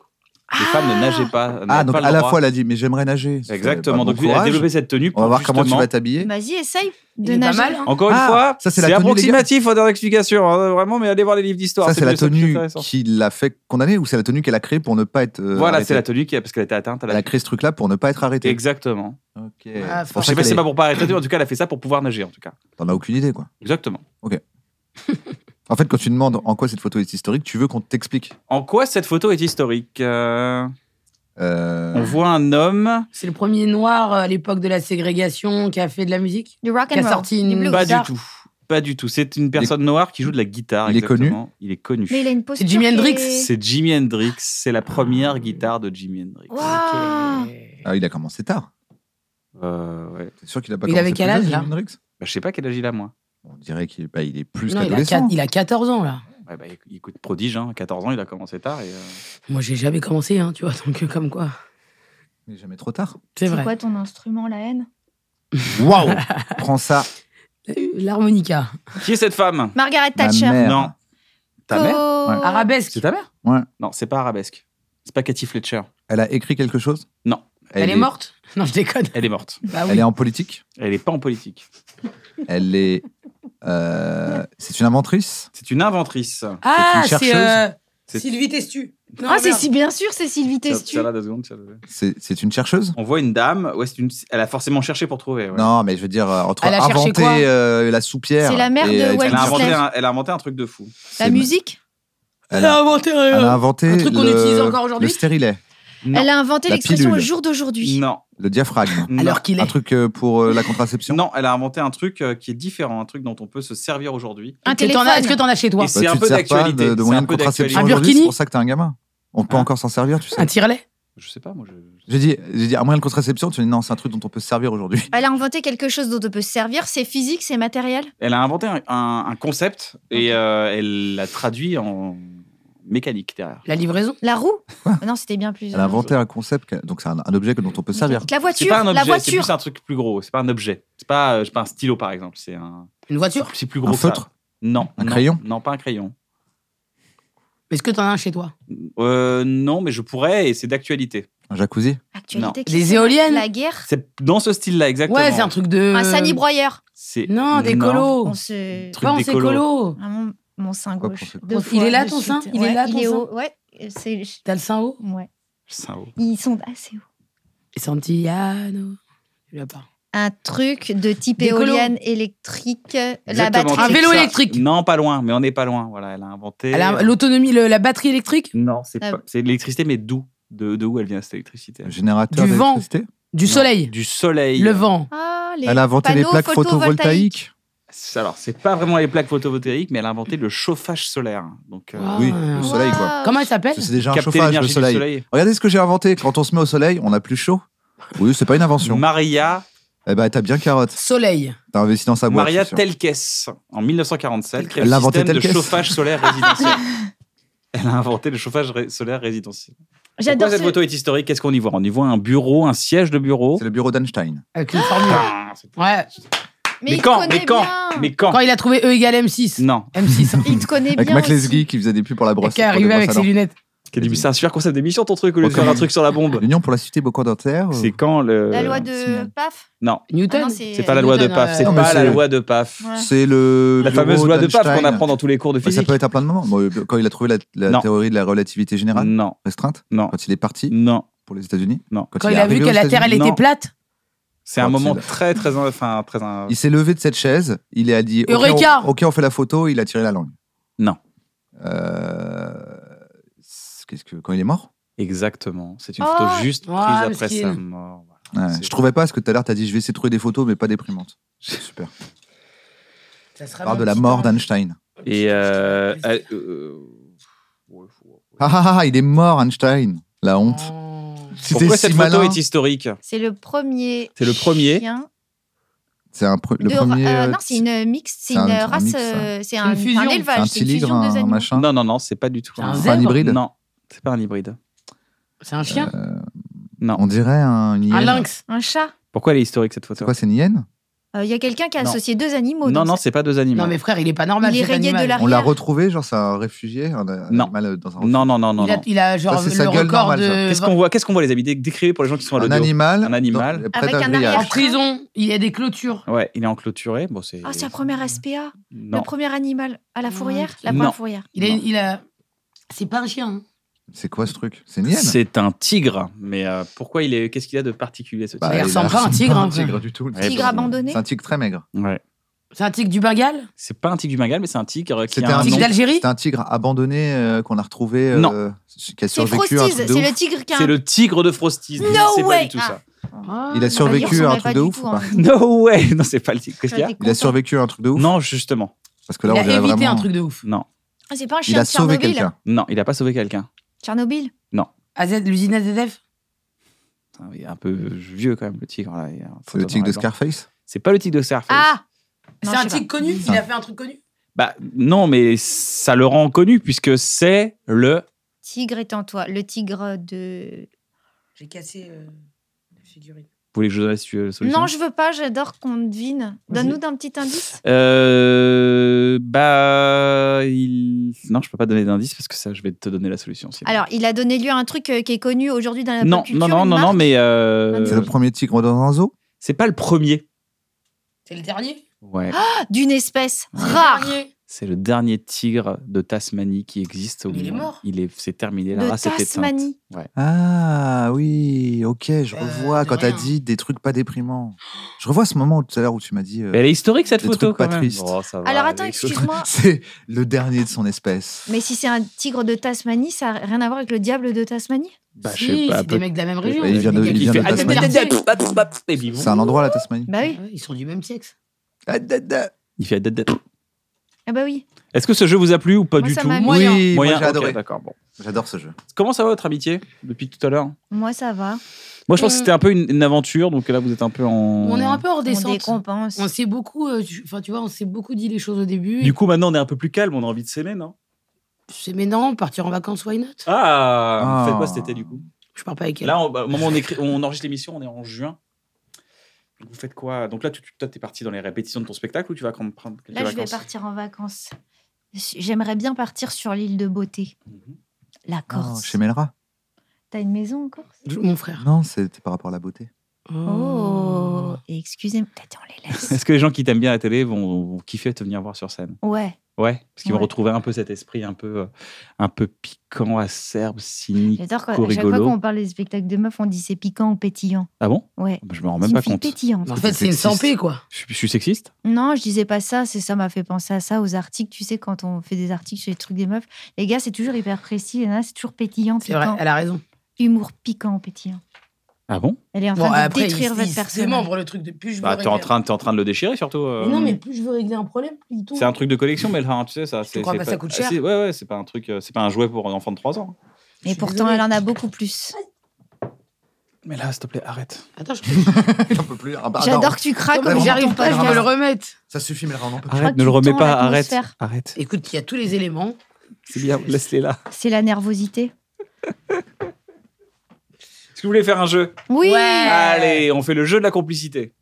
[SPEAKER 3] Les femmes ne nageaient pas. n'avaient
[SPEAKER 4] Ah, donc
[SPEAKER 3] pas le
[SPEAKER 4] à la
[SPEAKER 3] droit.
[SPEAKER 4] fois, elle a dit, mais j'aimerais nager.
[SPEAKER 3] Exactement.
[SPEAKER 4] Bah,
[SPEAKER 3] Donc,
[SPEAKER 4] bon
[SPEAKER 3] elle a
[SPEAKER 4] courage.
[SPEAKER 3] développé cette tenue pour
[SPEAKER 4] On va voir comment
[SPEAKER 3] justement-
[SPEAKER 4] tu vas t'habiller.
[SPEAKER 2] Vas-y, essaye
[SPEAKER 1] Il
[SPEAKER 2] de
[SPEAKER 1] est pas
[SPEAKER 2] nager.
[SPEAKER 1] mal, hein.
[SPEAKER 3] Encore
[SPEAKER 4] Ah,
[SPEAKER 3] une fois,
[SPEAKER 4] ça,
[SPEAKER 3] c'est
[SPEAKER 4] c'est la tenue, les
[SPEAKER 3] approximatif en explication, hein, vraiment, mais allez voir les livres d'histoire.
[SPEAKER 4] Ça,
[SPEAKER 3] c'est
[SPEAKER 4] c'est la
[SPEAKER 3] le seul plus
[SPEAKER 4] tenue
[SPEAKER 3] intéressant.
[SPEAKER 4] qui l'a fait condamner ou c'est la tenue qu'elle a créée pour ne pas être. euh,
[SPEAKER 3] Voilà,
[SPEAKER 4] arrêtée
[SPEAKER 3] c'est la tenue qui a, parce qu'elle était atteinte à
[SPEAKER 4] Elle
[SPEAKER 3] la
[SPEAKER 4] a créé ce truc-là pour ne pas être arrêtée.
[SPEAKER 3] Exactement.
[SPEAKER 4] Ok.
[SPEAKER 1] Ah,
[SPEAKER 4] C'est
[SPEAKER 3] Bon,
[SPEAKER 4] pour
[SPEAKER 3] je
[SPEAKER 4] ça
[SPEAKER 3] sais pas si
[SPEAKER 4] qu'elle
[SPEAKER 3] c'est
[SPEAKER 4] est-
[SPEAKER 3] pas pour pas arrêter, mais en tout cas, elle a fait ça pour pouvoir nager, en tout cas.
[SPEAKER 4] T'en as aucune idée, quoi.
[SPEAKER 3] Exactement.
[SPEAKER 4] En fait, quand tu demandes en quoi cette photo est historique, tu veux qu'on t'explique.
[SPEAKER 3] En quoi cette photo est historique Euh,
[SPEAKER 4] Euh,
[SPEAKER 3] On voit un homme,
[SPEAKER 1] C'est le premier noir euh, à l'époque de la ségrégation qui a fait de la musique.
[SPEAKER 2] Du rock
[SPEAKER 1] Qui a
[SPEAKER 2] and roll.
[SPEAKER 1] sorti
[SPEAKER 2] du
[SPEAKER 1] une. Bah,
[SPEAKER 2] blues.
[SPEAKER 3] pas
[SPEAKER 1] guitare.
[SPEAKER 3] du tout. Pas du tout. C'est une personne noire qui joue de la guitare.
[SPEAKER 4] Il est
[SPEAKER 3] exactement. Il est connu.
[SPEAKER 2] Mais il a une posture.
[SPEAKER 1] Jimi
[SPEAKER 2] qui
[SPEAKER 1] Hendrix.
[SPEAKER 2] est-
[SPEAKER 3] C'est Jimi Hendrix. C'est la première guitare de Jimi Hendrix.
[SPEAKER 2] Waouh.
[SPEAKER 4] Ah, il a commencé tard.
[SPEAKER 3] Euh, ouais.
[SPEAKER 4] C'est sûr qu'il a pas
[SPEAKER 1] Il
[SPEAKER 4] commencé
[SPEAKER 1] avait quel
[SPEAKER 4] plus
[SPEAKER 1] âge,
[SPEAKER 4] jeune,
[SPEAKER 1] là
[SPEAKER 4] Jimi Hendrix
[SPEAKER 3] Bah, je sais pas quel âge il a, moi.
[SPEAKER 4] On dirait qu'il bah, il est plus
[SPEAKER 1] Non, il a,
[SPEAKER 4] qu'adolescent.
[SPEAKER 1] quat- il a 14 ans là.
[SPEAKER 3] Ouais, bah, il écoute prodige. Hein. 14 ans, il a commencé tard. Et, euh,
[SPEAKER 1] Moi, j'ai jamais commencé, hein, tu vois, donc euh, comme quoi.
[SPEAKER 4] Mais jamais trop tard.
[SPEAKER 1] C'est
[SPEAKER 2] C'est
[SPEAKER 1] vrai.
[SPEAKER 2] quoi ton instrument, la haine
[SPEAKER 4] Waouh Prends ça,
[SPEAKER 1] Euh, L'harmonica.
[SPEAKER 3] Qui est cette femme
[SPEAKER 2] Margaret
[SPEAKER 4] ma
[SPEAKER 2] Thatcher.
[SPEAKER 4] mère.
[SPEAKER 3] Non.
[SPEAKER 4] Ta mère
[SPEAKER 2] Co-
[SPEAKER 4] Ouais.
[SPEAKER 1] Arabesque.
[SPEAKER 3] C'est ta mère
[SPEAKER 4] Ouais.
[SPEAKER 3] Non, c'est pas arabesque. C'est pas Cathy Fletcher.
[SPEAKER 4] Elle a écrit quelque chose
[SPEAKER 3] Non.
[SPEAKER 1] Elle, est morte Non, je déconne.
[SPEAKER 3] Elle est morte.
[SPEAKER 1] Bah oui.
[SPEAKER 4] Elle est en politique.
[SPEAKER 3] Elle est pas en politique.
[SPEAKER 4] Elle est. euh, C'est une inventrice.
[SPEAKER 3] C'est une inventrice.
[SPEAKER 1] Ah,
[SPEAKER 4] c'est une
[SPEAKER 1] c'est
[SPEAKER 4] chercheuse.
[SPEAKER 1] euh,
[SPEAKER 3] C'est-
[SPEAKER 1] Sylvie Testu. Non,
[SPEAKER 2] Ah, c'est
[SPEAKER 1] merde.
[SPEAKER 2] si bien sûr, c'est Sylvie
[SPEAKER 3] Tiens,
[SPEAKER 2] Testu.
[SPEAKER 3] tiens là, deux secondes, tiens, deux secondes.
[SPEAKER 4] C'est c'est une chercheuse.
[SPEAKER 3] On voit une dame. Ouais, c'est une... Elle a forcément cherché pour trouver. ouais.
[SPEAKER 4] Non, mais je veux dire euh, entre
[SPEAKER 1] Elle a cherché
[SPEAKER 4] inventer
[SPEAKER 1] quoi
[SPEAKER 4] euh, la soupière.
[SPEAKER 2] C'est la mère
[SPEAKER 4] et,
[SPEAKER 2] de
[SPEAKER 4] euh,
[SPEAKER 2] Walt
[SPEAKER 3] Elle a,
[SPEAKER 2] Disney.
[SPEAKER 3] inventé un, elle a inventé un truc de fou.
[SPEAKER 4] c'est-
[SPEAKER 2] La musique
[SPEAKER 4] Elle a,
[SPEAKER 1] inventé
[SPEAKER 4] elle a
[SPEAKER 1] euh,
[SPEAKER 4] inventé
[SPEAKER 1] Un truc qu'on
[SPEAKER 4] le-
[SPEAKER 1] utilise encore aujourd'hui
[SPEAKER 4] Le stérilet,
[SPEAKER 3] Non.
[SPEAKER 2] Elle a inventé
[SPEAKER 4] La
[SPEAKER 2] l'expression au
[SPEAKER 4] pilule.
[SPEAKER 2] jour d'aujourd'hui.
[SPEAKER 3] Non.
[SPEAKER 4] le diaphragme,
[SPEAKER 3] Non.
[SPEAKER 1] alors qu'il est.
[SPEAKER 4] un truc euh, pour euh, la contraception.
[SPEAKER 3] Non, elle a inventé un truc euh, qui est différent, un truc dont on peut se servir aujourd'hui.
[SPEAKER 2] Un
[SPEAKER 1] Que t'en
[SPEAKER 2] téléphone.
[SPEAKER 1] as- Est-ce que t'en as chez toi
[SPEAKER 3] Et c'est
[SPEAKER 4] Bah,
[SPEAKER 3] un
[SPEAKER 4] tu te
[SPEAKER 3] peu
[SPEAKER 4] sers pas
[SPEAKER 3] d'actualité,
[SPEAKER 4] de, de
[SPEAKER 3] c'est
[SPEAKER 4] moyen
[SPEAKER 3] un
[SPEAKER 4] de
[SPEAKER 3] peu d'actualité.
[SPEAKER 4] contraception
[SPEAKER 1] Un
[SPEAKER 4] aujourd'hui.
[SPEAKER 1] burkini Ah.
[SPEAKER 4] C'est pour ça que t'es un gamin. On peut
[SPEAKER 3] Hein
[SPEAKER 4] encore s'en servir, tu sais.
[SPEAKER 1] Un tirelet
[SPEAKER 3] Je sais pas, moi. Je...
[SPEAKER 4] J'ai dit, j'ai dit un moyen de contraception. Tu dis non, c'est un truc dont on peut se servir aujourd'hui.
[SPEAKER 2] Elle a inventé quelque chose dont on peut se servir, c'est physique, c'est matériel.
[SPEAKER 3] Elle a inventé un, un- un concept et euh, elle l'a traduit en mécanique derrière.
[SPEAKER 1] La livraison
[SPEAKER 2] La roue Non, c'était bien plus. euh,
[SPEAKER 4] Elle a inventé un concept, que- donc c'est un, un objet que- dont on peut se servir.
[SPEAKER 2] La
[SPEAKER 3] C'est
[SPEAKER 2] voiture,
[SPEAKER 3] pas un
[SPEAKER 2] la
[SPEAKER 3] objet, c'est
[SPEAKER 2] voiture.
[SPEAKER 3] plus un truc plus gros. C'est pas un objet. C'est pas, euh, je sais pas un stylo par exemple. C'est un.
[SPEAKER 1] Une voiture
[SPEAKER 3] C'est plus gros.
[SPEAKER 4] Un
[SPEAKER 3] que ça.
[SPEAKER 4] feutre
[SPEAKER 3] Non.
[SPEAKER 4] Un
[SPEAKER 3] non,
[SPEAKER 4] crayon
[SPEAKER 3] Non, pas un crayon.
[SPEAKER 1] Est-ce que t'en as un chez toi
[SPEAKER 3] Euh, non, mais je pourrais et c'est d'actualité.
[SPEAKER 4] Un jacuzzi.
[SPEAKER 2] Actualité. qui-
[SPEAKER 1] Des éoliennes euh,
[SPEAKER 2] La guerre.
[SPEAKER 3] C'est dans ce style-là exactement.
[SPEAKER 1] Ouais, c'est un truc de.
[SPEAKER 2] Un sanibroyeur.
[SPEAKER 3] C'est-
[SPEAKER 1] Non, des colos.
[SPEAKER 2] On se.
[SPEAKER 3] Truc
[SPEAKER 1] Pas on
[SPEAKER 3] des
[SPEAKER 1] s'est
[SPEAKER 3] colos.
[SPEAKER 1] colo.
[SPEAKER 2] Ah, mon, mon sein
[SPEAKER 4] Quoi
[SPEAKER 2] gauche.
[SPEAKER 4] pour ce-
[SPEAKER 2] Deux
[SPEAKER 1] Il
[SPEAKER 2] fois
[SPEAKER 1] est là,
[SPEAKER 2] de
[SPEAKER 1] ton sein
[SPEAKER 2] suite.
[SPEAKER 1] Il est
[SPEAKER 2] Ouais,
[SPEAKER 1] là, ton sein
[SPEAKER 2] haut. Ouais. c'est-
[SPEAKER 1] T'as le sein haut
[SPEAKER 2] ouais.
[SPEAKER 3] C'est un haut.
[SPEAKER 2] Ils sont assez hauts.
[SPEAKER 1] Santillano. Tu l'as pas.
[SPEAKER 2] Un truc de type
[SPEAKER 1] Des colos.
[SPEAKER 2] éolienne électrique, euh, la
[SPEAKER 3] Exactement,
[SPEAKER 2] batterie.
[SPEAKER 1] Un vélo
[SPEAKER 3] c'est ça.
[SPEAKER 1] électrique.
[SPEAKER 3] Non, pas loin, mais on n'est pas loin. Voilà, elle a inventé.
[SPEAKER 1] Elle a l'autonomie, le- la batterie électrique
[SPEAKER 3] Non, c'est
[SPEAKER 2] Ah.
[SPEAKER 3] pas- c'est de l'électricité, mais d'où de, de où elle vient cette électricité
[SPEAKER 4] Le générateur
[SPEAKER 1] Du vent.
[SPEAKER 4] d'électricité.
[SPEAKER 1] Du
[SPEAKER 3] Non, euh,
[SPEAKER 1] soleil,
[SPEAKER 3] Du soleil.
[SPEAKER 1] le vent.
[SPEAKER 2] Ah, les
[SPEAKER 4] Elle a inventé les
[SPEAKER 2] panneaux
[SPEAKER 4] plaques
[SPEAKER 2] photovoltaïques.
[SPEAKER 4] photovoltaïques.
[SPEAKER 3] C'est- Alors, c'est pas vraiment les plaques photovoltaïques, mais elle a inventé le chauffage solaire. Donc, euh,
[SPEAKER 1] Wow.
[SPEAKER 4] Oui,
[SPEAKER 1] Ah.
[SPEAKER 4] le soleil quoi.
[SPEAKER 2] Waouh.
[SPEAKER 1] Comment elle s'appelle
[SPEAKER 4] C'est déjà un
[SPEAKER 3] capter
[SPEAKER 4] chauffage
[SPEAKER 3] l'énergie
[SPEAKER 4] le
[SPEAKER 3] du
[SPEAKER 4] soleil.
[SPEAKER 3] soleil.
[SPEAKER 4] Regardez ce que j'ai inventé. Quand on se met au soleil, on a plus chaud. Oui, c'est pas une invention.
[SPEAKER 3] Maria,
[SPEAKER 4] eh ben, t'as bien carotte.
[SPEAKER 1] Soleil.
[SPEAKER 4] T'as investi dans sa boîte.
[SPEAKER 3] Maria
[SPEAKER 4] Ah, je suis sûr.
[SPEAKER 3] Telkes, en 1947, crée
[SPEAKER 4] Elle
[SPEAKER 3] le
[SPEAKER 4] l'a inventé,
[SPEAKER 3] système de
[SPEAKER 4] Telkes
[SPEAKER 3] chauffage solaire résidentiel. Elle a inventé le chauffage ré- solaire résidentiel.
[SPEAKER 2] J'adore
[SPEAKER 3] Pourquoi cette
[SPEAKER 2] ce-
[SPEAKER 3] photo est historique Qu'est-ce qu'on y voit On y voit un bureau, un siège de bureau.
[SPEAKER 4] C'est le bureau d'Einstein.
[SPEAKER 1] Avec une formule.
[SPEAKER 3] Ah, c'est-
[SPEAKER 1] Ouais.
[SPEAKER 2] Mais, il
[SPEAKER 3] quand
[SPEAKER 2] connaît
[SPEAKER 3] Mais quand
[SPEAKER 2] bien.
[SPEAKER 3] Mais quand
[SPEAKER 1] Quand il a trouvé E égale M6.
[SPEAKER 3] Non.
[SPEAKER 1] M6. hein.
[SPEAKER 2] Il te connaît
[SPEAKER 4] Avec
[SPEAKER 2] bien.
[SPEAKER 4] Mac
[SPEAKER 2] aussi.
[SPEAKER 4] Lesguy qui faisait des pubs pour la brosse.
[SPEAKER 1] Qui est arrivé
[SPEAKER 4] pour les
[SPEAKER 1] avec
[SPEAKER 4] brosses
[SPEAKER 1] ses
[SPEAKER 4] à dents.
[SPEAKER 1] lunettes.
[SPEAKER 2] Ah
[SPEAKER 3] Qui a dit, mais C'est un super concept d'émission ton truc au lieu de
[SPEAKER 4] Aucun-
[SPEAKER 3] faire un truc sur la bombe.
[SPEAKER 4] L'Union pour la société bucco-dentaire. euh,
[SPEAKER 3] C'est quand le.
[SPEAKER 2] La loi
[SPEAKER 4] signal.
[SPEAKER 2] de PAF
[SPEAKER 3] Non,
[SPEAKER 1] Newton.
[SPEAKER 2] Ah non, c'est-
[SPEAKER 3] c'est pas la loi de
[SPEAKER 1] Newton,
[SPEAKER 3] PAF.
[SPEAKER 1] euh,
[SPEAKER 3] C'est
[SPEAKER 4] Non, mais
[SPEAKER 3] pas la
[SPEAKER 4] c'est-
[SPEAKER 3] loi de PAF.
[SPEAKER 2] Ouais.
[SPEAKER 4] C'est le.
[SPEAKER 3] La
[SPEAKER 4] bureau
[SPEAKER 3] fameuse loi de PAF qu'on
[SPEAKER 4] d'Einstein.
[SPEAKER 3] apprend dans tous les cours de
[SPEAKER 4] Ouais, Ça
[SPEAKER 3] physique.
[SPEAKER 4] peut être à plein de moments. Bon, euh, Quand il a trouvé la, la
[SPEAKER 3] Non.
[SPEAKER 4] théorie de la relativité générale
[SPEAKER 3] Non,
[SPEAKER 4] restreinte,
[SPEAKER 3] non,
[SPEAKER 4] quand il est parti
[SPEAKER 3] non.
[SPEAKER 4] pour les États-Unis,
[SPEAKER 3] Non.
[SPEAKER 1] Quand il a vu
[SPEAKER 4] arrivé
[SPEAKER 1] que
[SPEAKER 4] aux
[SPEAKER 1] la Terre, elle
[SPEAKER 4] États-Unis,
[SPEAKER 1] était
[SPEAKER 3] Non.
[SPEAKER 1] plate.
[SPEAKER 3] C'est un
[SPEAKER 4] Oh,
[SPEAKER 3] moment
[SPEAKER 4] c'est-
[SPEAKER 3] très, très. Enfin, très. un-
[SPEAKER 4] il s'est levé de cette chaise, il a dit Ok,
[SPEAKER 1] Eureka
[SPEAKER 4] on- ok, on fait la photo, il a tiré la langue.
[SPEAKER 3] Non.
[SPEAKER 4] Euh, c'est- Qu'est-ce que quand il est mort
[SPEAKER 3] Exactement. C'est une
[SPEAKER 2] Oh.
[SPEAKER 3] photo juste
[SPEAKER 1] Oh,
[SPEAKER 3] prise après
[SPEAKER 1] mesquine.
[SPEAKER 3] sa mort. Voilà.
[SPEAKER 4] Ouais,
[SPEAKER 3] C'est-
[SPEAKER 4] Je trouvais pas ce que tout à l'heure, t'as dit, je vais essayer de trouver des photos, mais pas déprimantes. Super.
[SPEAKER 1] Ça sera
[SPEAKER 4] On parle
[SPEAKER 1] mon
[SPEAKER 4] de la
[SPEAKER 1] petit
[SPEAKER 4] mort
[SPEAKER 1] temps.
[SPEAKER 4] d'Einstein.
[SPEAKER 3] Et euh, elle-
[SPEAKER 4] Ah, ah, ah, il est mort, Einstein. La honte.
[SPEAKER 1] Ah.
[SPEAKER 4] C'était
[SPEAKER 3] pourquoi
[SPEAKER 4] si
[SPEAKER 3] cette
[SPEAKER 4] malin. Hein
[SPEAKER 3] photo est historique
[SPEAKER 2] C'est le premier.
[SPEAKER 3] C'est le premier.
[SPEAKER 2] chien
[SPEAKER 4] C'est un pre- le
[SPEAKER 2] de ra-
[SPEAKER 4] premier.
[SPEAKER 2] euh,
[SPEAKER 4] euh,
[SPEAKER 2] non, c'est une mixte, c'est
[SPEAKER 4] c'est
[SPEAKER 2] une
[SPEAKER 4] un- un
[SPEAKER 2] race,
[SPEAKER 4] mix,
[SPEAKER 2] euh, c'est
[SPEAKER 1] une
[SPEAKER 2] un, c'est
[SPEAKER 1] fusion.
[SPEAKER 2] un
[SPEAKER 4] c'est
[SPEAKER 2] élevage,
[SPEAKER 4] un
[SPEAKER 2] c'est une
[SPEAKER 4] tigre,
[SPEAKER 2] fusion de deux
[SPEAKER 4] un
[SPEAKER 2] animaux.
[SPEAKER 4] machin.
[SPEAKER 3] Non, non, non, c'est pas du tout.
[SPEAKER 1] C'est un
[SPEAKER 4] Enfin, un
[SPEAKER 1] zèbre.
[SPEAKER 4] hybride.
[SPEAKER 3] Non, c'est pas un hybride.
[SPEAKER 1] C'est un
[SPEAKER 4] Euh,
[SPEAKER 1] chien
[SPEAKER 3] Non.
[SPEAKER 4] On dirait un, une hyène.
[SPEAKER 1] Un lynx
[SPEAKER 2] Un chat.
[SPEAKER 3] Pourquoi elle est historique cette photo
[SPEAKER 4] C'est quoi, c'est une hyène
[SPEAKER 2] Euh, Il y a quelqu'un qui a
[SPEAKER 3] Non.
[SPEAKER 2] associé deux animaux.
[SPEAKER 3] Non,
[SPEAKER 2] donc
[SPEAKER 3] non,
[SPEAKER 2] ça-
[SPEAKER 3] c'est pas deux animaux.
[SPEAKER 1] Non, mais frère, il est pas normal.
[SPEAKER 2] Il est
[SPEAKER 1] cet
[SPEAKER 2] rayé
[SPEAKER 1] animal.
[SPEAKER 2] de l'arrière.
[SPEAKER 4] On l'a retrouvé, genre c'est un réfugié, un, un
[SPEAKER 3] Non.
[SPEAKER 4] animal dans un.
[SPEAKER 3] Non, non, non, non.
[SPEAKER 1] Il a,
[SPEAKER 3] non.
[SPEAKER 1] il a genre
[SPEAKER 4] Ça, c'est
[SPEAKER 1] le
[SPEAKER 4] sa gueule
[SPEAKER 1] record
[SPEAKER 4] normale,
[SPEAKER 1] de.
[SPEAKER 4] ça.
[SPEAKER 3] Qu'est-ce qu'on voit Qu'est-ce qu'on voit les amis Dé- Décrivez pour les gens qui sont à
[SPEAKER 4] Un
[SPEAKER 3] l'audio.
[SPEAKER 4] animal,
[SPEAKER 3] Un animal.
[SPEAKER 4] dans- près
[SPEAKER 2] Avec
[SPEAKER 4] d'un
[SPEAKER 2] un
[SPEAKER 4] grillage.
[SPEAKER 1] En
[SPEAKER 2] arrière.
[SPEAKER 1] prison, il y a des clôtures.
[SPEAKER 3] Ouais, il est enclôturé. Bon, c'est.
[SPEAKER 2] Ah, c'est un premier SPA.
[SPEAKER 3] Non.
[SPEAKER 2] Le premier animal à la fourrière. La
[SPEAKER 3] Non.
[SPEAKER 2] première fourrière.
[SPEAKER 1] Il a,
[SPEAKER 3] Non.
[SPEAKER 1] il a. C'est pas un chien. hein.
[SPEAKER 4] C'est quoi ce truc C'est une hyène
[SPEAKER 3] C'est un tigre. Mais euh, pourquoi il est Qu'est-ce qu'il a de particulier ce
[SPEAKER 4] Bah,
[SPEAKER 1] il
[SPEAKER 3] tigre
[SPEAKER 1] ressemble
[SPEAKER 4] a-
[SPEAKER 1] pas à un
[SPEAKER 4] c'est
[SPEAKER 1] tigre,
[SPEAKER 4] pas
[SPEAKER 1] hein,
[SPEAKER 4] un tigre
[SPEAKER 1] frère.
[SPEAKER 4] du tout. le
[SPEAKER 3] Ouais,
[SPEAKER 2] Tigre abandonné.
[SPEAKER 4] C'est un tigre très maigre.
[SPEAKER 3] Ouais.
[SPEAKER 1] C'est un tigre du Bengale
[SPEAKER 3] C'est pas un tigre du Bengale, mais c'est un tigre qui
[SPEAKER 4] C'était
[SPEAKER 3] a
[SPEAKER 4] un
[SPEAKER 3] un
[SPEAKER 1] tigre
[SPEAKER 3] nom.
[SPEAKER 4] nom.
[SPEAKER 1] d'Algérie
[SPEAKER 4] C'est un tigre abandonné euh, qu'on a retrouvé. euh,
[SPEAKER 3] Non.
[SPEAKER 4] Qui
[SPEAKER 2] C'est
[SPEAKER 4] a survécu à un
[SPEAKER 2] Frosties,
[SPEAKER 4] truc
[SPEAKER 2] c'est
[SPEAKER 4] de ouf.
[SPEAKER 2] le tigre qui a.
[SPEAKER 3] C'est le tigre de Frosties.
[SPEAKER 2] No
[SPEAKER 3] Non, c'est pas
[SPEAKER 2] way.
[SPEAKER 3] du tout
[SPEAKER 2] Ah.
[SPEAKER 3] ça.
[SPEAKER 4] Il a
[SPEAKER 2] Bah, il
[SPEAKER 4] survécu à un
[SPEAKER 2] ressemblait
[SPEAKER 4] truc
[SPEAKER 2] pas
[SPEAKER 4] de
[SPEAKER 2] du
[SPEAKER 4] ouf
[SPEAKER 2] tout,
[SPEAKER 4] ou pas
[SPEAKER 2] hein.
[SPEAKER 3] No way. Non, c'est pas le tigre. Qu'est-ce qu'il y a
[SPEAKER 1] Ah,
[SPEAKER 2] J'étais
[SPEAKER 4] Il a
[SPEAKER 2] contente.
[SPEAKER 4] survécu à un truc de ouf
[SPEAKER 3] Non, justement.
[SPEAKER 4] Parce que
[SPEAKER 1] Il
[SPEAKER 4] là, on
[SPEAKER 1] a
[SPEAKER 4] dirait
[SPEAKER 1] évité
[SPEAKER 4] vraiment.
[SPEAKER 1] un truc de ouf.
[SPEAKER 3] Non.
[SPEAKER 2] Ah, c'est pas un chien
[SPEAKER 4] Il a
[SPEAKER 2] de
[SPEAKER 4] sauvé
[SPEAKER 2] Tchernobyl.
[SPEAKER 4] quelqu'un.
[SPEAKER 3] Non, il a pas sauvé quelqu'un.
[SPEAKER 2] Tchernobyl.
[SPEAKER 1] AZ, l'usine AZF
[SPEAKER 3] Putain, Il est un peu vieux quand même, le tigre. là. Il a un
[SPEAKER 4] C'est le
[SPEAKER 3] photo
[SPEAKER 4] tigre
[SPEAKER 3] dans
[SPEAKER 4] de
[SPEAKER 3] la dent.
[SPEAKER 4] Scarface
[SPEAKER 3] C'est pas le tigre de Scarface.
[SPEAKER 2] Ah Non,
[SPEAKER 1] C'est
[SPEAKER 2] je
[SPEAKER 1] un
[SPEAKER 2] sais
[SPEAKER 1] tigre connu Il a fait un truc connu
[SPEAKER 3] Bah, non, mais ça le rend connu puisque c'est le.
[SPEAKER 2] pas. Tigre est en toi. Le tigre de.
[SPEAKER 1] J'ai cassé euh, la figurine.
[SPEAKER 3] Vous voulez que je vous donne la su- solution
[SPEAKER 2] Non, je veux pas. J'adore qu'on devine.
[SPEAKER 3] Vas-y.
[SPEAKER 2] Donne-nous d'un petit indice.
[SPEAKER 3] Euh, bah, il... non, je peux pas donner d'indice parce que ça, je vais te donner la solution. sinon.
[SPEAKER 2] Alors, il a donné lieu à un truc euh, qui est connu aujourd'hui dans la
[SPEAKER 3] non,
[SPEAKER 2] pop culture.
[SPEAKER 3] non, non,
[SPEAKER 2] une
[SPEAKER 3] non, non,
[SPEAKER 2] marque.
[SPEAKER 3] mais euh,
[SPEAKER 2] Un
[SPEAKER 4] C'est le premier tigre dans un zoo
[SPEAKER 3] c'est pas le premier.
[SPEAKER 1] C'est le dernier
[SPEAKER 3] Ouais,
[SPEAKER 2] Ah, D'une espèce
[SPEAKER 1] Le
[SPEAKER 2] rare.
[SPEAKER 1] dernier.
[SPEAKER 3] c'est le dernier tigre de Tasmanie qui existe. Au
[SPEAKER 1] Mais il est
[SPEAKER 3] monde.
[SPEAKER 1] mort.
[SPEAKER 3] Il est, c'est terminé. La
[SPEAKER 2] De
[SPEAKER 3] race est éteinte.
[SPEAKER 2] Tasmanie.
[SPEAKER 3] Ouais.
[SPEAKER 4] Ah oui, ok, je
[SPEAKER 1] Euh,
[SPEAKER 4] revois
[SPEAKER 1] de
[SPEAKER 4] quand t'as
[SPEAKER 1] rien.
[SPEAKER 4] dit des trucs pas déprimants. Je revois ce moment tout à l'heure où tu m'as dit. euh,
[SPEAKER 3] Mais elle est historique cette
[SPEAKER 4] Des
[SPEAKER 3] photo.
[SPEAKER 4] trucs pas
[SPEAKER 3] quand même.
[SPEAKER 4] tristes.
[SPEAKER 3] Oh, ça va,
[SPEAKER 2] Alors, attends,
[SPEAKER 3] avec-
[SPEAKER 2] excuse-moi.
[SPEAKER 4] c'est le dernier de son espèce.
[SPEAKER 2] Mais si c'est un tigre de Tasmanie, ça n'a rien à voir avec le diable de Tasmanie
[SPEAKER 3] Bah, je sais
[SPEAKER 1] Si,
[SPEAKER 3] pas,
[SPEAKER 1] c'est des
[SPEAKER 3] peut-
[SPEAKER 1] mecs de la même région.
[SPEAKER 4] il vient de-
[SPEAKER 1] y a
[SPEAKER 4] il
[SPEAKER 1] quelques-
[SPEAKER 4] vient de
[SPEAKER 1] Ah,
[SPEAKER 4] Tasmanie.
[SPEAKER 1] peut-être d'Algérie.
[SPEAKER 4] C'est un endroit, la Tasmanie.
[SPEAKER 2] Bah oui.
[SPEAKER 1] Ouais, Ils sont du même sexe.
[SPEAKER 4] Ah, da, da.
[SPEAKER 3] Il fait date, date.
[SPEAKER 2] Ah bah oui.
[SPEAKER 3] Est-ce que ce jeu vous a plu ou pas
[SPEAKER 2] Moi,
[SPEAKER 3] du
[SPEAKER 2] ça
[SPEAKER 3] tout
[SPEAKER 2] m'a-
[SPEAKER 1] Moyen.
[SPEAKER 4] Oui, moi, j'ai
[SPEAKER 3] ok,
[SPEAKER 4] adoré.
[SPEAKER 3] D'accord. Bon.
[SPEAKER 4] J'adore ce jeu.
[SPEAKER 3] Comment ça va votre amitié depuis tout à l'heure
[SPEAKER 2] Moi, ça va.
[SPEAKER 3] Moi, je pense que
[SPEAKER 1] Mm.
[SPEAKER 3] c'était un peu une, une aventure, donc là, vous êtes un peu en.
[SPEAKER 1] On est un peu hors
[SPEAKER 2] Euh, On
[SPEAKER 1] descente.
[SPEAKER 2] décompense.
[SPEAKER 1] On s'est beaucoup, euh, tu- enfin tu vois, on s'est beaucoup dit les choses au début.
[SPEAKER 3] Du coup, maintenant, on est un peu plus calme, on a envie de s'aimer, non
[SPEAKER 1] C'est mais non, partir en vacances, why not
[SPEAKER 3] Ah
[SPEAKER 4] Ah.
[SPEAKER 3] Vous faites quoi cet été, du coup
[SPEAKER 1] Je pars pas avec elle.
[SPEAKER 3] Là, on- bah, au moment où on, écrit, on enregistre l'émission, on est en juin. Donc, vous faites quoi Donc là, tu, tu- toi, t'es parti dans les répétitions de ton spectacle ou tu vas prendre prendre quelques
[SPEAKER 2] Là, je vais
[SPEAKER 3] vacances
[SPEAKER 2] partir en vacances. J'aimerais bien partir sur l'île de beauté.
[SPEAKER 3] Mhm.
[SPEAKER 2] La
[SPEAKER 4] Oh,
[SPEAKER 2] Corse.
[SPEAKER 4] chez Melra.
[SPEAKER 2] T'as une maison en Corse
[SPEAKER 1] Je- Mon frère.
[SPEAKER 4] Non, c'était par rapport à la beauté.
[SPEAKER 2] Oh, et excusez-moi. Peut-être on les laisse.
[SPEAKER 3] Est-ce que les gens qui t'aiment bien à la télé vont, vont kiffer te venir voir sur scène
[SPEAKER 2] ouais.
[SPEAKER 3] Ouais, parce qu'ils vont
[SPEAKER 2] Ouais.
[SPEAKER 3] retrouver un peu cet esprit un peu, euh, un peu piquant, acerbe, cynique.
[SPEAKER 2] J'adore quand à
[SPEAKER 3] Trop
[SPEAKER 2] chaque fois
[SPEAKER 3] rigolo.
[SPEAKER 2] qu'on parle des spectacles de meufs, on dit c'est piquant ou pétillant.
[SPEAKER 3] Ah bon
[SPEAKER 2] Ouais.
[SPEAKER 3] Je me rends
[SPEAKER 2] C'est
[SPEAKER 3] même
[SPEAKER 2] une
[SPEAKER 3] pas
[SPEAKER 2] fille
[SPEAKER 3] compte.
[SPEAKER 2] pétillante.
[SPEAKER 1] En fait, c'est une sans quoi.
[SPEAKER 3] Je, suis- je suis sexiste
[SPEAKER 2] Non, je disais pas ça. C'est ça m'a fait penser à ça aux articles. Tu sais, quand on fait des articles sur les trucs des meufs, les gars, c'est toujours hyper précis. Les nanas, c'est toujours pétillant,
[SPEAKER 1] C'est vrai,
[SPEAKER 2] piquant.
[SPEAKER 1] elle a raison.
[SPEAKER 2] Humour piquant, pétillant.
[SPEAKER 3] Ah bon
[SPEAKER 2] Elle est en
[SPEAKER 1] Bon,
[SPEAKER 2] train de
[SPEAKER 1] après,
[SPEAKER 2] détruire
[SPEAKER 1] il-
[SPEAKER 2] votre
[SPEAKER 1] il-
[SPEAKER 2] personne.
[SPEAKER 1] C'est membre le truc de plus. Je
[SPEAKER 3] Bah,
[SPEAKER 1] veux
[SPEAKER 3] t'es en,
[SPEAKER 1] régler-
[SPEAKER 3] train- t'es en train de le déchirer surtout. euh.
[SPEAKER 1] Mais non, mais plus je veux régler un problème, plus il tourne.
[SPEAKER 3] C'est un truc de collection, mais le harin, tu sais, ça. c'est-
[SPEAKER 1] crois
[SPEAKER 3] c'est
[SPEAKER 1] pas ça coûte
[SPEAKER 3] Ah,
[SPEAKER 1] cher
[SPEAKER 3] c'est- Ouais, ouais, c'est pas un truc, euh, c'est pas un jouet pour un enfant de 3 ans.
[SPEAKER 1] Je
[SPEAKER 2] Et
[SPEAKER 1] suis
[SPEAKER 2] pourtant,
[SPEAKER 1] désolée.
[SPEAKER 2] elle en a beaucoup plus.
[SPEAKER 3] Mais là, s'il te plaît, arrête.
[SPEAKER 1] Attends, je
[SPEAKER 4] J'en peux plus. Ah, bah,
[SPEAKER 2] J'adore
[SPEAKER 4] non.
[SPEAKER 2] que tu craques.
[SPEAKER 4] mais
[SPEAKER 2] mais
[SPEAKER 1] J'arrive
[SPEAKER 2] j'entends
[SPEAKER 1] pas, je
[SPEAKER 2] bien.
[SPEAKER 1] vais le remettre.
[SPEAKER 4] Ça suffit, Melra, on en peut plus.
[SPEAKER 2] crois
[SPEAKER 3] Arrête,
[SPEAKER 2] que
[SPEAKER 3] ne
[SPEAKER 2] tu
[SPEAKER 3] le remets
[SPEAKER 2] tends
[SPEAKER 3] pas, arrête.
[SPEAKER 2] l'atmosphère.
[SPEAKER 3] Arrête.
[SPEAKER 1] Écoute, il y a tous les éléments.
[SPEAKER 3] C'est bien, laisse-les là.
[SPEAKER 2] C'est la nervosité.
[SPEAKER 3] Est-ce que vous voulez faire un jeu
[SPEAKER 2] Oui.
[SPEAKER 3] Allez, on fait le jeu de la complicité.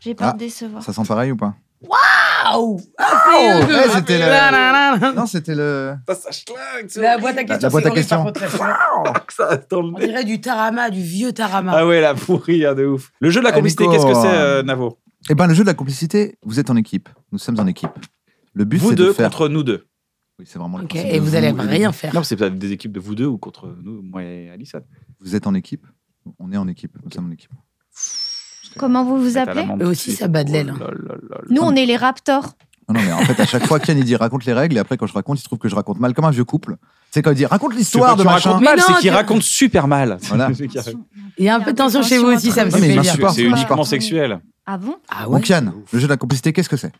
[SPEAKER 2] J'ai peur
[SPEAKER 4] Ah,
[SPEAKER 2] de décevoir.
[SPEAKER 4] Ça sent pareil ou pas
[SPEAKER 1] Waouh
[SPEAKER 4] Ouais, c'était le- Non, c'était le.
[SPEAKER 3] Ça, ça schlingue, tu
[SPEAKER 1] La
[SPEAKER 3] vois.
[SPEAKER 1] boîte à questions.
[SPEAKER 4] la boîte à
[SPEAKER 1] c'est horrible,
[SPEAKER 4] questions.
[SPEAKER 1] par contre, là.
[SPEAKER 3] Ça, dans le
[SPEAKER 1] On
[SPEAKER 3] nez.
[SPEAKER 1] dirait du tarama, du vieux tarama.
[SPEAKER 3] Ah ouais, la pourrie, hein, de ouf. Le jeu de la
[SPEAKER 4] Eh,
[SPEAKER 3] complicité,
[SPEAKER 4] Nico,
[SPEAKER 3] qu'est-ce que c'est,
[SPEAKER 4] euh,
[SPEAKER 3] euh, Navo
[SPEAKER 4] Eh ben, le jeu de la complicité, vous êtes en équipe. Nous sommes en équipe. Le but,
[SPEAKER 3] Vous
[SPEAKER 4] c'est de
[SPEAKER 3] deux
[SPEAKER 4] faire.
[SPEAKER 3] contre nous deux.
[SPEAKER 4] Oui, c'est vraiment le
[SPEAKER 1] Ok,
[SPEAKER 4] principe
[SPEAKER 1] et
[SPEAKER 4] de
[SPEAKER 1] vous allez
[SPEAKER 4] et de
[SPEAKER 1] rien
[SPEAKER 4] vous.
[SPEAKER 1] faire.
[SPEAKER 3] Non, c'est peut-être des équipes de vous deux ou contre nous, moi et Alison.
[SPEAKER 4] Vous êtes en équipe. On est en équipe. Nous sommes en équipe.
[SPEAKER 2] Comment vous vous
[SPEAKER 3] Faites à
[SPEAKER 2] appelez
[SPEAKER 3] l'amende
[SPEAKER 1] Eux
[SPEAKER 3] tout de
[SPEAKER 1] aussi,
[SPEAKER 3] suite.
[SPEAKER 1] ça bat de l'aile,
[SPEAKER 3] Oh là là là là.
[SPEAKER 2] Nous, on est les Raptors.
[SPEAKER 4] Non, non, mais en fait, à chaque fois, Ken, il dit raconte les règles, et après, quand je raconte, il se trouve que je raconte mal, comme un vieux couple. C'est quand il dit raconte
[SPEAKER 3] C'est pas
[SPEAKER 4] l'histoire
[SPEAKER 3] que
[SPEAKER 4] de
[SPEAKER 3] tu
[SPEAKER 4] machin.
[SPEAKER 3] racontes mal,
[SPEAKER 1] Mais non,
[SPEAKER 3] c'est qu'il
[SPEAKER 1] tu-
[SPEAKER 3] raconte super mal.
[SPEAKER 4] Voilà.
[SPEAKER 3] C'est qu'il raconte-
[SPEAKER 1] Il y a un
[SPEAKER 2] Il y a
[SPEAKER 1] peu de tension chez vous
[SPEAKER 2] tension
[SPEAKER 1] aussi, ça me
[SPEAKER 2] entre
[SPEAKER 1] fait
[SPEAKER 4] les deux.
[SPEAKER 1] plaisir.
[SPEAKER 4] M'insupporte.
[SPEAKER 3] C'est uniquement sexuel.
[SPEAKER 2] Ah bon
[SPEAKER 1] Ah
[SPEAKER 4] Mon
[SPEAKER 1] ouais.
[SPEAKER 4] Kian, le jeu de la complicité, qu'est-ce que c'est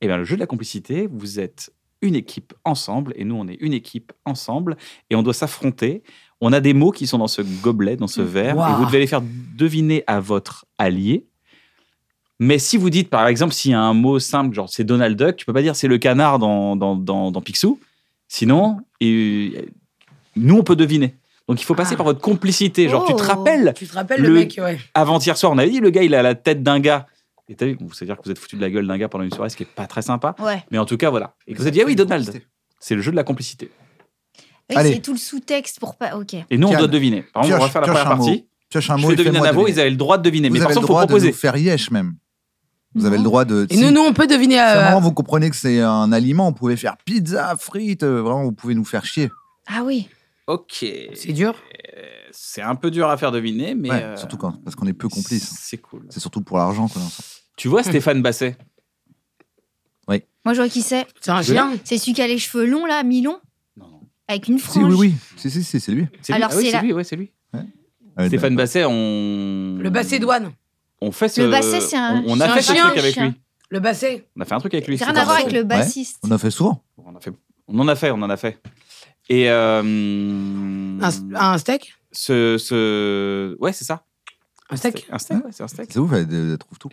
[SPEAKER 3] Eh bien, le jeu de la complicité, vous êtes une équipe ensemble, et nous, on est une équipe ensemble, et on doit s'affronter. On a des mots qui sont dans ce gobelet, dans ce verre,
[SPEAKER 1] Waouh.
[SPEAKER 3] et vous devez les faire deviner à votre allié. Mais si vous dites, par exemple, s'il y a un mot simple, genre c'est Donald Duck, tu peux pas dire c'est le canard dans, dans, dans, dans Picsou. Sinon, et, nous, on peut deviner. Donc, il faut passer
[SPEAKER 1] Ah.
[SPEAKER 3] par votre complicité. Genre, tu te
[SPEAKER 2] Oh.
[SPEAKER 3] rappelles
[SPEAKER 1] Tu te rappelles le,
[SPEAKER 3] Le-
[SPEAKER 1] mec, ouais.
[SPEAKER 3] avant-hier soir, on avait dit le gars, il a la tête d'un gars. Et t'as vu, c'est-à-dire que vous êtes foutu de la gueule d'un gars pendant une soirée, ce qui est pas très sympa.
[SPEAKER 2] Ouais.
[SPEAKER 3] Mais en tout cas, voilà. Et que vous avez dit, ah oui, Donald, c'est le jeu de la complicité.
[SPEAKER 2] Oui,
[SPEAKER 4] Allez.
[SPEAKER 2] c'est tout le sous-texte pour pas. Ok.
[SPEAKER 3] Et nous, on
[SPEAKER 4] Tiens,
[SPEAKER 3] doit deviner. Par exemple, on va
[SPEAKER 4] pioche-
[SPEAKER 3] faire la
[SPEAKER 4] pioche
[SPEAKER 3] première
[SPEAKER 4] un mot.
[SPEAKER 3] partie.
[SPEAKER 4] Pioche un
[SPEAKER 3] Je
[SPEAKER 4] mot
[SPEAKER 3] vais
[SPEAKER 4] et
[SPEAKER 3] deviner un
[SPEAKER 4] fais-moi
[SPEAKER 3] avo,
[SPEAKER 4] deviner.
[SPEAKER 3] ils avaient le droit de deviner.
[SPEAKER 4] Vous
[SPEAKER 3] mais par
[SPEAKER 4] avez le
[SPEAKER 3] contre, il faut
[SPEAKER 4] droit de
[SPEAKER 3] proposer.
[SPEAKER 4] nous faire yesh même. Vous avez le droit de.
[SPEAKER 1] Et
[SPEAKER 4] si-
[SPEAKER 1] nous, nous, on peut deviner.
[SPEAKER 4] si à un
[SPEAKER 1] euh,
[SPEAKER 4] moment vous comprenez que c'est un aliment, vous pouvez faire pizza, frites, euh, vraiment, vous pouvez nous faire chier.
[SPEAKER 2] Ah oui.
[SPEAKER 3] Ok.
[SPEAKER 1] C'est dur.
[SPEAKER 3] Euh, C'est un peu dur à faire deviner, mais.
[SPEAKER 4] Ouais,
[SPEAKER 3] euh,
[SPEAKER 4] Surtout quand, parce qu'on est peu complices.
[SPEAKER 3] C'est cool.
[SPEAKER 4] C'est surtout pour l'argent qu'on est ensemble.
[SPEAKER 3] hein. Tu
[SPEAKER 2] Hmm.
[SPEAKER 3] vois Stéphane Basset
[SPEAKER 2] Moi, je vois qui c'est.
[SPEAKER 1] C'est un chien.
[SPEAKER 2] C'est celui qui a les cheveux longs, là, mi-longs,
[SPEAKER 3] Non, non.
[SPEAKER 2] avec une
[SPEAKER 4] Si,
[SPEAKER 2] frange.
[SPEAKER 4] oui, oui. Si, si, si, c'est lui.
[SPEAKER 3] C'est lui.
[SPEAKER 2] Alors,
[SPEAKER 3] Ah oui,
[SPEAKER 2] c'est
[SPEAKER 3] c'est
[SPEAKER 2] la-
[SPEAKER 3] lui, ouais, c'est lui.
[SPEAKER 4] Euh,
[SPEAKER 3] Stéphane Basset, on.
[SPEAKER 1] Le basset douane.
[SPEAKER 3] On fait ce.
[SPEAKER 2] Le Basset, c'est un-
[SPEAKER 3] On on a
[SPEAKER 1] c'est un
[SPEAKER 3] fait ce
[SPEAKER 1] chien.
[SPEAKER 3] truc avec lui.
[SPEAKER 1] Le basset.
[SPEAKER 3] On a fait un truc avec lui.
[SPEAKER 2] C'est
[SPEAKER 3] c'est
[SPEAKER 2] rien à voir
[SPEAKER 3] Basset.
[SPEAKER 2] avec le bassiste.
[SPEAKER 4] On a fait souvent.
[SPEAKER 3] On, a fait- on en a fait, on en a fait. Et euh,
[SPEAKER 1] Un, un steak
[SPEAKER 3] ce, ce- ouais, c'est ça.
[SPEAKER 1] Un steak
[SPEAKER 3] Un steak, ouais, c'est un steak.
[SPEAKER 4] C'est ouf, elle, elle trouve tout.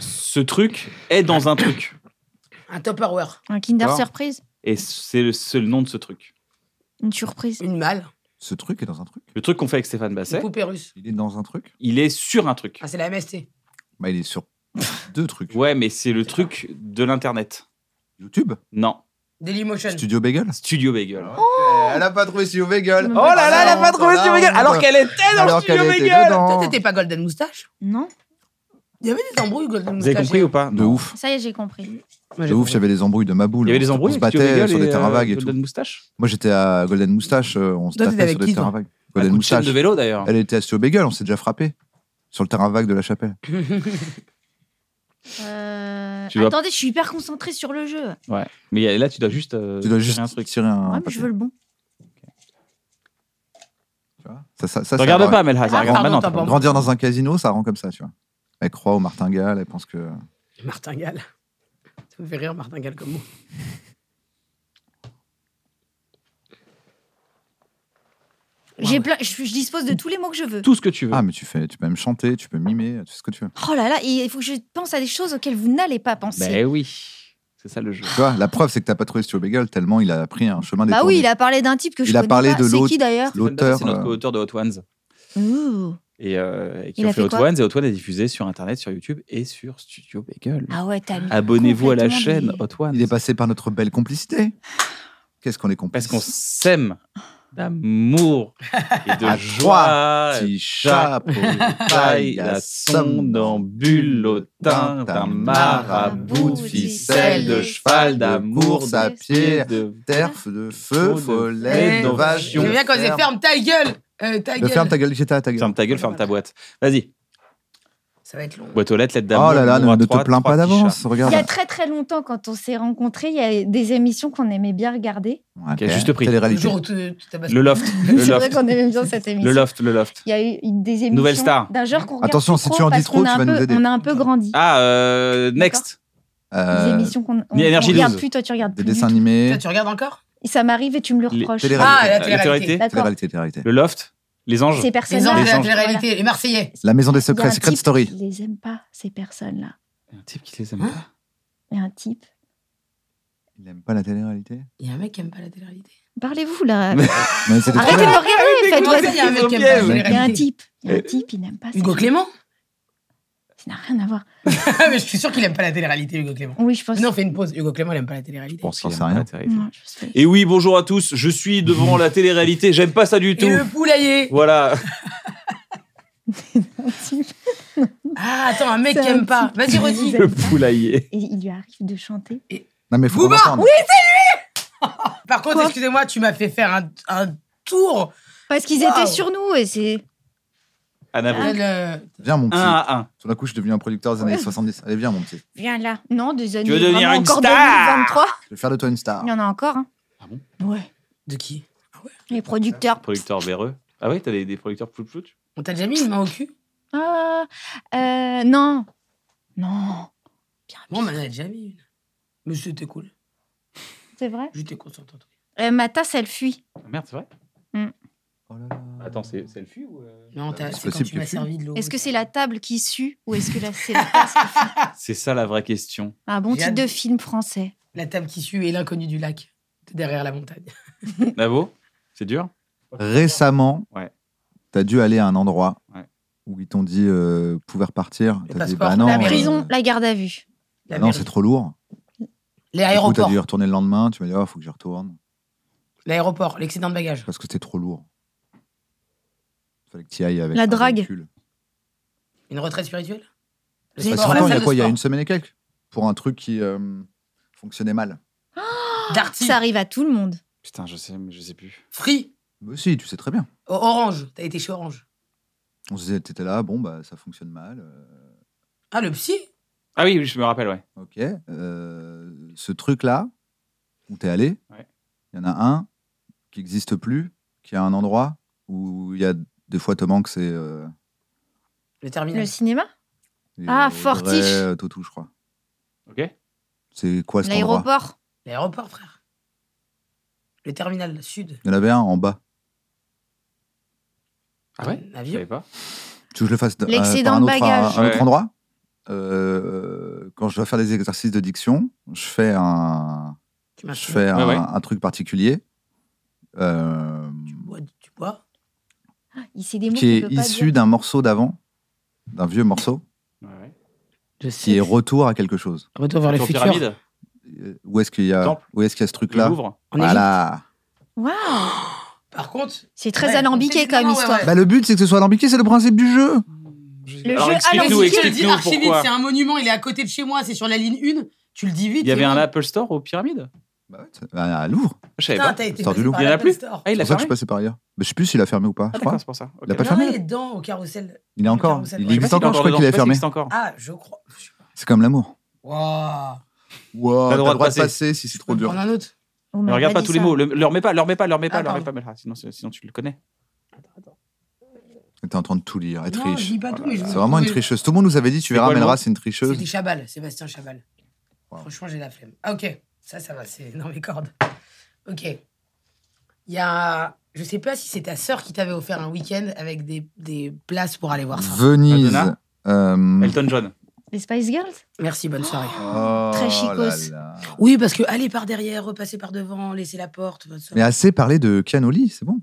[SPEAKER 3] Ce truc est dans un truc,
[SPEAKER 1] Un topperware.
[SPEAKER 2] Un Kinder
[SPEAKER 3] D'accord.
[SPEAKER 2] Surprise.
[SPEAKER 3] et c'est le seul nom de ce truc.
[SPEAKER 2] Une surprise.
[SPEAKER 1] Une malle.
[SPEAKER 4] Ce truc est dans un truc.
[SPEAKER 3] Le truc qu'on fait avec Stéphane
[SPEAKER 1] Une
[SPEAKER 3] Basset,
[SPEAKER 1] poupée russe.
[SPEAKER 4] Il est dans un truc.
[SPEAKER 3] il est sur un truc.
[SPEAKER 1] Ah, c'est la MST.
[SPEAKER 4] Bah, il est sur deux trucs.
[SPEAKER 3] Ouais, mais c'est le truc de l'internet.
[SPEAKER 4] YouTube,
[SPEAKER 3] Non,
[SPEAKER 1] Dailymotion.
[SPEAKER 4] Studio
[SPEAKER 1] Ah.
[SPEAKER 4] Bagel.
[SPEAKER 3] Studio Bagel.
[SPEAKER 4] elle a pas trouvé Studio Bagel.
[SPEAKER 2] Oh
[SPEAKER 3] Oh là là, elle a pas trouvé Studio Bagel alors qu'elle
[SPEAKER 2] Eh
[SPEAKER 3] était dans
[SPEAKER 4] Alors
[SPEAKER 3] Studio
[SPEAKER 4] qu'elle était
[SPEAKER 3] Bagel.
[SPEAKER 1] Toi,
[SPEAKER 4] dedans.
[SPEAKER 1] t'étais pas Golden Moustache
[SPEAKER 2] Non
[SPEAKER 1] Il y avait des embrouilles Golden
[SPEAKER 3] Vous
[SPEAKER 1] Moustache.
[SPEAKER 3] avez compris ou pas
[SPEAKER 4] De ouf.
[SPEAKER 2] Ça y est, j'ai compris.
[SPEAKER 1] Moi, j'ai
[SPEAKER 4] De ouf,
[SPEAKER 1] compris.
[SPEAKER 4] j'avais des embrouilles de hein. ma boule.
[SPEAKER 3] Il y avait des
[SPEAKER 4] On
[SPEAKER 3] embrouilles.
[SPEAKER 4] se
[SPEAKER 3] avec Studio
[SPEAKER 4] battait
[SPEAKER 3] Bagel
[SPEAKER 4] sur des
[SPEAKER 3] euh,
[SPEAKER 4] terrains vagues et
[SPEAKER 3] Golden
[SPEAKER 4] tout.
[SPEAKER 3] Moustache.
[SPEAKER 4] Moi, j'étais à Golden Moustache. euh, On se
[SPEAKER 1] Toi, t'étais
[SPEAKER 4] tapait
[SPEAKER 1] avec
[SPEAKER 4] sur des
[SPEAKER 1] qui,
[SPEAKER 4] terrains
[SPEAKER 1] toi
[SPEAKER 4] vagues.
[SPEAKER 3] Un
[SPEAKER 4] Golden
[SPEAKER 3] coup de chaîne
[SPEAKER 4] Moustache.
[SPEAKER 3] de vélo d'ailleurs.
[SPEAKER 4] Elle était à Studio Bagel, on s'est déjà frappé. Sur le terrain vague de la chapelle.
[SPEAKER 2] Euh,
[SPEAKER 3] Tu vas-
[SPEAKER 2] Attendez, je suis hyper concentrée sur le jeu.
[SPEAKER 3] Ouais. Mais là, tu dois juste. euh,
[SPEAKER 4] Tu dois juste
[SPEAKER 3] faire un truc.
[SPEAKER 4] tirer un.
[SPEAKER 2] Ouais, mais
[SPEAKER 4] papier,
[SPEAKER 2] je veux le bon.
[SPEAKER 4] tu vois. Ça, ça, ça,
[SPEAKER 3] Ne
[SPEAKER 4] ça
[SPEAKER 3] regarde
[SPEAKER 4] leur-
[SPEAKER 3] pas, Melha.
[SPEAKER 1] Ah,
[SPEAKER 3] ça regarde
[SPEAKER 1] pardon,
[SPEAKER 3] maintenant.
[SPEAKER 1] t'as pas-
[SPEAKER 4] Grandir dans un casino, ça rend comme ça, tu vois. Elle croit au martingale, elle pense que.
[SPEAKER 1] Martingale. Ça me fait rire, Martingale, comme mot.
[SPEAKER 2] J'ai plein... je, je dispose de tous les mots que je veux.
[SPEAKER 3] Tout ce que tu veux.
[SPEAKER 4] Ah, mais tu, fais, tu peux même chanter, tu peux mimer, tu fais ce que tu veux.
[SPEAKER 2] Oh là là, et il faut que je pense à des choses auxquelles vous n'allez pas penser.
[SPEAKER 3] Ben oui, c'est ça le jeu.
[SPEAKER 2] Ah,
[SPEAKER 4] Tu vois, la preuve, c'est que t'as pas trouvé Studio Bagel tellement il a pris un chemin détourné.
[SPEAKER 2] bah oui, il a parlé d'un type que je
[SPEAKER 4] Il a
[SPEAKER 2] connais
[SPEAKER 4] parlé
[SPEAKER 2] pas.
[SPEAKER 4] de
[SPEAKER 2] C'est
[SPEAKER 4] l'autre.
[SPEAKER 2] qui d'ailleurs
[SPEAKER 4] L'auteur.
[SPEAKER 3] C'est notre
[SPEAKER 4] euh,
[SPEAKER 3] co-auteur de Hot Ones.
[SPEAKER 2] Ouh.
[SPEAKER 3] Et, euh, et qui
[SPEAKER 2] Il
[SPEAKER 3] ont
[SPEAKER 2] a
[SPEAKER 3] fait
[SPEAKER 2] fait
[SPEAKER 3] Hot
[SPEAKER 2] quoi
[SPEAKER 3] Ones. Et Hot Ones est diffusé sur Internet, sur YouTube et sur Studio Bagel.
[SPEAKER 2] Ah ouais, t'as mis
[SPEAKER 3] Abonnez-vous à la
[SPEAKER 2] complètement
[SPEAKER 3] chaîne
[SPEAKER 2] des-
[SPEAKER 3] Hot Ones.
[SPEAKER 4] Il est passé par notre belle complicité. Qu'est-ce qu'on est complice
[SPEAKER 3] Parce qu'on s'aime d'amour et de
[SPEAKER 4] À
[SPEAKER 3] joie.
[SPEAKER 4] Petit chapeau,
[SPEAKER 3] Paille,
[SPEAKER 4] paille,
[SPEAKER 3] la
[SPEAKER 4] à sonde
[SPEAKER 3] somnambulotin d'un marabout de ficelle, de cheval, d'amour,
[SPEAKER 4] course à pied,
[SPEAKER 3] de
[SPEAKER 4] terf, de feu, follet,
[SPEAKER 1] Eh,
[SPEAKER 4] d'ovation.
[SPEAKER 1] J'aime bien quand c'est ferme ta gueule Euh, Ta
[SPEAKER 4] De
[SPEAKER 1] gueule
[SPEAKER 4] ferme ta gueule, j'étais à ta gueule.
[SPEAKER 3] Ferme ta gueule, ferme ta boîte. Vas-y,
[SPEAKER 1] Ça va être long.
[SPEAKER 3] boîte aux lettres, lettre d'amour.
[SPEAKER 4] Oh là là,
[SPEAKER 3] numéro
[SPEAKER 4] ne, ne
[SPEAKER 3] trois,
[SPEAKER 4] te plains
[SPEAKER 3] trois
[SPEAKER 4] pas
[SPEAKER 3] petits
[SPEAKER 4] d'avance,
[SPEAKER 2] Il y a
[SPEAKER 4] regarde.
[SPEAKER 2] très très longtemps, quand on s'est rencontrés, il y a des émissions qu'on aimait bien regarder.
[SPEAKER 4] Ouais,
[SPEAKER 3] Qui a juste pris.
[SPEAKER 1] Le
[SPEAKER 4] télé-réalité.
[SPEAKER 1] jour où tu tu t'as
[SPEAKER 3] chats. Le loft, le
[SPEAKER 2] C'est vrai
[SPEAKER 3] loft,
[SPEAKER 2] qu'on aimait bien cette émission.
[SPEAKER 3] le loft, le loft.
[SPEAKER 2] Il y a eu des émissions
[SPEAKER 3] Nouvelle star.
[SPEAKER 2] d'un genre qu'on regarde
[SPEAKER 4] Attention,
[SPEAKER 2] plus
[SPEAKER 4] si tu en dis
[SPEAKER 2] parce
[SPEAKER 4] trop,
[SPEAKER 2] qu'on a
[SPEAKER 4] tu
[SPEAKER 2] un
[SPEAKER 4] vas nous
[SPEAKER 2] peu-
[SPEAKER 4] aider.
[SPEAKER 2] On a un peu grandi.
[SPEAKER 3] Ah, euh, next.
[SPEAKER 2] Des
[SPEAKER 4] Euh,
[SPEAKER 2] émissions qu'on on,
[SPEAKER 3] Ni Energy
[SPEAKER 2] on regarde
[SPEAKER 3] 12.
[SPEAKER 2] plus, toi tu regardes
[SPEAKER 4] Des
[SPEAKER 2] plus. du
[SPEAKER 4] dessins
[SPEAKER 2] tout.
[SPEAKER 4] animés,
[SPEAKER 1] tu regardes encore
[SPEAKER 2] Et ça m'arrive et tu me le
[SPEAKER 3] Les
[SPEAKER 2] reproches.
[SPEAKER 4] télé-réalités.
[SPEAKER 1] Ah, la
[SPEAKER 3] Euh,
[SPEAKER 1] télé-réalité.
[SPEAKER 2] D'accord.
[SPEAKER 4] télé-réalité, télé-réalité.
[SPEAKER 3] Le loft, les anges.
[SPEAKER 2] Ces
[SPEAKER 1] Les
[SPEAKER 2] personnes-là,
[SPEAKER 1] anges de la
[SPEAKER 3] anges.
[SPEAKER 1] télé-réalité, les Marseillais.
[SPEAKER 4] La maison des
[SPEAKER 2] il y a
[SPEAKER 4] secrets,
[SPEAKER 2] un
[SPEAKER 4] Secret
[SPEAKER 2] type
[SPEAKER 4] Story.
[SPEAKER 2] qui les aime pas, ces personnes-là.
[SPEAKER 3] Il y a un type qui les aime
[SPEAKER 1] Hein
[SPEAKER 3] pas.
[SPEAKER 2] Il y a un type.
[SPEAKER 4] Il aime pas la télé-réalité
[SPEAKER 1] Il y a un mec qui aime pas la télé-réalité.
[SPEAKER 2] Parlez-vous là.
[SPEAKER 4] Mais c'était trop
[SPEAKER 2] Arrêtez de
[SPEAKER 4] bien.
[SPEAKER 2] me regarder, faites
[SPEAKER 1] Comment ça,
[SPEAKER 2] votre-
[SPEAKER 1] il y a un mec qui aime
[SPEAKER 3] Ils ont
[SPEAKER 1] pas la
[SPEAKER 2] Il y
[SPEAKER 4] bien,
[SPEAKER 2] a un
[SPEAKER 1] télé-réalité
[SPEAKER 2] type. Il y a
[SPEAKER 3] Euh,
[SPEAKER 2] un type, il n'aime pas ces
[SPEAKER 1] Hugo
[SPEAKER 2] gens-là.
[SPEAKER 1] Clément Ah,
[SPEAKER 2] Ça n'a rien à voir.
[SPEAKER 1] Mais je suis sûr qu'il aime pas la télé-réalité, Hugo Clément.
[SPEAKER 2] Oui, je pense.
[SPEAKER 1] Non, on fait une pause. Hugo Clément, il aime pas la télé-réalité.
[SPEAKER 3] pense
[SPEAKER 4] qu'il
[SPEAKER 3] qu'il
[SPEAKER 4] aime pas la
[SPEAKER 2] Non, je pense pas.
[SPEAKER 3] Et oui, bonjour à tous. Je suis devant la télé-réalité. J'aime pas ça du
[SPEAKER 1] Et
[SPEAKER 3] tout.
[SPEAKER 1] le poulailler
[SPEAKER 3] Voilà.
[SPEAKER 2] Un type.
[SPEAKER 1] Ah, attends, un mec
[SPEAKER 2] C'est
[SPEAKER 1] qui
[SPEAKER 2] un
[SPEAKER 1] aime pas.
[SPEAKER 2] type.
[SPEAKER 1] Vas-y, redis.
[SPEAKER 2] Le
[SPEAKER 3] poulailler.
[SPEAKER 2] Et il lui arrive de chanter.
[SPEAKER 4] Non, mais faut
[SPEAKER 1] Booba,
[SPEAKER 4] comprendre.
[SPEAKER 1] Par contre, excusez-moi, tu m'as fait faire un, un tour.
[SPEAKER 2] Parce qu'ils
[SPEAKER 1] Wow.
[SPEAKER 2] étaient sur nous et c'est.
[SPEAKER 3] Anna Brooke.
[SPEAKER 1] Elle, euh,
[SPEAKER 4] Viens, mon petit.
[SPEAKER 3] Un à un.
[SPEAKER 4] Tout d'un coup, je suis devenu un producteur des années 70. Allez, viens, mon petit.
[SPEAKER 2] Viens là. Non, des années.
[SPEAKER 3] veux devenir
[SPEAKER 2] vraiment
[SPEAKER 3] une
[SPEAKER 2] encore
[SPEAKER 3] star
[SPEAKER 2] 2023.
[SPEAKER 4] Je vais faire de toi une star.
[SPEAKER 2] Il y en a encore. hein.
[SPEAKER 1] Ouais. De qui
[SPEAKER 2] Les producteurs.
[SPEAKER 3] Producteur véreux. Ah oui, t'as des, des producteurs plout plout
[SPEAKER 1] On t'a déjà mis une main au cul
[SPEAKER 2] Ah, euh, non. Non.
[SPEAKER 1] Moi, on m'en a déjà mis une. Mais c'était cool.
[SPEAKER 2] C'est vrai.
[SPEAKER 1] J'étais consentante.
[SPEAKER 2] Euh, ma tasse, elle fuit.
[SPEAKER 3] Ah, Merde, c'est vrai
[SPEAKER 4] Oh là là.
[SPEAKER 3] Attends, c'est c'est selfie ou. euh
[SPEAKER 1] Non, t'as-
[SPEAKER 4] C'est
[SPEAKER 1] c'est quand
[SPEAKER 4] possible
[SPEAKER 1] tu
[SPEAKER 4] que
[SPEAKER 1] m'as
[SPEAKER 4] tu-
[SPEAKER 1] servi de l'eau.
[SPEAKER 2] Est-ce que c'est la table qui sue ou est-ce que là, c'est la tasse qui fuit
[SPEAKER 3] C'est ça la vraie question.
[SPEAKER 2] Un bon titre
[SPEAKER 1] Jeanne.
[SPEAKER 2] de film français.
[SPEAKER 1] La table qui sue et l'inconnu du lac, derrière la montagne.
[SPEAKER 3] Navo C'est dur
[SPEAKER 4] Récemment,
[SPEAKER 3] Ouais.
[SPEAKER 4] t'as dû aller à un endroit
[SPEAKER 3] Ouais.
[SPEAKER 4] où ils t'ont dit euh, pouvez repartir.
[SPEAKER 1] Le
[SPEAKER 4] T'as dit
[SPEAKER 1] passeport,
[SPEAKER 4] bah non,
[SPEAKER 1] la
[SPEAKER 2] la
[SPEAKER 4] euh,
[SPEAKER 2] prison, la garde à vue.
[SPEAKER 4] bah
[SPEAKER 1] La
[SPEAKER 4] non,
[SPEAKER 1] mairie.
[SPEAKER 4] c'est trop lourd.
[SPEAKER 1] Les
[SPEAKER 4] Du coup, t'as
[SPEAKER 1] aéroports.
[SPEAKER 4] dû y retourner le lendemain. Tu m'as dit oh, faut que j'y retourne
[SPEAKER 1] L'aéroport, l'excédent de bagages.
[SPEAKER 4] parce que c'était trop lourd. Fallait que t'y ailles avec.
[SPEAKER 2] La
[SPEAKER 4] un
[SPEAKER 2] drague.
[SPEAKER 4] véhicule.
[SPEAKER 1] Une retraite spirituelle Le
[SPEAKER 4] Parce
[SPEAKER 1] sport,
[SPEAKER 4] que
[SPEAKER 1] la
[SPEAKER 4] attends, il y a
[SPEAKER 1] salle de
[SPEAKER 4] quoi Il y a
[SPEAKER 1] sport.
[SPEAKER 4] une semaine et quelques pour un truc qui euh, fonctionnait mal.
[SPEAKER 1] Darty,
[SPEAKER 2] Ça arrive à tout le monde.
[SPEAKER 3] Putain, je sais, mais je sais plus.
[SPEAKER 1] Free,
[SPEAKER 4] Mais si, tu sais très bien.
[SPEAKER 1] O- Orange. T'as été chez Orange.
[SPEAKER 4] On se disait t'étais là, bon bah ça fonctionne mal. euh,
[SPEAKER 1] Ah, le psy
[SPEAKER 3] Ah oui, oui, je me rappelle, ouais.
[SPEAKER 4] Ok. euh, ce truc-là, où t'es allé, il
[SPEAKER 3] Ouais.
[SPEAKER 4] y en a un qui n'existe plus, qui a un endroit où il y a des fois te manque, c'est. euh,
[SPEAKER 1] Le
[SPEAKER 2] Le
[SPEAKER 1] terminal.
[SPEAKER 2] cinéma
[SPEAKER 4] les
[SPEAKER 2] Ah,
[SPEAKER 4] Audrey,
[SPEAKER 2] Fortiche.
[SPEAKER 4] euh, Totou, je crois.
[SPEAKER 3] Ok
[SPEAKER 4] C'est quoi cet endroit
[SPEAKER 2] L'aéroport
[SPEAKER 1] L'aéroport, frère. Le terminal sud.
[SPEAKER 4] Il y en avait un en bas.
[SPEAKER 3] Ah ouais
[SPEAKER 1] Un
[SPEAKER 3] Je
[SPEAKER 1] avion.
[SPEAKER 3] savais pas.
[SPEAKER 4] Tu veux que je le fasse euh, par
[SPEAKER 2] L'excédent
[SPEAKER 4] un
[SPEAKER 2] de
[SPEAKER 4] autre, un-
[SPEAKER 2] bagages.
[SPEAKER 4] un autre
[SPEAKER 3] Ouais.
[SPEAKER 4] endroit Euh, Quand je dois faire des exercices de diction, je fais un,
[SPEAKER 1] Tu
[SPEAKER 4] je
[SPEAKER 1] m'as
[SPEAKER 4] fais un,
[SPEAKER 3] Ah, ouais.
[SPEAKER 4] un truc particulier. euh,
[SPEAKER 1] Tu bois, tu bois.
[SPEAKER 2] Il sait des mots
[SPEAKER 4] qui
[SPEAKER 2] qu'il
[SPEAKER 4] est
[SPEAKER 2] peut pas
[SPEAKER 4] issu
[SPEAKER 2] dire.
[SPEAKER 4] d'un morceau d'avant, d'un vieux morceau,
[SPEAKER 3] Ouais, ouais.
[SPEAKER 1] Je
[SPEAKER 4] qui est retour à quelque chose.
[SPEAKER 1] Retour vers le
[SPEAKER 3] Tour
[SPEAKER 1] futur.
[SPEAKER 3] pyramide
[SPEAKER 4] Euh, où est-ce qu'il y a
[SPEAKER 3] Temple.
[SPEAKER 4] où est-ce qu'il y a ce truc
[SPEAKER 3] Le
[SPEAKER 4] là
[SPEAKER 3] Louvre
[SPEAKER 1] En Égypte.
[SPEAKER 4] voilà
[SPEAKER 2] Waouh
[SPEAKER 1] Par contre.
[SPEAKER 2] C'est très
[SPEAKER 1] Ouais, on
[SPEAKER 2] alambiqué
[SPEAKER 1] sait
[SPEAKER 2] comme
[SPEAKER 1] vraiment, ouais,
[SPEAKER 2] histoire.
[SPEAKER 1] ouais.
[SPEAKER 4] bah, le but c'est que ce soit alambiqué c'est le principe du jeu
[SPEAKER 2] Le
[SPEAKER 3] Alors
[SPEAKER 1] ah,
[SPEAKER 2] jeu
[SPEAKER 3] explique-nous,
[SPEAKER 2] alambiqué.
[SPEAKER 1] tu le dis
[SPEAKER 3] explique-nous
[SPEAKER 1] archi vite,
[SPEAKER 3] pourquoi.
[SPEAKER 1] c'est un monument, il est à côté de chez moi, c'est sur la ligne 1. Tu le dis vite.
[SPEAKER 3] Il y avait
[SPEAKER 1] c'est
[SPEAKER 3] un
[SPEAKER 1] bon.
[SPEAKER 3] Apple Store aux pyramides
[SPEAKER 4] bah, ouais, c'est- à à Louvre
[SPEAKER 3] Je savais
[SPEAKER 1] Putain,
[SPEAKER 3] pas.
[SPEAKER 1] t'as été
[SPEAKER 4] Sort du
[SPEAKER 1] passé
[SPEAKER 4] loup.
[SPEAKER 1] par
[SPEAKER 3] Il y en a
[SPEAKER 1] l'Apple
[SPEAKER 3] plus.
[SPEAKER 1] Store.
[SPEAKER 3] Ah, il
[SPEAKER 4] c'est
[SPEAKER 3] l'a
[SPEAKER 4] pour ça que je
[SPEAKER 3] fermé
[SPEAKER 4] suis passé par ailleurs mais je sais plus s'il a fermé ou pas
[SPEAKER 3] Ah
[SPEAKER 4] je crois
[SPEAKER 3] d'accord, c'est pour ça.
[SPEAKER 4] Il a pas
[SPEAKER 1] Non,
[SPEAKER 4] fermé,
[SPEAKER 1] il est dedans, au carrousel.
[SPEAKER 3] Oh.
[SPEAKER 4] il est encore
[SPEAKER 1] carrousel,
[SPEAKER 4] il
[SPEAKER 1] ouais.
[SPEAKER 4] existe
[SPEAKER 1] Je sais pas
[SPEAKER 4] encore je crois qu'il est fermé
[SPEAKER 3] C'est encore.
[SPEAKER 1] Ah, je crois. Je sais pas.
[SPEAKER 4] c'est comme l'amour
[SPEAKER 1] Waouh.
[SPEAKER 4] wow,
[SPEAKER 3] T'as le droit de passer.
[SPEAKER 4] si c'est
[SPEAKER 1] Je
[SPEAKER 4] trop
[SPEAKER 1] peux
[SPEAKER 4] dur
[SPEAKER 1] prendre un autre.
[SPEAKER 2] Oh, On
[SPEAKER 3] Ne
[SPEAKER 2] m'a
[SPEAKER 3] regarde pas
[SPEAKER 2] dit
[SPEAKER 3] tous les
[SPEAKER 2] ça.
[SPEAKER 3] mots. Le- Leur mets pas, leur mets pas, leur mets pas,
[SPEAKER 1] Ah,
[SPEAKER 3] leur mets pas,
[SPEAKER 1] pardon.
[SPEAKER 3] Melra, sinon, sinon tu le connais.
[SPEAKER 4] t'es en train de tout lire être
[SPEAKER 1] Non, je
[SPEAKER 4] riche
[SPEAKER 1] lis pas tout, mais je
[SPEAKER 4] c'est
[SPEAKER 1] vais
[SPEAKER 4] vraiment une
[SPEAKER 1] trouver.
[SPEAKER 4] tricheuse tout le monde nous avait dit tu
[SPEAKER 3] C'est
[SPEAKER 4] verras
[SPEAKER 3] quoi le
[SPEAKER 4] Melra
[SPEAKER 3] mot
[SPEAKER 4] c'est une tricheuse
[SPEAKER 1] C'était Chabal, Sébastien Chabal.
[SPEAKER 4] Wow.
[SPEAKER 1] Franchement, j'ai la flemme. Ah, ok. Ça, ça va, c'est dans mes cordes. Ok. Il y a. Je sais pas si c'est ta sœur qui t'avait offert un week-end avec des, des places pour aller voir ça.
[SPEAKER 4] Venise
[SPEAKER 3] Madonna.
[SPEAKER 4] euh,
[SPEAKER 3] Elton John.
[SPEAKER 2] Les Spice Girls
[SPEAKER 1] Merci, bonne soirée.
[SPEAKER 4] oh
[SPEAKER 2] Très chicos.
[SPEAKER 4] là là.
[SPEAKER 1] Oui, parce que aller par derrière, repasser par devant, laisser la porte. bonne soirée.
[SPEAKER 4] mais assez parlé de Canoli c'est bon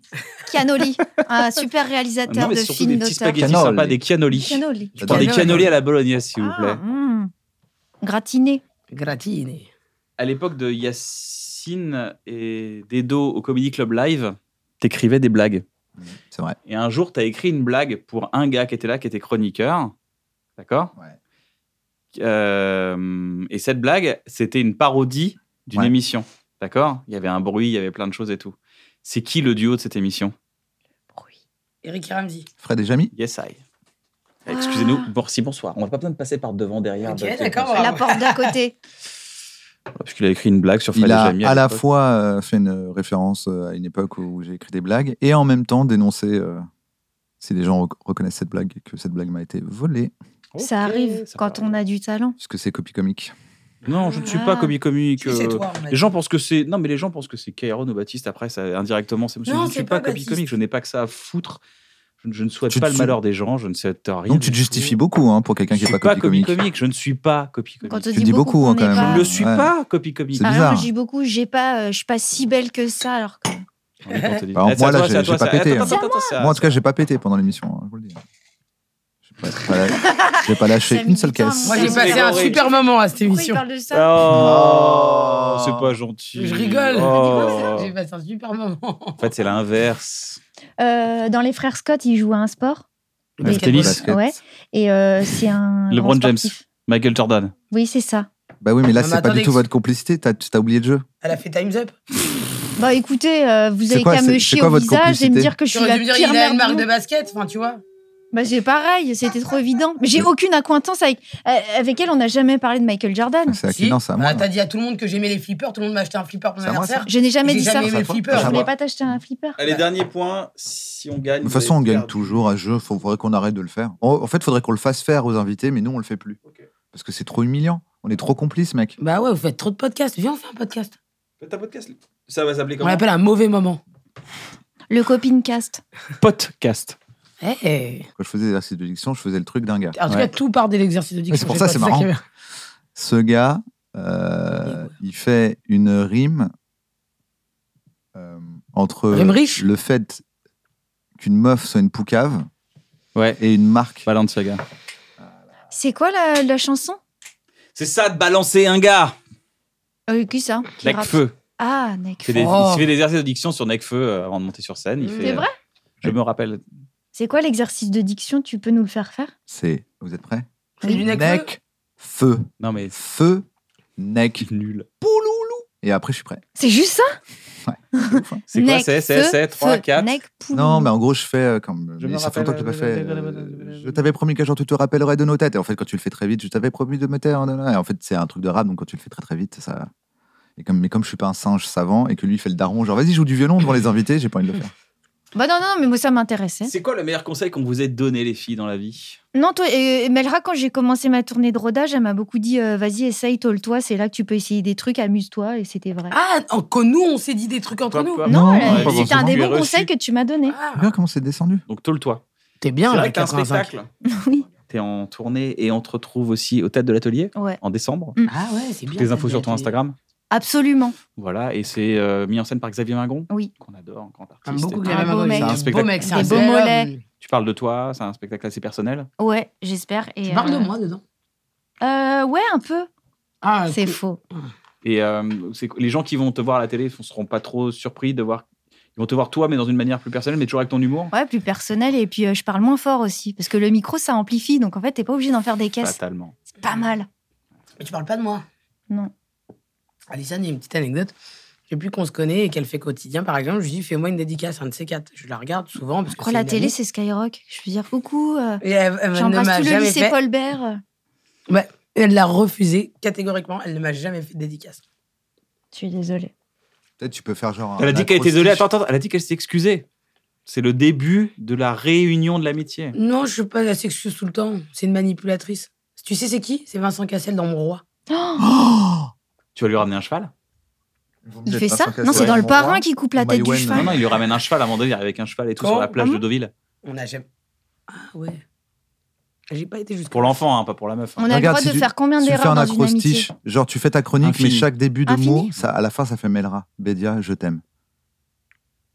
[SPEAKER 2] Canoli, un super réalisateur
[SPEAKER 3] Non, mais
[SPEAKER 2] de
[SPEAKER 3] surtout des
[SPEAKER 2] films
[SPEAKER 3] petits
[SPEAKER 2] d'auteur.
[SPEAKER 3] spaghettis
[SPEAKER 4] Cannoli.
[SPEAKER 3] sympas, des cannolis.
[SPEAKER 2] Canoli.
[SPEAKER 3] Je prends des cannolis à la bolognaise, s'il vous plaît.
[SPEAKER 2] Ah, hmm. Gratiné.
[SPEAKER 1] Gratine.
[SPEAKER 3] À l'époque de Yacine et Dedo au Comedy Club Live, t'écrivais des blagues.
[SPEAKER 4] c'est vrai
[SPEAKER 3] Et un jour, t'as écrit une blague pour un gars qui était là, qui était chroniqueur. D'accord
[SPEAKER 4] Ouais.
[SPEAKER 3] Euh, Et cette blague, c'était une parodie d'une
[SPEAKER 4] Ouais.
[SPEAKER 3] émission. D'accord Il y avait un bruit, il y avait plein de choses et tout. C'est qui le duo de cette émission
[SPEAKER 1] Eric Ramsey.
[SPEAKER 4] Fred et Jamy
[SPEAKER 3] Yes, I. Eh, Ah. Excusez-nous, merci, bonsoir. On n'a pas besoin de passer par devant, derrière.
[SPEAKER 1] Ok,
[SPEAKER 3] Bah,
[SPEAKER 1] d'accord.
[SPEAKER 3] c'est-
[SPEAKER 2] La porte d'à côté.
[SPEAKER 3] Parce qu'il a écrit une blague sur Fred
[SPEAKER 4] Il
[SPEAKER 3] et
[SPEAKER 4] a
[SPEAKER 3] Jamie
[SPEAKER 4] à, la
[SPEAKER 3] l'époque.
[SPEAKER 4] fois euh, fait une référence euh, à une époque où j'ai écrit des blagues et en même temps dénoncé euh, si les gens rec- reconnaissent cette blague et que cette blague m'a été volée,
[SPEAKER 2] ça
[SPEAKER 3] Ok,
[SPEAKER 2] arrive
[SPEAKER 3] ça
[SPEAKER 2] quand
[SPEAKER 3] arrive.
[SPEAKER 2] on a du talent.
[SPEAKER 4] puisque c'est copie comique.
[SPEAKER 3] Non, je ne suis pas
[SPEAKER 2] Ah.
[SPEAKER 3] comique comique.
[SPEAKER 1] Tu sais,
[SPEAKER 3] euh,
[SPEAKER 1] toi, on a
[SPEAKER 3] Les gens pensent que c'est. Non, mais les gens pensent que c'est Kairon ou Baptiste après, ça, indirectement. c'est-
[SPEAKER 1] Non,
[SPEAKER 3] je ne suis
[SPEAKER 1] c'est
[SPEAKER 3] pas
[SPEAKER 1] pas
[SPEAKER 3] comique comique,
[SPEAKER 1] Baptiste.
[SPEAKER 3] je n'ai pas que ça à foutre. Je, ne- je ne souhaite
[SPEAKER 4] Tu-
[SPEAKER 3] pas le
[SPEAKER 4] tu-
[SPEAKER 3] malheur des gens, je ne souhaite rien.
[SPEAKER 4] Donc tu te
[SPEAKER 3] du tout.
[SPEAKER 4] justifies beaucoup hein, pour quelqu'un
[SPEAKER 3] Je
[SPEAKER 4] qui
[SPEAKER 3] ne
[SPEAKER 4] n'est
[SPEAKER 3] suis
[SPEAKER 4] pas
[SPEAKER 3] pas
[SPEAKER 4] copie
[SPEAKER 3] comique
[SPEAKER 4] comique.
[SPEAKER 3] comique, je ne suis pas comique comique.
[SPEAKER 2] Quand on
[SPEAKER 4] Tu
[SPEAKER 2] dit
[SPEAKER 4] dis
[SPEAKER 2] beaucoup,
[SPEAKER 4] beaucoup,
[SPEAKER 2] qu'on
[SPEAKER 4] hein, quand
[SPEAKER 2] n'est
[SPEAKER 4] même.
[SPEAKER 2] pas-
[SPEAKER 3] Je ne le suis
[SPEAKER 4] Ouais.
[SPEAKER 3] pas copique comique.
[SPEAKER 4] C'est
[SPEAKER 2] Par exemple,
[SPEAKER 4] bizarre.
[SPEAKER 2] je
[SPEAKER 4] hein.
[SPEAKER 2] dis beaucoup, j'ai pas, euh, je suis pas si belle que ça. Alors que...
[SPEAKER 3] On
[SPEAKER 1] Bah,
[SPEAKER 3] est quand on dit-
[SPEAKER 4] Par exemple,
[SPEAKER 3] Eh, c'est à
[SPEAKER 4] moi,
[SPEAKER 3] toi,
[SPEAKER 4] là,
[SPEAKER 3] c'est à
[SPEAKER 4] j'ai-
[SPEAKER 3] toi,
[SPEAKER 4] j'ai pas
[SPEAKER 3] c'est à-
[SPEAKER 4] pété,
[SPEAKER 3] attends,
[SPEAKER 4] hein.
[SPEAKER 3] attends, attends, c'est à-
[SPEAKER 4] Moi en tout cas, j'ai pas pété pendant l'émission, hein, je vous le dis. J'ai pas, j'ai pas la- j'ai pas lâché
[SPEAKER 2] Ça me
[SPEAKER 4] une seule
[SPEAKER 2] dit pas,
[SPEAKER 4] caisse.
[SPEAKER 1] Moi, j'ai
[SPEAKER 2] C'est
[SPEAKER 1] passé un
[SPEAKER 3] décoré.
[SPEAKER 1] super moment à cette
[SPEAKER 2] Pourquoi il
[SPEAKER 1] émission.
[SPEAKER 2] parle de ça
[SPEAKER 3] Oh,
[SPEAKER 4] Oh.
[SPEAKER 3] c'est pas gentil.
[SPEAKER 1] Je rigole.
[SPEAKER 3] Oh.
[SPEAKER 1] J'ai passé un super moment.
[SPEAKER 3] En fait, c'est l'inverse.
[SPEAKER 4] Ah.
[SPEAKER 2] Euh, Dans les frères Scott, ils jouent à un sport.
[SPEAKER 4] Ouais,
[SPEAKER 2] Le
[SPEAKER 3] tennis.
[SPEAKER 4] basket.
[SPEAKER 2] Ouais. Et euh, c'est un.
[SPEAKER 3] LeBron
[SPEAKER 2] grand
[SPEAKER 3] James.
[SPEAKER 2] sportif.
[SPEAKER 3] Michael Jordan.
[SPEAKER 2] Oui, c'est ça.
[SPEAKER 4] Bah oui, mais là,
[SPEAKER 1] Non, mais
[SPEAKER 4] c'est pas du
[SPEAKER 1] attendez,
[SPEAKER 4] tout votre complicité, t'as t'as oublié le jeu.
[SPEAKER 1] Elle a fait Time's Up.
[SPEAKER 2] Bah écoutez, euh, vous
[SPEAKER 4] C'est
[SPEAKER 2] avez
[SPEAKER 4] quoi,
[SPEAKER 2] qu'à
[SPEAKER 4] c'est-
[SPEAKER 2] me
[SPEAKER 4] c'est
[SPEAKER 2] chier
[SPEAKER 4] quoi
[SPEAKER 2] au
[SPEAKER 4] votre
[SPEAKER 2] visage et me
[SPEAKER 4] complicité
[SPEAKER 2] dire que je suis
[SPEAKER 1] J'aurais
[SPEAKER 2] la
[SPEAKER 1] dû me dire,
[SPEAKER 2] pire
[SPEAKER 1] il a
[SPEAKER 2] merde.
[SPEAKER 1] une marque
[SPEAKER 2] du
[SPEAKER 1] de
[SPEAKER 2] monde.
[SPEAKER 1] basket, enfin, tu vois.
[SPEAKER 2] Bah, j'ai pareil, c'était trop évident. Mais j'ai aucune acquaintance avec, euh, avec elle, on n'a jamais parlé de Michael Jordan.
[SPEAKER 4] C'est acquittant, ça. à moi.
[SPEAKER 1] Ah, T'as dit à tout le monde que j'aimais les flippers, tout le monde m'a acheté un flipper pour mon
[SPEAKER 4] C'est à moi,
[SPEAKER 1] anniversaire.
[SPEAKER 2] Je n'ai jamais
[SPEAKER 1] J'ai
[SPEAKER 2] dit ça.
[SPEAKER 1] jamais aimé les
[SPEAKER 4] Ça,
[SPEAKER 1] flippers.
[SPEAKER 2] Je
[SPEAKER 4] ça
[SPEAKER 2] voulais
[SPEAKER 4] va.
[SPEAKER 2] pas t'acheter un flipper.
[SPEAKER 3] Allez, dernier point. Si on gagne.
[SPEAKER 4] De toute façon, on gagne toujours à ce jeu. Il faudrait qu'on arrête de le faire. En en fait, il faudrait qu'on le fasse faire aux invités, mais nous, on le fait plus. Parce que c'est trop humiliant. On est trop complices, mec.
[SPEAKER 1] Bah ouais, vous faites trop de podcasts. Viens, on fait un podcast.
[SPEAKER 3] Ta podcast. Ça va s'appeler
[SPEAKER 1] On l'appelle un mauvais moment.
[SPEAKER 2] Le copine cast.
[SPEAKER 3] Podcast.
[SPEAKER 1] Hey.
[SPEAKER 4] Quand je faisais des exercices de diction, je faisais le truc d'un gars.
[SPEAKER 1] Eh. En tout
[SPEAKER 4] Ouais.
[SPEAKER 1] cas, tout part de l'exercice de diction.
[SPEAKER 4] Mais c'est pour
[SPEAKER 1] je
[SPEAKER 4] ça,
[SPEAKER 1] sais
[SPEAKER 4] c'est
[SPEAKER 1] pas,
[SPEAKER 4] marrant.
[SPEAKER 1] qui est bien.
[SPEAKER 4] Ce gars, euh, il fait une rime euh, entre
[SPEAKER 1] Rime riche
[SPEAKER 4] le fait qu'une meuf soit une poucave
[SPEAKER 3] Ouais.
[SPEAKER 4] et une marque.
[SPEAKER 3] Balenciaga.
[SPEAKER 2] C'est quoi la, la chanson
[SPEAKER 3] C'est ça de balancer un gars.
[SPEAKER 2] Euh, Qui ça Qui rappe
[SPEAKER 3] Necfeu.
[SPEAKER 2] Ah,
[SPEAKER 3] Il
[SPEAKER 2] Necfeu.
[SPEAKER 3] fait des,
[SPEAKER 1] Oh.
[SPEAKER 3] il fait des exercices de diction sur Necfeu euh, avant de monter sur scène. Il fait, euh,
[SPEAKER 2] C'est vrai
[SPEAKER 3] Je me rappelle.
[SPEAKER 2] C'est quoi l'exercice de diction Tu peux nous le faire faire
[SPEAKER 4] C'est. Vous êtes prêts
[SPEAKER 1] C'est du nec-feu
[SPEAKER 4] Nec, feu.
[SPEAKER 3] Non, mais c'est
[SPEAKER 4] Feu, nec.
[SPEAKER 3] nul.
[SPEAKER 4] Et après, je suis prêt.
[SPEAKER 2] C'est juste ça
[SPEAKER 4] C'est ouf, hein.
[SPEAKER 3] C'est quoi
[SPEAKER 2] Nec,
[SPEAKER 3] C'est c'est-
[SPEAKER 2] feu,
[SPEAKER 3] c'est 3,
[SPEAKER 2] feu,
[SPEAKER 3] 4.
[SPEAKER 2] nec, poule.
[SPEAKER 4] Non, mais en gros, je fais euh, comme.
[SPEAKER 3] Je
[SPEAKER 4] mais
[SPEAKER 3] me
[SPEAKER 4] ça fait longtemps que je l'ai pas fait.
[SPEAKER 3] rappelle-
[SPEAKER 4] euh, Je t'avais promis qu'un jour tu te rappellerais de nos têtes. Et en fait, quand tu le fais très vite, je t'avais promis de me taire. nanana. Et en fait, c'est un truc de rap, donc quand tu le fais très très vite, ça. Et comme, mais comme je suis pas un singe savant et que lui fait le daron, genre vas-y, joue du violon devant les invités, j'ai pas envie de le faire.
[SPEAKER 2] Bah non, non, mais moi ça m'intéressait.
[SPEAKER 3] C'est quoi le meilleur conseil qu'on vous ait donné, les filles, dans la vie
[SPEAKER 2] Non, toi, euh, Melra, quand j'ai commencé ma tournée de rodage, elle m'a beaucoup dit euh, vas-y, essaye, tôle-toi, c'est là que tu peux essayer des trucs, amuse-toi, et c'était vrai.
[SPEAKER 1] Ah, en- que nous, on s'est dit des trucs entre nous.
[SPEAKER 3] Pourquoi
[SPEAKER 2] non,
[SPEAKER 4] non,
[SPEAKER 2] elle-
[SPEAKER 4] pas
[SPEAKER 2] c'était
[SPEAKER 4] forcément.
[SPEAKER 2] un des
[SPEAKER 3] Tu es
[SPEAKER 2] bons
[SPEAKER 3] reçu.
[SPEAKER 2] conseils que tu m'as donné.
[SPEAKER 1] Ah,
[SPEAKER 4] Regarde comment c'est descendu.
[SPEAKER 3] Donc, tôle-toi.
[SPEAKER 1] T'es bien
[SPEAKER 3] C'est
[SPEAKER 1] là,
[SPEAKER 3] vrai que t'as un
[SPEAKER 1] 85.
[SPEAKER 3] spectacle.
[SPEAKER 2] Oui.
[SPEAKER 3] T'es en tournée et on te retrouve aussi au Tête de l'Atelier
[SPEAKER 2] Ouais,
[SPEAKER 3] en décembre.
[SPEAKER 1] Ah ouais, c'est bien.
[SPEAKER 3] Toutes les
[SPEAKER 1] ça,
[SPEAKER 3] infos sur ton
[SPEAKER 1] t'es-
[SPEAKER 3] Instagram.
[SPEAKER 2] absolument.
[SPEAKER 3] Voilà, et c'est euh, mis en scène par Xavier Mingon.
[SPEAKER 2] Oui.
[SPEAKER 3] Qu'on adore, grand artiste.
[SPEAKER 1] J'aime beaucoup
[SPEAKER 2] Un
[SPEAKER 1] Xavier
[SPEAKER 2] beau
[SPEAKER 1] Mavoye.
[SPEAKER 2] mec.
[SPEAKER 1] C'est
[SPEAKER 3] C'est un
[SPEAKER 1] un Ah, beau
[SPEAKER 3] spectacle.
[SPEAKER 1] mec, c'est un
[SPEAKER 2] Des beaux
[SPEAKER 1] bel
[SPEAKER 2] mollets.
[SPEAKER 1] homme.
[SPEAKER 3] Tu parles de toi, c'est un spectacle assez personnel.
[SPEAKER 2] Ouais, j'espère. et,
[SPEAKER 1] Tu parles de
[SPEAKER 2] euh,
[SPEAKER 1] moi dedans.
[SPEAKER 2] euh, Ouais, un peu.
[SPEAKER 1] Ah,
[SPEAKER 2] C'est
[SPEAKER 1] cool.
[SPEAKER 2] faux.
[SPEAKER 3] Et euh, c'est- les gens qui vont te voir à la télé ne seront pas trop surpris de voir. Ils vont te voir toi, mais dans une manière plus personnelle, mais toujours avec ton humour.
[SPEAKER 2] Ouais, plus personnel, et puis euh, je parle moins fort aussi, parce que le micro ça amplifie, donc en fait t'es pas obligé d'en faire des caisses.
[SPEAKER 3] Fatalement.
[SPEAKER 2] C'est pas mal.
[SPEAKER 1] Mais tu parles pas de moi.
[SPEAKER 2] Non.
[SPEAKER 1] Alison, il y a une petite anecdote. Depuis qu'on se connaît et qu'elle fait quotidien, par exemple, je lui dis fais-moi une dédicace, un de ces quatre. Je la regarde souvent. Parce que
[SPEAKER 2] Pourquoi
[SPEAKER 1] c'est
[SPEAKER 2] la
[SPEAKER 1] une
[SPEAKER 2] télé
[SPEAKER 1] amie.
[SPEAKER 2] c'est Skyrock Je veux dire coucou, euh,
[SPEAKER 1] Et elle,
[SPEAKER 4] Ah,
[SPEAKER 1] elle ne
[SPEAKER 2] j'embrasse
[SPEAKER 1] m'a
[SPEAKER 2] tout le
[SPEAKER 1] jamais
[SPEAKER 2] lycée
[SPEAKER 1] fait.
[SPEAKER 2] Paul Bert.
[SPEAKER 1] Elle l'a refusé catégoriquement. Elle ne m'a jamais fait de dédicace.
[SPEAKER 2] Je suis désolée.
[SPEAKER 4] Peut-être tu peux faire genre. un
[SPEAKER 3] Elle a dit qu'elle était
[SPEAKER 4] acrostiche.
[SPEAKER 3] désolée. Attends, attends, elle a dit qu'elle s'est excusée. C'est le début de la réunion de l'amitié.
[SPEAKER 1] Non, je suis pas assez excuse tout le temps. C'est une manipulatrice. Tu sais c'est qui C'est Vincent Cassel dans Mon Roi.
[SPEAKER 4] Oh
[SPEAKER 3] Tu vas lui ramener un cheval
[SPEAKER 4] Vous me
[SPEAKER 2] Il
[SPEAKER 4] dites
[SPEAKER 2] fait
[SPEAKER 4] pas
[SPEAKER 2] ça
[SPEAKER 4] sans casser
[SPEAKER 2] Non, c'est dans le
[SPEAKER 4] mon roi.
[SPEAKER 2] parrain qui coupe la
[SPEAKER 4] Maïwenn,
[SPEAKER 2] tête du
[SPEAKER 3] Non,
[SPEAKER 2] cheval.
[SPEAKER 3] non, il lui ramène un cheval avant de venir avec un cheval et tout
[SPEAKER 1] Quand
[SPEAKER 3] sur la plage
[SPEAKER 2] Ah
[SPEAKER 3] de
[SPEAKER 2] bon
[SPEAKER 3] Deauville.
[SPEAKER 1] On n'a jamais. Ah ouais. J'ai pas été jusqu'au
[SPEAKER 3] Pour l'enfant, hein, pas pour la meuf. hein.
[SPEAKER 2] On a
[SPEAKER 4] Regarde,
[SPEAKER 2] le
[SPEAKER 4] si
[SPEAKER 2] droit de
[SPEAKER 4] tu-
[SPEAKER 2] faire combien
[SPEAKER 4] Tu fais
[SPEAKER 2] d'erreurs
[SPEAKER 4] un
[SPEAKER 2] dans une amitié
[SPEAKER 4] acrostiche, genre tu fais ta chronique,
[SPEAKER 3] Infini.
[SPEAKER 4] mais chaque début de
[SPEAKER 2] Infini.
[SPEAKER 4] mot, ça, à la fin, ça fait Melra, Bédia, je t'aime.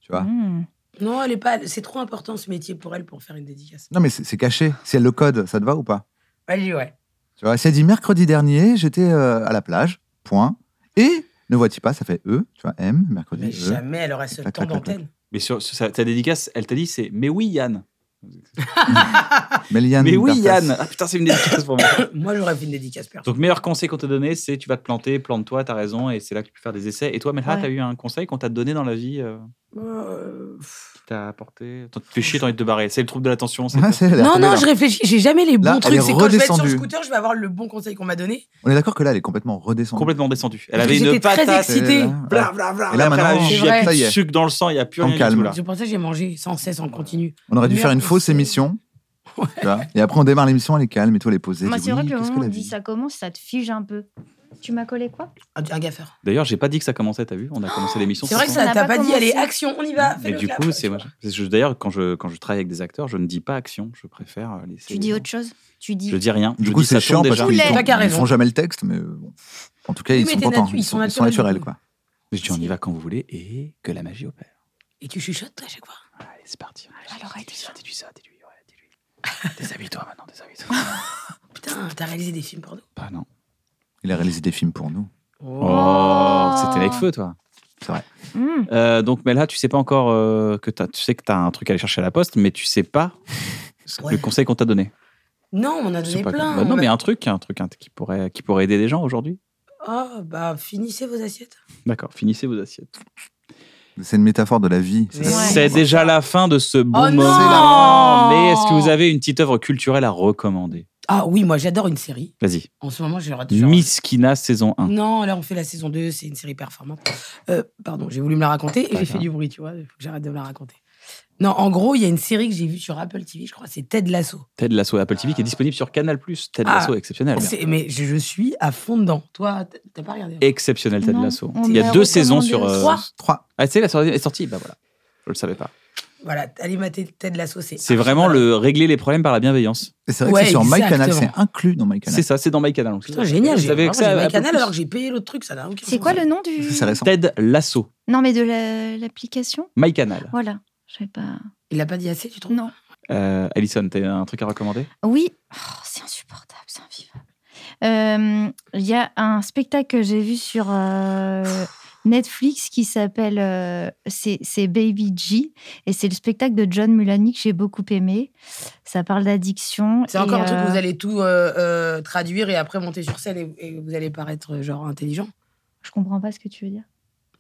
[SPEAKER 4] Tu vois
[SPEAKER 2] Hmm.
[SPEAKER 1] Non, elle est pas. C'est trop important ce métier pour elle pour faire une dédicace.
[SPEAKER 4] Non, mais c'est c'est caché. Si elle le code, ça te va ou pas
[SPEAKER 1] Elle dit ouais.
[SPEAKER 4] Tu vois, si elle dit mercredi dernier, j'étais euh, à la plage, point. Et ne vois-tu pas, ça fait E, tu vois, M, mercredi.
[SPEAKER 1] Mais
[SPEAKER 4] E.
[SPEAKER 1] jamais elle aurait ce
[SPEAKER 4] Clac,
[SPEAKER 1] temps
[SPEAKER 4] clac, clac, clac.
[SPEAKER 1] d'antenne.
[SPEAKER 3] Mais sur, sur sa- ta dédicace, elle t'a dit c'est Mais oui, Yann.
[SPEAKER 4] Mais, Liane
[SPEAKER 3] Mais oui,
[SPEAKER 4] Dartas.
[SPEAKER 3] Yann. Ah putain, c'est une dédicace pour moi.
[SPEAKER 1] Moi, j'aurais fait une dédicace perso.
[SPEAKER 3] Donc, meilleur conseil qu'on t'a donné, c'est tu vas te planter, plante-toi, t'as raison, et c'est là que tu peux faire des essais. Et toi, Melha,
[SPEAKER 2] Ouais.
[SPEAKER 3] t'as eu un conseil qu'on t'a donné dans la vie euh,
[SPEAKER 1] Euh, pff.
[SPEAKER 3] qui t'a apporté Attends, Tu te fais chier, t'as envie de te barrer. C'est le trouble de l'attention. c'est
[SPEAKER 4] Ah,
[SPEAKER 3] ça.
[SPEAKER 4] c'est- elle est
[SPEAKER 1] Non,
[SPEAKER 4] retombée,
[SPEAKER 1] non,
[SPEAKER 4] là.
[SPEAKER 1] je réfléchis. J'ai jamais les bons
[SPEAKER 4] Là, elle est
[SPEAKER 1] trucs. C'est quand je vais être sur le
[SPEAKER 4] redescendue.
[SPEAKER 1] scooter, je vais avoir le bon conseil qu'on m'a donné.
[SPEAKER 4] On est d'accord que là, elle est complètement redescendue.
[SPEAKER 3] Complètement descendu. Elle
[SPEAKER 1] Parce
[SPEAKER 3] avait
[SPEAKER 1] que
[SPEAKER 3] une
[SPEAKER 1] j'étais très
[SPEAKER 3] patate.
[SPEAKER 1] excitée. excité.
[SPEAKER 4] Et
[SPEAKER 3] Bla,
[SPEAKER 4] là,
[SPEAKER 3] bla, bla.
[SPEAKER 4] Et là,
[SPEAKER 3] Après, elle a
[SPEAKER 4] maintenant,
[SPEAKER 3] eu-
[SPEAKER 1] c'est
[SPEAKER 3] il y a
[SPEAKER 1] vrai.
[SPEAKER 3] plus
[SPEAKER 4] Ça y
[SPEAKER 3] de
[SPEAKER 4] est.
[SPEAKER 3] sucre dans le sang, il n'y a plus
[SPEAKER 4] En
[SPEAKER 3] rien du
[SPEAKER 4] calme.
[SPEAKER 3] tout là.
[SPEAKER 1] C'est pour ça que j'ai mangé sans cesse en continu.
[SPEAKER 4] On aurait dû faire une
[SPEAKER 1] Merde,
[SPEAKER 4] fausse
[SPEAKER 1] c'est-
[SPEAKER 4] émission. tu vois. Et après, on démarre l'émission, elle est calme et tout, elle est posée.
[SPEAKER 2] Moi,
[SPEAKER 4] Elle dit,
[SPEAKER 2] c'est vrai
[SPEAKER 4] oui,
[SPEAKER 2] que le
[SPEAKER 4] qu'est-ce
[SPEAKER 2] moment où
[SPEAKER 4] la
[SPEAKER 2] on dit
[SPEAKER 4] vie
[SPEAKER 2] ça commence, ça te fige un peu. Tu m'as collé quoi
[SPEAKER 1] Ah, tu es un gaffeur.
[SPEAKER 3] D'ailleurs, j'ai pas dit que ça commençait, t'as vu On a commencé l'émission.
[SPEAKER 1] C'est vrai
[SPEAKER 3] sans
[SPEAKER 1] que
[SPEAKER 2] On
[SPEAKER 1] ça
[SPEAKER 2] n'a
[SPEAKER 1] t'a
[SPEAKER 2] pas
[SPEAKER 1] pas dit, allez,
[SPEAKER 2] commencé.
[SPEAKER 1] action, on y va. fais
[SPEAKER 3] Et
[SPEAKER 1] le
[SPEAKER 3] du
[SPEAKER 1] clap.
[SPEAKER 3] coup, c'est moi. parce que je- D'ailleurs, quand je, quand je travaille avec des acteurs, je ne dis pas action, je préfère euh, laisser.
[SPEAKER 2] Tu dis autre chose Tu dis.
[SPEAKER 3] Je dis rien.
[SPEAKER 4] Du
[SPEAKER 3] je
[SPEAKER 4] coup,
[SPEAKER 3] dis ça
[SPEAKER 4] c'est
[SPEAKER 3] tourne
[SPEAKER 4] chiant parce
[SPEAKER 3] déjà.
[SPEAKER 4] qu'ils
[SPEAKER 2] Poulet.
[SPEAKER 1] T'as qu'à
[SPEAKER 4] font- ils
[SPEAKER 1] raison.
[SPEAKER 4] font jamais le texte, mais euh, bon. En tout cas, ils
[SPEAKER 1] mais
[SPEAKER 4] sont
[SPEAKER 1] t'es
[SPEAKER 4] contents.
[SPEAKER 1] natu-
[SPEAKER 4] Ils sont ils sont naturels, quoi.
[SPEAKER 3] Je dis on y va quand vous voulez et que la magie opère.
[SPEAKER 1] Et tu chuchotes, toi, à chaque fois.
[SPEAKER 3] Allez, c'est parti.
[SPEAKER 2] Alors,
[SPEAKER 3] dis-lui
[SPEAKER 2] dis-lui
[SPEAKER 3] ça, dis-lui ça, dis-lui. Ouais, dis-lui. Déshabille-toi maintenant, déshabille-toi.
[SPEAKER 1] Putain, t'as réalisé des films pour nous.
[SPEAKER 3] bah non.
[SPEAKER 4] Il a réalisé des films pour nous.
[SPEAKER 3] Oh, c'était avec feu, toi.
[SPEAKER 2] Hmm.
[SPEAKER 3] Euh, donc, mais là, tu sais pas encore euh, que t'as, tu sais que t'as un truc à aller chercher à la poste, mais tu sais pas ce-
[SPEAKER 1] Ouais.
[SPEAKER 3] le conseil qu'on t'a donné.
[SPEAKER 1] Non, on a
[SPEAKER 3] Je
[SPEAKER 1] donné
[SPEAKER 3] sais pas
[SPEAKER 1] plein.
[SPEAKER 3] Bah non,
[SPEAKER 1] On a-
[SPEAKER 3] mais un truc, un truc hein, qui pourrait, qui pourrait aider des gens aujourd'hui.
[SPEAKER 1] Oh, bah, finissez vos assiettes.
[SPEAKER 3] D'accord. Finissez vos assiettes.
[SPEAKER 4] C'est une métaphore de la vie. c'est ça.
[SPEAKER 1] Ouais.
[SPEAKER 3] C'est déjà la fin de ce bon
[SPEAKER 1] Oh non
[SPEAKER 3] moment.
[SPEAKER 1] C'est la fin.
[SPEAKER 3] Mais est-ce que vous avez une petite œuvre culturelle à recommander
[SPEAKER 1] Ah oui, moi j'adore une série.
[SPEAKER 3] Vas-y.
[SPEAKER 1] En ce moment, j'ai raté.
[SPEAKER 3] Miskina saison 1.
[SPEAKER 1] Non, là on fait la saison 2, c'est une série performante. Euh, pardon, j'ai voulu me la raconter et j'ai fait du bruit, tu vois. Il faut que j'arrête de me la raconter. Non, en gros, il y a une série que j'ai vue sur Apple TV, je crois, c'est Ted Lasso.
[SPEAKER 3] Ted Lasso Apple TV qui est disponible sur Canal+. Ted
[SPEAKER 1] Ah.
[SPEAKER 3] Lasso exceptionnel.
[SPEAKER 1] C'est- Mais je, je suis à fond dedans. Toi, t- t'as pas regardé hein
[SPEAKER 3] Exceptionnel Ted
[SPEAKER 2] Non,
[SPEAKER 3] Lasso.
[SPEAKER 2] on
[SPEAKER 3] Il y
[SPEAKER 2] m'a
[SPEAKER 3] a deux saisons
[SPEAKER 2] recommandé
[SPEAKER 3] sur.
[SPEAKER 2] aussi.
[SPEAKER 3] euh,
[SPEAKER 1] Trois.
[SPEAKER 4] Trois.
[SPEAKER 3] Ah, tu sais, la série est sortie Bah voilà. Je le savais pas.
[SPEAKER 1] Voilà, allez mater Ted Lasso, c'est.
[SPEAKER 3] C'est
[SPEAKER 1] archi
[SPEAKER 3] vraiment
[SPEAKER 1] malade.
[SPEAKER 3] le régler les problèmes par la bienveillance.
[SPEAKER 4] Et c'est vrai
[SPEAKER 1] Ouais,
[SPEAKER 4] que c'est sur MyCanal,
[SPEAKER 1] exactement.
[SPEAKER 4] c'est inclus dans MyCanal.
[SPEAKER 3] C'est ça, c'est dans MyCanal. Donc,
[SPEAKER 1] Putain, génial,
[SPEAKER 3] Vous
[SPEAKER 1] j'ai
[SPEAKER 3] avez
[SPEAKER 1] vraiment,
[SPEAKER 3] accès
[SPEAKER 1] j'ai
[SPEAKER 3] à
[SPEAKER 1] ma
[SPEAKER 3] Apple+.
[SPEAKER 1] canal alors que j'ai payé l'autre truc, ça n'a aucun
[SPEAKER 2] C'est quoi
[SPEAKER 1] sens.
[SPEAKER 2] le nom du.
[SPEAKER 4] C'est récent.
[SPEAKER 3] Ted Lasso,
[SPEAKER 2] Non, mais de la- l'application
[SPEAKER 3] MyCanal.
[SPEAKER 2] Voilà. Je sais pas.
[SPEAKER 1] Il l'a pas dit assez, tu trouves
[SPEAKER 2] Non.
[SPEAKER 3] Euh, Alison, t'as un truc à recommander
[SPEAKER 2] Oui, Oh, c'est insupportable, c'est invivable. Euh, Il y a un spectacle que j'ai vu sur euh, Netflix qui s'appelle euh, c'est c'est Baby G et c'est le spectacle de John Mulaney que j'ai beaucoup aimé. Ça parle d'addiction.
[SPEAKER 1] C'est
[SPEAKER 2] et,
[SPEAKER 1] encore un truc
[SPEAKER 2] euh,
[SPEAKER 1] où vous allez tout euh, euh, traduire et après monter sur scène et, et vous allez paraître euh, genre intelligent.
[SPEAKER 2] Je comprends pas ce que tu veux dire.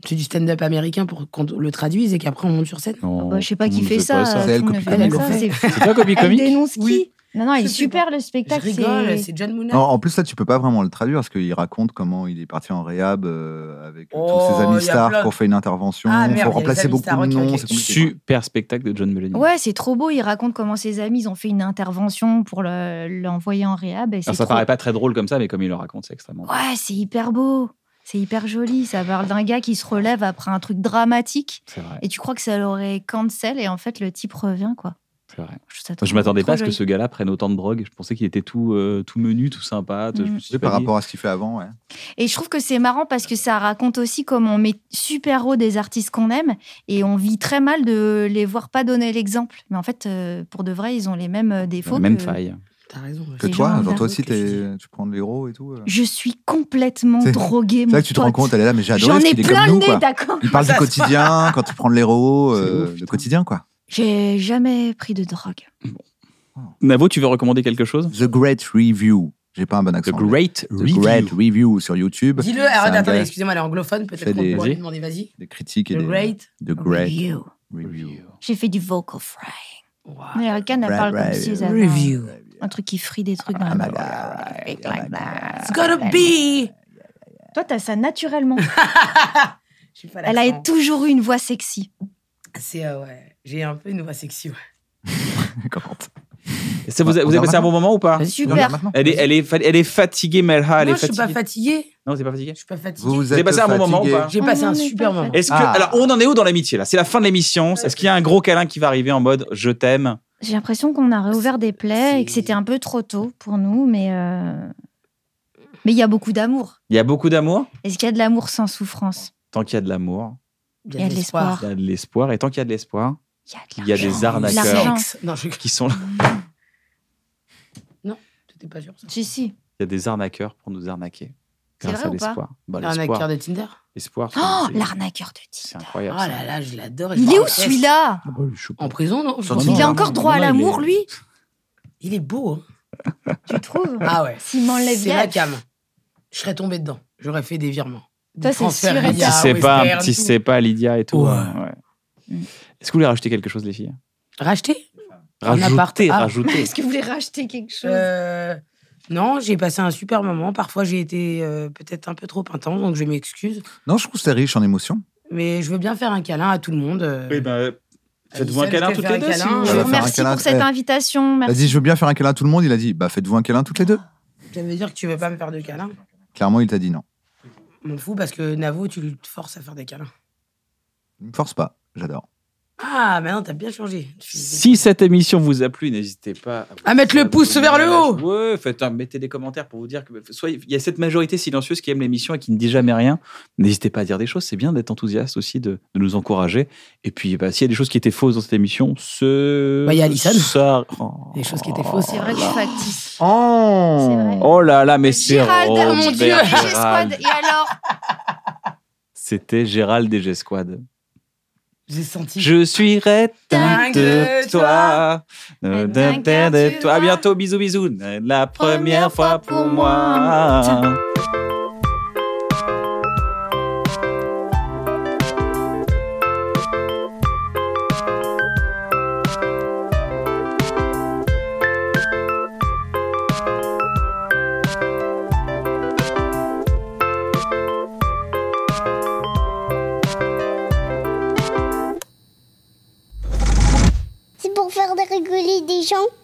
[SPEAKER 1] C'est du stand-up américain pour qu'on le traduise et qu'après on monte sur scène.
[SPEAKER 3] Non,
[SPEAKER 2] Bah, je sais pas
[SPEAKER 3] tout le
[SPEAKER 2] qui
[SPEAKER 3] monde
[SPEAKER 2] fait
[SPEAKER 3] ne
[SPEAKER 2] ça.
[SPEAKER 3] pas
[SPEAKER 2] euh,
[SPEAKER 4] C'est elle,
[SPEAKER 2] tout le monde
[SPEAKER 4] copie
[SPEAKER 2] fait
[SPEAKER 1] comique.
[SPEAKER 2] ça, c'est-
[SPEAKER 3] C'est toi, Copy
[SPEAKER 2] Elle
[SPEAKER 3] Comique
[SPEAKER 2] dénonce qui
[SPEAKER 1] Oui.
[SPEAKER 2] Non, non, il
[SPEAKER 1] Je
[SPEAKER 2] est
[SPEAKER 1] sais
[SPEAKER 2] super le
[SPEAKER 1] Je
[SPEAKER 2] spectacle.
[SPEAKER 1] rigole,
[SPEAKER 2] c'est-
[SPEAKER 1] c'est John Mooney.
[SPEAKER 4] Non, en plus, là, tu peux pas vraiment le traduire parce qu'il raconte comment il est parti en réhab euh, avec euh,
[SPEAKER 1] Oh,
[SPEAKER 4] tous ses
[SPEAKER 1] il y a
[SPEAKER 4] amis stars
[SPEAKER 1] plein.
[SPEAKER 4] pour faire une intervention.
[SPEAKER 1] Ah,
[SPEAKER 4] Il
[SPEAKER 1] merde, il y a
[SPEAKER 4] faut
[SPEAKER 1] les
[SPEAKER 4] remplacer
[SPEAKER 1] amis
[SPEAKER 4] beaucoup
[SPEAKER 1] stars, ok,
[SPEAKER 4] de noms.
[SPEAKER 1] ok.
[SPEAKER 4] c'est compliqué, quoi.
[SPEAKER 3] Super spectacle de John Mulaney.
[SPEAKER 2] Ouais, c'est trop beau. Il raconte comment ses amis ont fait une intervention pour le- l'envoyer en réhab. Et c'est
[SPEAKER 3] Alors, ça
[SPEAKER 2] trop
[SPEAKER 3] paraît pas très drôle comme ça, mais comme il le raconte, c'est extrêmement.
[SPEAKER 2] Ouais, c'est hyper beau. C'est hyper joli. Ça parle d'un gars qui se relève après un truc dramatique.
[SPEAKER 3] C'est vrai,
[SPEAKER 2] Et tu crois que ça l'aurait cancel. Et en fait, le type revient, quoi.
[SPEAKER 3] c'est vrai.
[SPEAKER 2] Je, trouve ça
[SPEAKER 3] Je
[SPEAKER 2] trop-
[SPEAKER 3] m'attendais
[SPEAKER 2] trop
[SPEAKER 3] pas à ce que
[SPEAKER 2] joli.
[SPEAKER 3] ce gars-là prenne autant de drogue. Je pensais qu'il était tout, euh, tout menu, tout sympa.
[SPEAKER 2] Mm.
[SPEAKER 3] tout- je me suis
[SPEAKER 4] Oui,
[SPEAKER 3] pas
[SPEAKER 4] par
[SPEAKER 3] dit-
[SPEAKER 4] rapport à ce qu'il fait avant, ouais.
[SPEAKER 2] Et je trouve que c'est marrant parce que ça raconte aussi comment on met super haut des artistes qu'on aime. Et on vit très mal de les voir pas donner l'exemple. Mais en fait, euh, pour de vrai, ils ont les mêmes euh,
[SPEAKER 3] Ils ont
[SPEAKER 2] défauts.
[SPEAKER 3] la même
[SPEAKER 2] que-
[SPEAKER 3] faille.
[SPEAKER 1] T'as raison. ouais.
[SPEAKER 4] Que
[SPEAKER 2] Les
[SPEAKER 4] toi,
[SPEAKER 2] gens
[SPEAKER 4] genre, toi
[SPEAKER 2] adorent
[SPEAKER 4] aussi,
[SPEAKER 1] ce que tu
[SPEAKER 4] t'es- tu prends de l'héros et tout. euh.
[SPEAKER 2] Je suis complètement
[SPEAKER 4] C'est-
[SPEAKER 2] droguée.
[SPEAKER 4] C'est là que tu te rends compte, elle est là, mais j'ai adoré
[SPEAKER 2] J'en
[SPEAKER 4] parce
[SPEAKER 2] ai
[SPEAKER 4] qu'il est comme
[SPEAKER 2] plein le
[SPEAKER 4] nous,
[SPEAKER 2] nez,
[SPEAKER 4] quoi.
[SPEAKER 2] d'accord
[SPEAKER 4] Il parle
[SPEAKER 1] Ça
[SPEAKER 4] du
[SPEAKER 1] se
[SPEAKER 4] quotidien, quand tu prends de l'héros,
[SPEAKER 3] C'est
[SPEAKER 4] euh,
[SPEAKER 3] ouf,
[SPEAKER 4] le
[SPEAKER 3] putain.
[SPEAKER 4] quotidien, quoi.
[SPEAKER 2] J'ai jamais pris de drogue.
[SPEAKER 3] Navo, tu veux recommander quelque chose
[SPEAKER 4] The Great Review. J'ai pas un bon accent.
[SPEAKER 3] The Great
[SPEAKER 4] The
[SPEAKER 3] Review.
[SPEAKER 4] Great Review sur YouTube.
[SPEAKER 1] dis. Dis-le,
[SPEAKER 4] C'est
[SPEAKER 1] arrête,
[SPEAKER 4] un
[SPEAKER 1] attendez,
[SPEAKER 4] gars-
[SPEAKER 1] excusez-moi, elle est anglophone,
[SPEAKER 4] fait
[SPEAKER 1] peut-être
[SPEAKER 4] des-
[SPEAKER 1] qu'on pourrait lui
[SPEAKER 3] Vas-y.
[SPEAKER 1] demander, vas-y.
[SPEAKER 4] Des critiques et
[SPEAKER 1] The
[SPEAKER 4] des.
[SPEAKER 1] Great.
[SPEAKER 4] The Great
[SPEAKER 2] You.
[SPEAKER 4] Review.
[SPEAKER 2] J'ai fait du vocal fry.
[SPEAKER 1] Wow.
[SPEAKER 2] L'américaine, elle parle comme
[SPEAKER 4] Right,
[SPEAKER 2] si
[SPEAKER 4] right,
[SPEAKER 2] ils avaient
[SPEAKER 1] Review.
[SPEAKER 2] un- Un truc qui frit des trucs dans la
[SPEAKER 4] Ah,
[SPEAKER 2] bouche.
[SPEAKER 4] bah,
[SPEAKER 2] Like that.
[SPEAKER 1] It's gotta be.
[SPEAKER 2] Toi, t'as ça naturellement.
[SPEAKER 1] J'ai pas
[SPEAKER 2] Elle a
[SPEAKER 1] l'accent.
[SPEAKER 2] toujours eu une voix sexy.
[SPEAKER 1] C'est euh, ouais, j'ai un peu une voix sexy. ouais.
[SPEAKER 4] Comment
[SPEAKER 3] Ça, vous, a-
[SPEAKER 4] On
[SPEAKER 3] vous avez
[SPEAKER 4] regarde
[SPEAKER 3] passé un bon moment ou pas
[SPEAKER 4] Non, mais
[SPEAKER 2] Super.
[SPEAKER 4] maintenant.
[SPEAKER 3] elle est, elle, est, fa- elle est fatiguée, Melha. Elle
[SPEAKER 1] non,
[SPEAKER 3] est
[SPEAKER 1] je suis
[SPEAKER 3] fatiguée.
[SPEAKER 1] pas fatiguée.
[SPEAKER 3] non, c'est pas fatiguée.
[SPEAKER 1] Je suis pas fatiguée.
[SPEAKER 4] Vous vous
[SPEAKER 3] avez
[SPEAKER 4] êtes
[SPEAKER 3] passé un bon moment ou
[SPEAKER 4] fatigué.
[SPEAKER 3] pas
[SPEAKER 1] J'ai
[SPEAKER 2] On
[SPEAKER 1] passé un
[SPEAKER 2] en est
[SPEAKER 1] super
[SPEAKER 2] pas
[SPEAKER 1] moment.
[SPEAKER 3] Est-ce que
[SPEAKER 4] Ah.
[SPEAKER 3] alors on en est où dans l'amitié là C'est la fin de l'émission. Est-ce qu'il y a un gros câlin qui va arriver en mode je t'aime
[SPEAKER 2] J'ai l'impression qu'on a réouvert des plaies et que
[SPEAKER 1] c'est-
[SPEAKER 2] c'était un peu trop tôt pour nous, mais euh, mais il y a beaucoup d'amour.
[SPEAKER 3] Il y a beaucoup d'amour.
[SPEAKER 2] Est-ce qu'il y a de l'amour sans souffrance
[SPEAKER 3] Tant qu'il y a de l'amour,
[SPEAKER 2] Il y a de l'espoir.
[SPEAKER 3] il y a de l'espoir. Et tant qu'il y a de l'espoir,
[SPEAKER 2] de
[SPEAKER 3] il y a
[SPEAKER 2] l'argent.
[SPEAKER 3] des arnaqueurs
[SPEAKER 2] L'argent.
[SPEAKER 1] Non, je
[SPEAKER 3] qui sont là.
[SPEAKER 1] t'étais pas sûr. ça.
[SPEAKER 2] Si, si.
[SPEAKER 3] Il y a des arnaqueurs pour nous arnaquer.
[SPEAKER 2] C'est
[SPEAKER 3] Grâce
[SPEAKER 2] vrai
[SPEAKER 3] à
[SPEAKER 2] ou pas
[SPEAKER 3] l'espoir. Bah,
[SPEAKER 1] L'arnaqueur
[SPEAKER 3] l'espoir.
[SPEAKER 1] de Tinder.
[SPEAKER 3] L'espoir, c'est-
[SPEAKER 4] Ah,
[SPEAKER 2] Oh,
[SPEAKER 3] c'est-
[SPEAKER 2] l'arnaqueur de
[SPEAKER 3] C'est
[SPEAKER 2] Tinder.
[SPEAKER 1] Oh
[SPEAKER 3] incroyable. ça.
[SPEAKER 1] là là, je l'adore. et je
[SPEAKER 2] Il est
[SPEAKER 1] le
[SPEAKER 2] où
[SPEAKER 1] déteste.
[SPEAKER 2] celui-là
[SPEAKER 3] Ah bah, il est chaud.
[SPEAKER 1] En prison, non
[SPEAKER 3] Sorti
[SPEAKER 1] Non,
[SPEAKER 2] Il a
[SPEAKER 1] non,
[SPEAKER 2] encore
[SPEAKER 1] non,
[SPEAKER 2] droit à
[SPEAKER 1] non, il est-
[SPEAKER 2] l'amour, lui
[SPEAKER 1] Il est beau. hein.
[SPEAKER 2] Tu trouves
[SPEAKER 1] Ah ouais.
[SPEAKER 2] S'il m'enlève
[SPEAKER 1] C'est la
[SPEAKER 2] bien.
[SPEAKER 1] cam. Je serais tombé dedans. J'aurais fait des virements. Des
[SPEAKER 2] Ça, c'est
[SPEAKER 1] transferts
[SPEAKER 2] sûr et
[SPEAKER 3] Un
[SPEAKER 1] Lydia,
[SPEAKER 3] petit c'est pas, un
[SPEAKER 1] Western,
[SPEAKER 3] petit
[SPEAKER 1] tout.
[SPEAKER 3] c'est pas, Lydia et tout. hein,
[SPEAKER 1] Ouais.
[SPEAKER 3] Ouais. Est-ce que vous voulez rajouter quelque chose, les filles
[SPEAKER 1] Racheter Un aparté.
[SPEAKER 3] Rajouter,
[SPEAKER 1] Ah.
[SPEAKER 3] rajouter.
[SPEAKER 2] Est-ce que vous voulez racheter quelque chose
[SPEAKER 1] Euh, Non, j'ai passé un super moment. Parfois, j'ai été euh, peut-être un peu trop intense, donc je m'excuse.
[SPEAKER 4] Non, je trouve que c'est riche en émotions.
[SPEAKER 1] Mais je veux bien faire un câlin à tout le monde. euh,
[SPEAKER 3] Eh ben,
[SPEAKER 1] Alison,
[SPEAKER 3] faites-vous un câlin
[SPEAKER 1] Ah, je te
[SPEAKER 3] toutes
[SPEAKER 1] fais
[SPEAKER 3] les
[SPEAKER 1] un
[SPEAKER 3] deux.
[SPEAKER 1] câlin.
[SPEAKER 3] si
[SPEAKER 1] Je
[SPEAKER 3] vous
[SPEAKER 1] vais
[SPEAKER 3] voulez.
[SPEAKER 4] va faire un
[SPEAKER 2] Merci
[SPEAKER 4] câlin.
[SPEAKER 2] pour cette
[SPEAKER 4] Eh,
[SPEAKER 2] invitation.
[SPEAKER 4] Elle a
[SPEAKER 2] Merci.
[SPEAKER 4] dit, je veux bien faire un câlin à tout le monde. Il a dit, bah faites-vous un câlin toutes les deux.
[SPEAKER 1] Ça veut dire que tu veux pas me faire de câlin
[SPEAKER 4] Clairement, il t'a dit non.
[SPEAKER 1] M'en fous, parce que Navo, tu le forces à faire des câlins.
[SPEAKER 4] Ne me force pas, j'adore.
[SPEAKER 1] Ah, maintenant, t'as bien changé.
[SPEAKER 3] Si cette émission vous a plu, n'hésitez pas vous-
[SPEAKER 1] À mettre le pouce vers le haut.
[SPEAKER 3] Ouais, faites un- mettez des commentaires pour vous dire que soit il y a cette majorité silencieuse qui aime l'émission et qui ne dit jamais rien. N'hésitez pas à dire des choses, c'est bien d'être enthousiaste aussi, de, de nous encourager. Et puis, bah, s'il y a des choses qui étaient fausses dans cette émission, ce
[SPEAKER 1] Bah, il y a Alison.
[SPEAKER 3] ça- oh.
[SPEAKER 1] Les choses qui étaient fausses.
[SPEAKER 2] C'est vrai que je suis factice.
[SPEAKER 4] Oh
[SPEAKER 2] C'est vrai.
[SPEAKER 3] Oh là là, mais c'est
[SPEAKER 2] Gérald,
[SPEAKER 3] Robert
[SPEAKER 2] mon Dieu, G
[SPEAKER 3] Gérald.
[SPEAKER 2] Squad. Et alors
[SPEAKER 3] C'était Gérald des G-Squad.
[SPEAKER 1] J'ai senti.
[SPEAKER 3] Je suis raide
[SPEAKER 1] Dingue
[SPEAKER 3] de
[SPEAKER 1] de
[SPEAKER 3] toi. Euh,
[SPEAKER 2] toi.
[SPEAKER 3] Dingue de toi. À bientôt, bisous, bisous. La première fois pour moi.
[SPEAKER 9] pour faire rigoler des gens